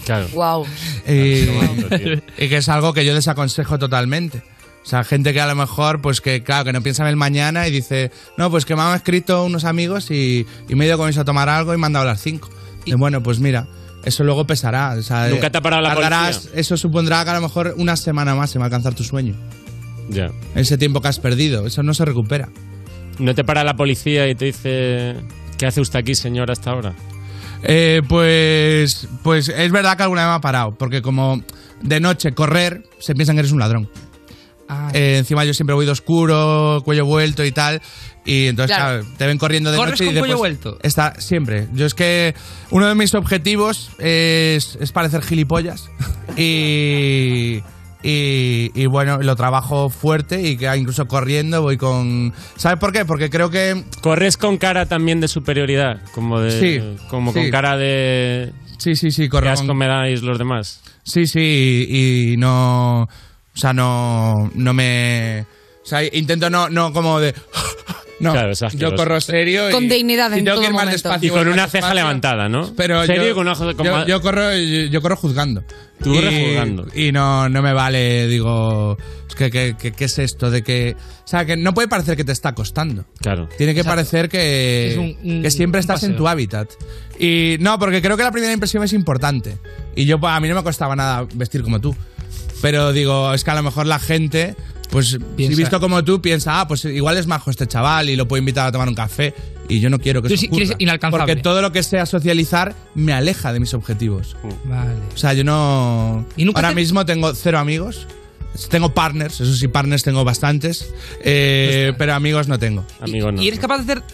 Claro. Wow. Y, bonito, tío. y que es algo que yo desaconsejo totalmente. O sea, gente que a lo mejor, pues que, claro, que no piensa en el mañana y dice, no, pues que me han escrito unos amigos y, y me he ido con ellos a tomar algo y me han dado las 5. Y bueno, pues mira, eso luego pesará. O sea, Nunca te ha parado la tardarás- policía. Eso supondrá que a lo mejor una semana más se va a alcanzar tu sueño. Ya. Ese tiempo que has perdido, eso no se recupera. ¿No te para la policía y te dice qué hace usted aquí, señor, hasta ahora? Eh, pues, pues es verdad que alguna vez me ha parado, porque como de noche correr, se piensan que eres un ladrón. Eh, encima yo siempre voy de oscuro, cuello vuelto y tal. Y entonces Claro. claro, te ven corriendo de ¿Corres noche y con cuello después vuelto? Está siempre. Yo es que uno de mis objetivos es, es parecer gilipollas. y, y, y bueno, lo trabajo fuerte y que incluso corriendo voy con... ¿Sabes por qué? Porque creo que... Corres con cara también de superioridad, como de Sí, como sí. con cara de Sí, sí, sí, qué corro asco con- me dais los demás. Sí, sí, y, y no. O sea, no. No me. O sea, intento no, no como de. No, Claro, es yo asqueroso. corro serio. y- Con dignidad y en tengo todo que ir más momento. despacio Y con voy una más ceja despacio. levantada, ¿no? Pero Serio yo, y con un ojo de- con yo, más- yo corro, yo, yo corro juzgando. Tú corres juzgando. Y no, no me vale, digo, es que, que- que- ¿qué es esto? De que, o sea, que no puede parecer que te está costando. Claro. Tiene que Exacto. parecer que, Es un- un- que un siempre estás en paseo. tu hábitat. Y no, porque creo que la primera impresión es importante. Y yo, pues, a mí no me costaba nada vestir como tú. Pero digo, es que a lo mejor la gente, pues, si Piensa- visto como tú, piensa, ah, pues igual es majo este chaval y lo puedo invitar a tomar un café. Y yo no quiero que Tú eso sí quieres ocurra. inalcanzable. Porque todo lo que sea socializar me aleja de mis objetivos. Vale. O sea, yo no. nunca Ahora te- mismo tengo cero amigos. Tengo partners, eso sí, partners tengo bastantes. eh, pero amigos no tengo. Amigos ¿Y eres capaz de hacer,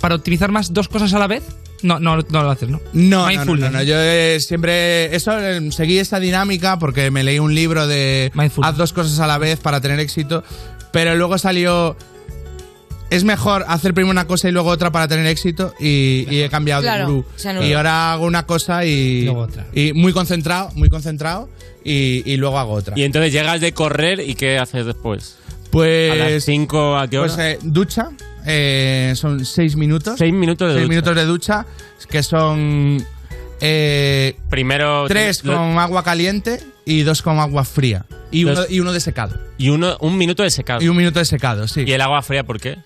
para optimizar más, dos cosas a la vez? No, no, no lo haces, ¿no? No, no, no, Mindfulness. no, no, yo eh, siempre eso eh, seguí esta dinámica porque me leí un libro de haz dos cosas a la vez para tener éxito, pero luego salió es mejor hacer primero una cosa y luego otra para tener éxito y, y he cambiado Claro, de gurú. se anula. Y ahora hago una cosa y, Luego otra. y muy concentrado, muy concentrado y, y luego hago otra. Y entonces llegas de correr y ¿qué haces después? Pues. ¿A las 5 a qué hora? Pues eh, ducha, eh, son seis minutos. Seis minutos de Seis ducha. minutos de ducha, que son eh, Primero. tres lo- con agua caliente y dos con agua fría. Y uno, Dos. y uno de secado. Y uno, un minuto de secado. Y un minuto de secado, sí. ¿Y el agua fría por qué?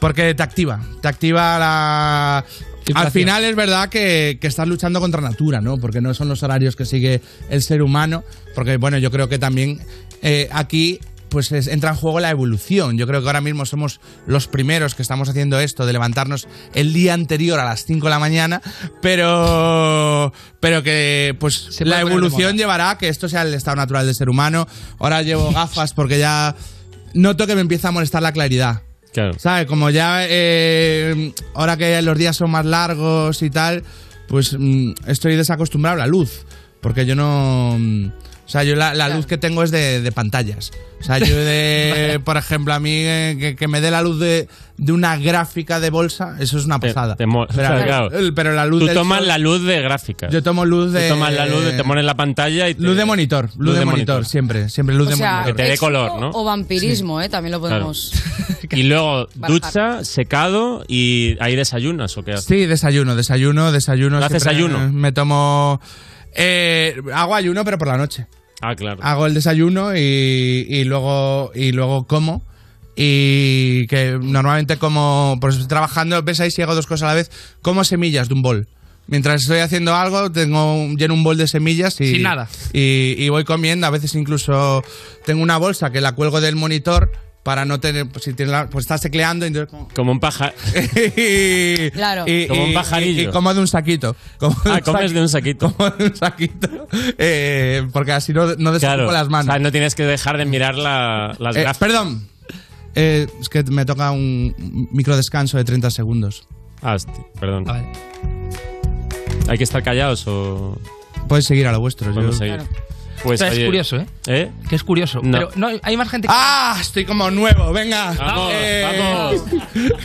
Porque te activa, te activa la... Al Inflación. final es verdad que, que estás luchando contra natura, ¿no? Porque no son los horarios que sigue el ser humano, porque bueno, yo creo que también eh, aquí pues es- entra en juego la evolución. Yo creo que ahora mismo somos los primeros que estamos haciendo esto de levantarnos el día anterior a las 5 de la mañana, pero pero que pues la puede poner de evolución llevará a que esto sea el estado natural del ser humano. Ahora llevo gafas porque ya noto que me empieza a molestar la claridad. ¿Sabes? Como ya. eh, ahora que los días son más largos y tal, pues mm, estoy desacostumbrado a la luz. Porque yo no. mm, o sea, yo la, la luz que tengo es de, de pantallas. O sea, yo de. por ejemplo, a mí eh, que, que me dé la luz de, de una gráfica de bolsa, eso es una pasada. Te mo- pero, claro. el- pero la luz Tú del tomas sol- la luz de gráfica. Yo tomo luz de. Tú tomas la luz, te pones la pantalla y te- Luz de monitor, luz, de, monitor, siempre, siempre luz O de sea, monitor. Que te dé éxito color, ¿no? O vampirismo, ¿eh? También lo Claro. podemos... Y luego Barajar. ducha, secado y ahí desayunas o qué haces. Sí, desayuno, desayuno, desayuno. ¿No haces siempre, ayuno? eh, Me tomo... eh, hago ayuno, pero por la noche. Ah, claro. Hago el desayuno y, y luego, y luego como. Y que normalmente como... Pues trabajando, ves ahí si hago dos cosas a la vez. Como semillas de un bol. Mientras estoy haciendo algo, tengo un- lleno un bol de semillas y... Sin nada. Y, y voy comiendo. A veces incluso tengo una bolsa que la cuelgo del monitor para no tener... Pues, si tiene la- pues estás tecleando y entonces... Como un paja. y, Claro. y- Como un y- pajarillo. Y, como de un saquito. Como de Ah, un comes saquito, de un saquito. como de un saquito. Eh, porque así no, no desocupo Claro. las manos. O sea, no tienes que dejar de mirar la- las Eh, gráficas. perdón. Eh, es que me toca un micro descanso de 30 segundos. Ah, hosti, perdón. ¿Hay que estar callados o.? Podéis seguir a lo vuestro. Podemos yo- seguir. Pues, Pero es oye, curioso, ¿eh? ¿Eh? Que es curioso. No. Pero no, hay más gente que... ¡Ah! Estoy como nuevo, venga. Vamos, Eh,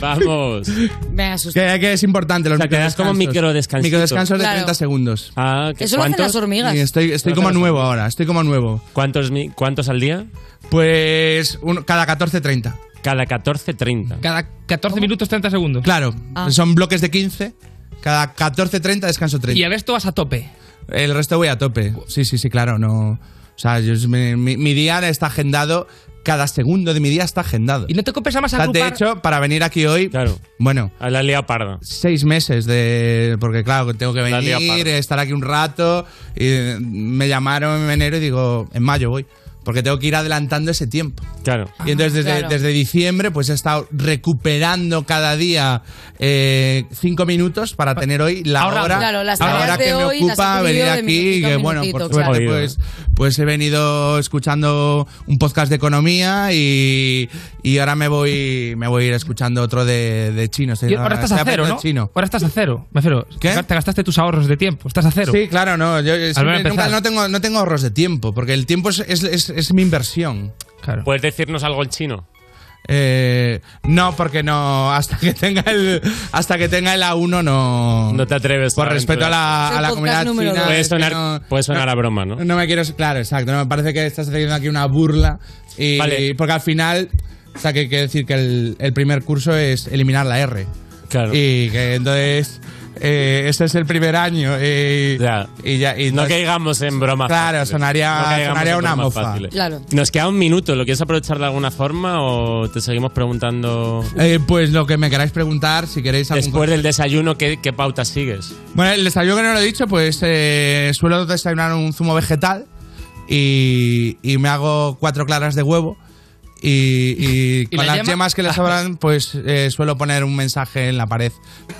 vamos. Vamos. Me asusta. Que, que es importante los O sea, te das como microdescansito. Microdescansos de Claro. 30 segundos. Ah, ¿qué- Eso lo hacen las hormigas. Y estoy estoy Lo hacen como las nuevo ahora, estoy como nuevo. ¿Cuántos, mi- cuántos al día? Pues uno- cada 14.30. Cada 14, 30. Cada 14 minutos 30 segundos. Claro, Ah. son bloques de 15. Cada 14.30 descanso 30. Y el resto vas a tope. El resto voy a tope. Sí, sí, sí, claro, no. O sea, yo- mi, mi- mi día está agendado. Cada segundo de mi día está agendado. Y no te compensa O más sea, de agrupar... hecho, para venir aquí hoy, bueno, A Ah, la liado parda. seis meses de. Porque, claro, tengo que La has liado venir, parda. estar aquí un rato. Y eh, me llamaron en enero y digo, en mayo voy. Porque tengo que ir adelantando ese tiempo. Claro. Y Ah, entonces desde, Claro. desde diciembre pues he estado recuperando cada día eh, cinco minutos para tener hoy la Ahorra- hora, Ah, Claro, las la tareas hora de que hoy me las ocupa has venir cumplido de aquí. minutito Que en bueno, por minutito, suerte claro. pues, pues he venido escuchando un podcast de economía y, y ahora me voy me voy a ir escuchando otro de, de chino. Estoy- "Ah, Y ahora estás estoy a cero, aprendiendo ¿no? chino. Ahora estás a cero. Me refiero, Te gastaste tus ahorros de tiempo. Estás a cero. Eh, Sí, claro, no. Yo, yo Al siempre- menos nunca- empezar. no, tengo, no tengo ahorros de tiempo, porque el tiempo es, es- es- es mi inversión. ¿Puedes decirnos algo en chino? Eh, no, porque no. Hasta que tenga el, hasta que tenga el A1 no. No te atreves. Por respeto a la, a la comunidad china. Puede es que sonar, no- puede sonar a broma, ¿no? no me quiero. Claro, exacto. no, me parece que estás haciendo aquí una burla. Y, Vale. Porque al final. O sea, que hay que decir que el, el primer curso es eliminar la R. Claro. Y que entonces. eh, ese es el primer año. eh, Y ya. y No entonces- caigamos en bromas. Claro, fáciles. sonaría- caigamos sonaría en una bromas mofa. fáciles. Claro. Nos queda un minuto. ¿Lo quieres aprovechar de alguna forma o te seguimos preguntando? Eh, pues lo que me queráis preguntar, si queréis algún Después del desayuno, ¿qué, qué pautas sigues? Bueno, el desayuno que no lo he dicho, pues eh, suelo desayunar un zumo vegetal y, y me hago cuatro claras de huevo. Y, y ¿Y la con las yema? yemas que le sobran, pues eh, suelo poner un mensaje en la pared.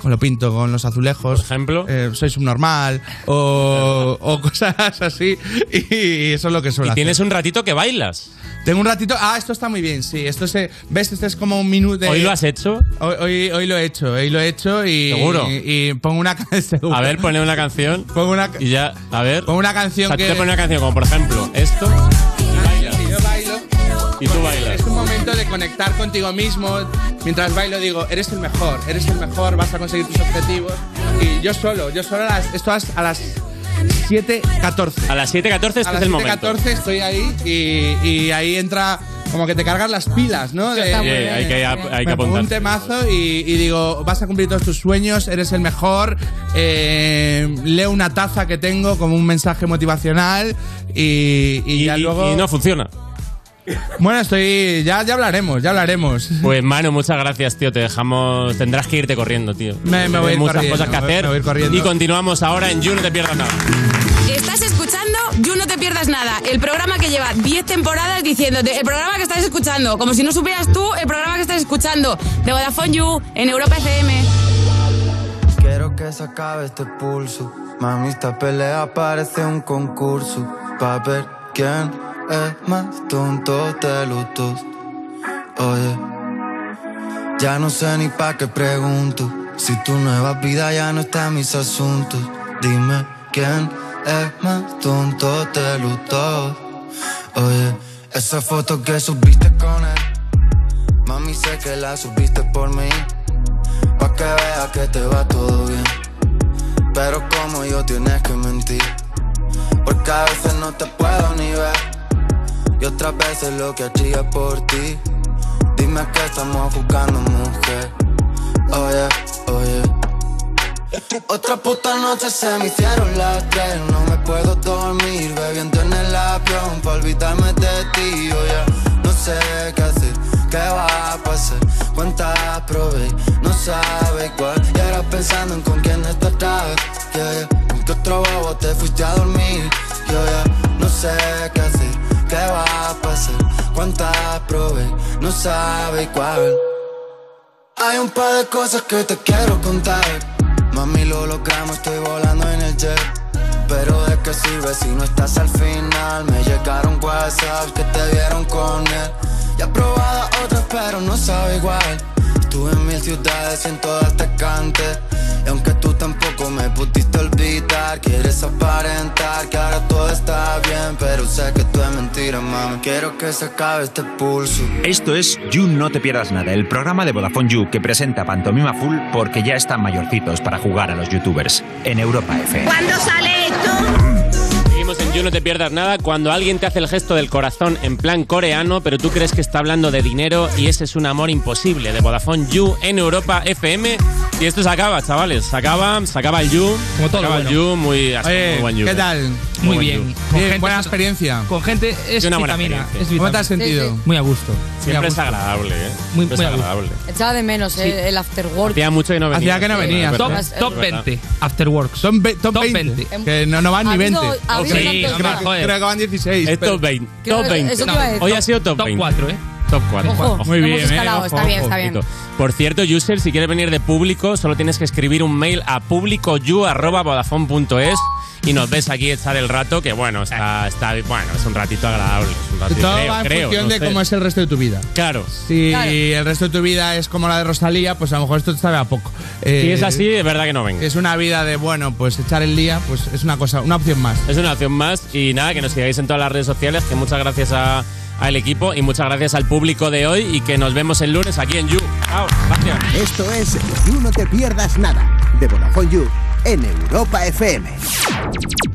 Con lo pinto con los azulejos. Por ejemplo. soy subnormal. O, o cosas así. Y, eso es lo que Y suelo hacer. tienes un ratito que bailas. Tengo un ratito. Ah, esto está muy bien, sí. Esto se. ¿Ves? Este es como un minuto de. ¿Hoy lo has hecho? Hoy, hoy, hoy lo he hecho, hoy lo he hecho y. ¿Seguro? Y, y pongo una canción. A ver, pone una canción. Pongo una. Y ya, a ver. Pongo una canción que. que- Te pone una canción como, por ejemplo, esto. Yo bailo. Y tú bailas. Es un momento de conectar contigo mismo. Mientras bailo digo, eres el mejor, eres el mejor, vas a conseguir tus objetivos. Y yo solo, yo solo a las, esto a las- a las 7.14. A las 7.14 este a es las el momento. 7.14 estoy ahí y, y ahí entra como que te cargas las pilas, ¿no? De- Está muy Sí, bien, hay que- está muy hay bien. que Me pongo un apuntarse. temazo y, y digo, vas a cumplir todos tus sueños, eres el mejor. eh, leo una taza que tengo como un mensaje motivacional y, y ya luego... Y no funciona. Bueno, estoy. Ya, ya hablaremos, ya hablaremos. Pues Manu, muchas gracias, tío. Te dejamos. Tendrás que irte corriendo, tío. Me- me voy a Tienes ir muchas corriendo, cosas que me voy- hacer. me voy a ir corriendo. Y continuamos ahora en You, no te pierdas nada. Estás escuchando You No Te Pierdas Nada, el programa que lleva 10 temporadas diciéndote, el programa que estás escuchando, como si no supieras tú el programa que estás escuchando, de Vodafone You, en Europa FM. Quiero que se acabe este pulso. Mami, esta pelea parece un concurso. Pa' ver quién es más tonto de los dos. Oye, ya no sé ni pa' qué pregunto. Si tu nueva vida ya no está en mis asuntos. Dime quién es más tonto de los dos. Oye, esa foto que subiste con él. Mami, sé que la subiste por mí. Pa' que veas que te va todo bien. Pero como yo tienes que mentir. Porque a veces no te puedo ni ver. Y otras veces lo que hacía por ti. Dime que estamos jugando, mujer. Oye, oye. Otra puta noche se me hicieron las tres. No me puedo dormir bebiendo en el avión. Pa' olvidarme de ti, yo ya no sé qué hacer. ¿Qué va a pasar? ¿Cuántas probé? No sabe cuál. Y ahora pensando en con quién está atrás. Yeah, yeah. ¿Con qué otro bobo te fuiste a dormir? Yo ya no sé qué hacer. ¿Qué va a pasar? ¿Cuántas probé? No sabe cuál. Hay un par de cosas que te quiero contar. Mami, lo logramos, estoy volando en el jet. Pero de qué sirve si no estás al final. Me llegaron WhatsApp que te vieron con él. Ya probada otras, pero no sabe igual. Estuve en mil ciudades, en todas te cante. Y aunque tú tampoco me pudiste olvidar, quieres aparentar que ahora todo está bien. Pero sé que tú es mentira, mami. Quiero que se acabe este pulso. Esto es You No Te Pierdas Nada, el programa de Vodafone You que presenta Pantomima Full porque ya están mayorcitos para jugar a los youtubers en Europa FM. sale esto? Seguimos en You, no te pierdas nada. Cuando alguien te hace el gesto del corazón en plan coreano, pero tú crees que está hablando de dinero y ese es un amor imposible. De Vodafone You en Europa FM. Y esto se acaba, chavales. Se acaba, se acaba el You. Como todo Se acaba lo el bueno. You, muy, así, Oye, muy buen You. ¿qué tal? Muy bien. Con gente- buena experiencia. Con gente es Y una buena vitamina. experiencia. es ¿Cómo te has vitamina. sentido? Muy a gusto. Siempre es agradable, ¿eh? Muy- Siempre muy es a gusto. agradable. Echaba de menos eh, el after work. Hacía mucho que no venía. Hacía que no venía. Top, top 20. Afterworks. Top, 20. Que no, no van Ha ni 20. habido- ha habido Sí, tantos creo- más. creo que van 16. Es top 20. Creo Top que 20. eso te iba a decir. Hoy ha sido top, 20. 4, ¿eh? Top 4. Ojo, Muy lo bien, hemos ¿eh? escalado, Ojo, está bien, ojo. está bien. Por cierto, user, si quieres venir de público, solo tienes que escribir un mail a publicoyu.vodafone.es y nos ves aquí echar el rato, que bueno, está, está bueno, es un ratito agradable. Es un ratito, Todo creo, va en creo, función no de sé. cómo es el resto de tu vida. Claro. Si el resto de tu vida es como la de Rosalía, pues a lo mejor esto te sabe a poco. Eh, Si es así, es verdad que no venga. Es una vida de, bueno, pues echar el día, pues es una cosa, una opción más. Es una opción más y nada, que nos sigáis en todas las redes sociales, que muchas gracias a- al equipo y muchas gracias al público de hoy y que nos vemos el lunes aquí en You. Chao, gracias. Esto es You No Te Pierdas Nada de Vodafone You en Europa FM.